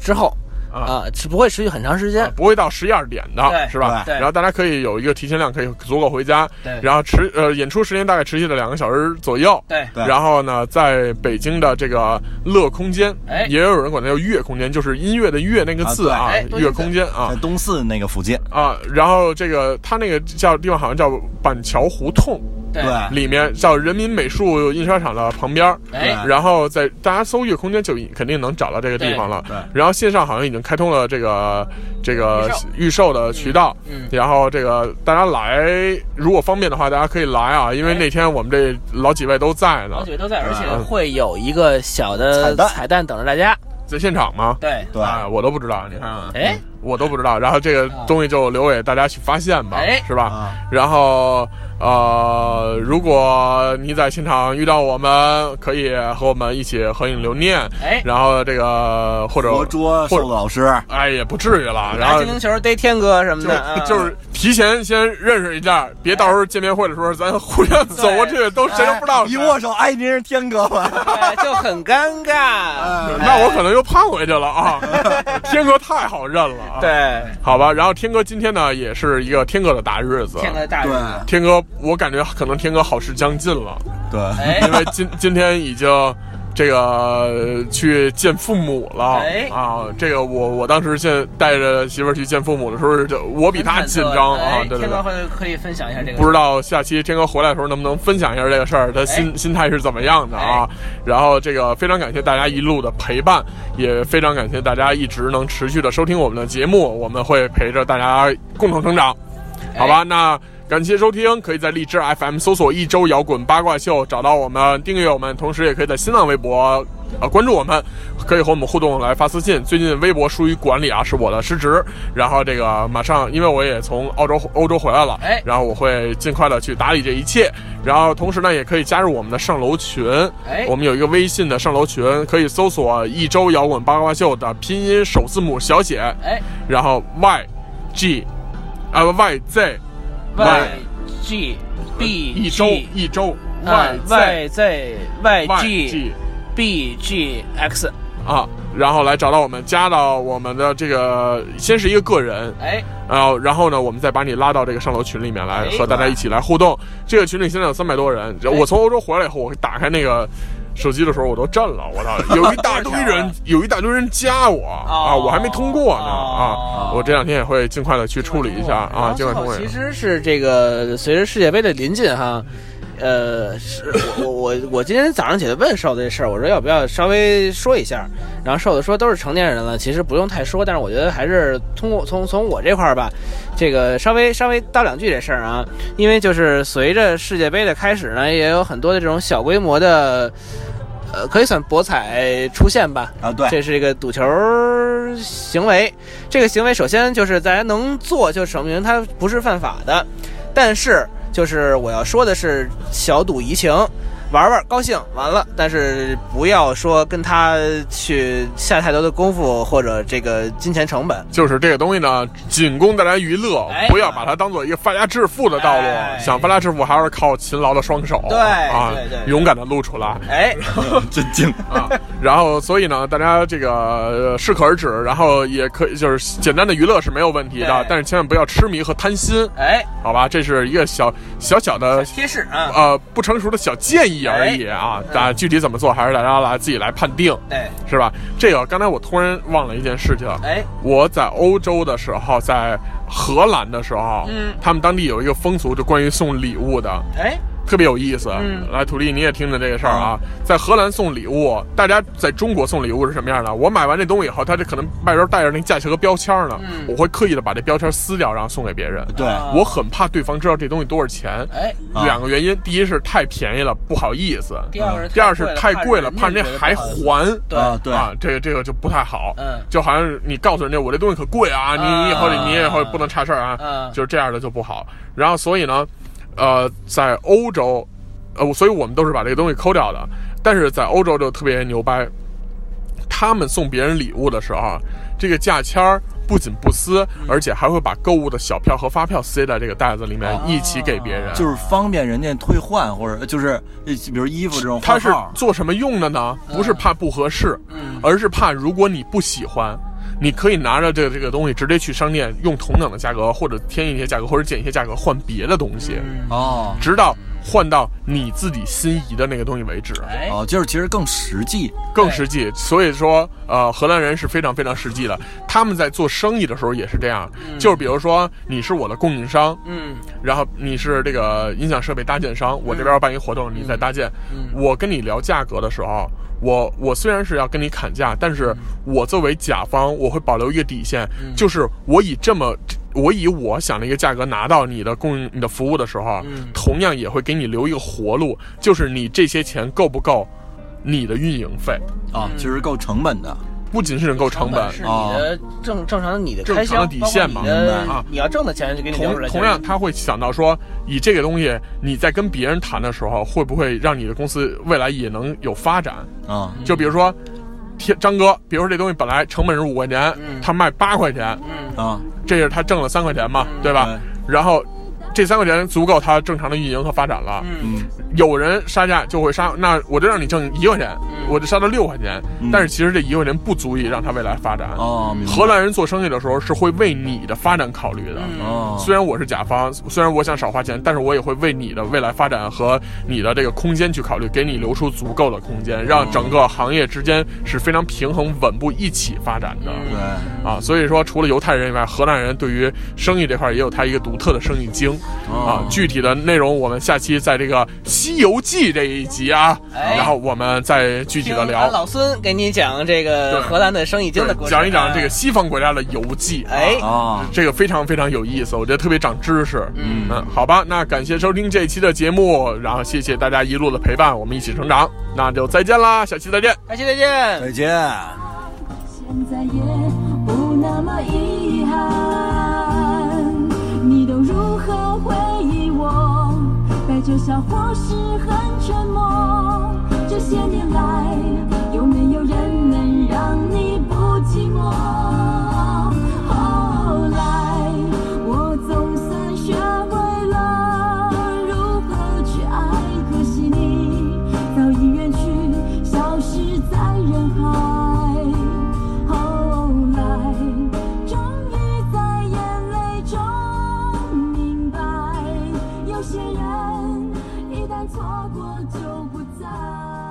S5: 之后
S2: 啊
S5: 啊，只不会持续很长时间
S2: 啊，不会到十一二点的，
S5: 对
S2: 是吧？
S5: 对
S2: 然后大家可以有一个提前量，可以足够回家。
S5: 对
S2: 然后持呃演出时间大概持续了两个小时左右。
S5: 对
S3: 对
S2: 然后呢，在北京的这个乐空间，
S5: 哎
S2: 也有人管它叫乐空间，就是音乐的乐那个字啊
S3: 啊
S5: 对哎，多音字
S2: 乐空间啊
S3: 在东四那个附近，
S2: 啊。然后这个它那个叫地方好像叫板桥胡同，
S5: 对
S3: 对，
S2: 里面叫人民美术印刷厂的旁边儿。
S5: 哎，
S2: 然后在大家搜月空间就肯定能找到这个地方了。
S3: 对对
S2: 然后线上好像已经开通了这个这个预售的渠道。
S5: 嗯嗯
S2: 然后这个大家来，如果方便的话，大家可以来啊，因为那天我们这老几位都在呢
S5: 老，姐都在，而且会有一个小
S3: 彩
S5: 的
S3: 蛋
S5: 彩蛋等着大家，
S2: 在现场吗？
S5: 对，
S3: 对
S2: 哎我都不知道，你看看。
S5: 哎
S2: 我都不知道，然后这个东西就留给大家去发现吧，
S5: 啊哎
S2: 是吧？
S3: 啊
S2: 然后呃，如果你在现场遇到我们，可以和我们一起合影留念，
S5: 哎，
S2: 然后这个或者
S3: 佛桌
S2: 或
S3: 瘦
S2: 者
S3: 子老师，
S2: 哎也不至于了，然
S5: 拿
S2: 后
S5: 精灵球逮天哥什么
S2: 就
S5: 的，啊哎
S2: 是就是提前先认识一下，别到时候见面会的时候咱互相走过去都谁都不知道
S3: 一
S2: 谁。
S3: 握手，哎，您是天哥吗？
S5: 对哎就很尴尬，
S2: 嗯
S5: 哎
S2: 那我可能又胖回去了
S3: [LAUGHS]
S2: 啊！天哥太好认了啊！，
S5: 对
S2: 好吧。然后天哥今天呢，也是一个天哥的大日子。
S5: 天哥的大
S3: 对
S5: 人，
S2: 天哥，我感觉可能天哥好事将近了，
S3: 对，
S5: 哎
S2: 因为今今天已经这个呃去见父母了、
S5: 哎
S2: 啊！这个我我当时现带着媳妇儿去见父母的时候，就我比她紧张啊！
S5: 哎
S2: 对对
S5: 天哥
S2: 对，
S5: 会可以分享一下这个，
S2: 不知道下期天哥回来的时候能不能分享一下这个事儿，他
S5: 哎
S2: 心、心态是怎么样的啊？然后这个非常感谢大家一路的陪伴，也非常感谢大家一直能持续的收听我们的节目，我们会陪着大家共同成长。好
S5: 哎
S2: 吧，那感谢收听，可以在荔枝 FM 搜索“一周摇滚八卦秀”找到我们，订阅我们，同时也可以在新浪微博呃关注我们，可以和我们互动来发私信。最近微博疏于管理啊，是我的失职，然后这个马上因为我也从澳洲欧洲回来了，
S5: 哎
S2: 然后我会尽快的去打理这一切，然后同时呢，也可以加入我们的上楼群，
S5: 哎
S2: 我们有一个微信的上楼群，可以搜索“一周摇滚八卦秀”的拼音首字母小写，
S5: 哎
S2: 然后 Y G 啊 Y Z。
S5: ，Y G B
S2: 一周一周
S5: Y
S2: Z
S5: Y Z Y G
S2: G
S5: B G X，
S2: 啊，然后来找到我们，加到我们的这个，先是一个个人，
S5: 哎，
S2: 然后然后呢，我们再把你拉到这个上楼群里面来
S5: 哎，
S2: 和大家一起来互动。这个群里现在有三百多人，我从欧洲回来以后，我打开那个。手机的时候我都震了，我操！
S5: [LAUGHS]
S2: 有一大堆人，有一大堆人加我
S5: 哦
S2: 啊，我还没通过呢啊！我这两天也会尽快的去处理一下
S5: 然
S2: 啊，
S5: 后
S2: 尽快通
S5: 最后
S2: 过。
S5: 其实是这个随着世界杯的临近哈，呃，是我我我我今天早上起来问瘦子这事儿，我说要不要稍微说一下，然后瘦子说都是成年人了，其实不用太说，但是我觉得还是通过从从我这块儿吧，这个稍微稍微叨两句这事儿啊，因为就是随着世界杯的开始呢，也有很多的这种小规模的。呃，可以算博彩出现吧，
S3: 啊，对， [LAUGHS]
S5: 这是一个赌球行为。这个行为首先就是大家能做，就证明它不是犯法的。但是，就是我要说的是，小赌怡情，玩玩高兴完了，但是不要说跟他去下太多的功夫或者这个金钱成本。
S2: 就是这个东西呢，仅供大家娱乐
S5: 哎，
S2: 不要把它当做一个发家致富的道路
S5: 哎。
S2: 想发家致富，还是靠勤劳的双手，
S5: 对
S2: 啊
S5: 对对，对
S2: 勇敢的露出来。
S5: 哎，
S3: 真精。
S2: 啊，然后所以呢，大家这个呃适可而止，然后也可以就是简单的娱乐是没有问题的
S5: 对，
S2: 但是千万不要痴迷和贪心，
S5: 哎，
S2: 好吧？这是一个小小小的
S5: 贴士啊，
S2: 呃不成熟的小建议而已啊，大家具体怎么做还是大家来自己来判定，
S5: 哎对，
S2: 是吧？这个刚才我突然忘了一件事情，
S5: 哎，
S2: 我在欧洲的时候，在荷兰的时候，
S5: 嗯
S2: 他们当地有一个风俗，就关于送礼物的，
S5: 哎，
S2: 特别有意思。
S5: 嗯
S2: 来，土地你也听听这个事儿啊，在荷兰送礼物，大家在中国送礼物是什么样的？我买完这东西以后，他这可能外边带着那价钱和标签呢，
S5: 嗯
S2: 我会刻意的把这标签撕掉，然后送给别人。
S3: 对，
S5: 啊
S2: 我很怕对方知道这东西多少钱。
S5: 哎，
S3: 啊
S2: 两个原因，第一是太便宜了，不好意思；
S5: 第二是
S2: 第二是太贵了，怕
S5: 人家
S2: 人家
S5: 觉得
S2: 还
S5: 不好意思
S2: 还。
S5: 对
S3: 啊，对，
S2: 啊，这个这个就不太好。
S5: 嗯
S2: 就好像你告诉人家我这东西可贵啊，你你以后
S5: 啊
S2: 你以后不能差事儿啊，
S5: 嗯
S2: 就是这样的就不好。然后所以呢，呃，在欧洲，呃，所以我们都是把这个东西抠掉的。但是在欧洲就特别牛掰，他们送别人礼物的时候啊，这个价签儿不仅不撕，
S5: 嗯
S2: 而且还会把购物的小票和发票塞在这个袋子里
S5: 哦
S2: 面一起给别人。
S3: 就是方便人家退换，或者呃就是比如衣服这种
S2: 它
S3: 换
S2: 是
S3: 号，
S2: 做什么用的呢？不是怕不合适，
S5: 嗯
S2: 而是怕如果你不喜欢，你可以拿着这个这个东西直接去商店用同等的价格，或者添一些价格，或者减一些价格换别的东西，
S5: 嗯，
S3: 哦
S2: 直到换到你自己心仪的那个东西为止，
S5: 哎，
S3: 哦，就是其实更实际
S2: 更实际。所以说，呃，荷兰人是非常非常实际的，他们在做生意的时候也是这样，就是比如说你是我的供应商，
S5: 嗯，
S2: 然后你是这个音响设备搭建商，我这边要办一活动，你在搭建。我跟你聊价格的时候，我我虽然是要跟你砍价，但是我作为甲方，我会保留一个底线，就是我以这么。我以我想的一个价格拿到你的供应、你的服务的时候，同样也会给你留一个活路，就是你这些钱够不够你的运营费，嗯
S3: 啊，其实够成本的。
S2: 不仅是能够成本，啊
S5: 是你的正正常的你的开
S2: 正
S5: 销，
S2: 常的底线嘛
S5: 包括你
S3: 明
S5: 的
S2: 白啊
S5: 你要挣的钱就给你留出
S2: 同
S5: 来。
S2: 同样，他会想到说，以这个东西，你在跟别人谈的时候，会不会让你的公司未来也能有发展？
S5: 嗯
S3: 啊，
S2: 就比如说，天张哥，比如说这东西本来成本是五块钱，他卖八块钱，
S5: 嗯
S3: 啊，
S2: 这是他挣了三块钱嘛，对吧
S3: 嗯？
S2: 然后这三块钱足够他正常的运营和发展了。
S5: 嗯
S2: 有人杀价就会杀，那我就让你挣一块钱，
S5: 嗯
S2: 我就杀到六块钱，但是其实这一块钱不足以让他未来发展。
S3: 哦，明白
S2: 荷兰人做生意的时候是会为你的发展考虑的。
S5: 嗯
S3: 哦，
S2: 虽然我是甲方，虽然我想少花钱，但是我也会为你的未来发展和你的这个空间去考虑，给你留出足够的空间，让整个行业之间是非常平衡稳步一起发展的。
S5: 嗯
S3: 对，
S2: 啊，所以说除了犹太人以外，荷兰人对于生意这块也有他一个独特的生意经、
S3: 哦
S5: 嗯
S2: 啊。具体的内容我们下期在这个《西游记》这一集啊，
S5: 哎
S2: 然后我们再具体
S5: 听
S2: 的
S5: 俺
S2: 聊，
S5: 老孙给你讲这个
S2: 对
S5: 荷兰的生意经的故
S2: 对
S5: 事，啊
S2: 讲一讲这个西方国家的游记。啊
S5: 哎，
S3: 哦，
S2: 这个非常非常有意思，我觉得特别长知识。嗯好吧，那感谢收听这一期的节目，然后谢谢大家一路的陪伴，我们一起成长。那就再见啦，下期再见。
S5: 下哎期再见。
S3: 再见。
S6: 现在也不那么遗憾。你都如何回忆我？带着笑或是很沉默。这些年来，有没有人能让你不寂寞？后来，我总算学会了如何去爱，可惜你早已远去，消失在人海。后来，终于在眼泪中明白，有些人一旦错过就不再。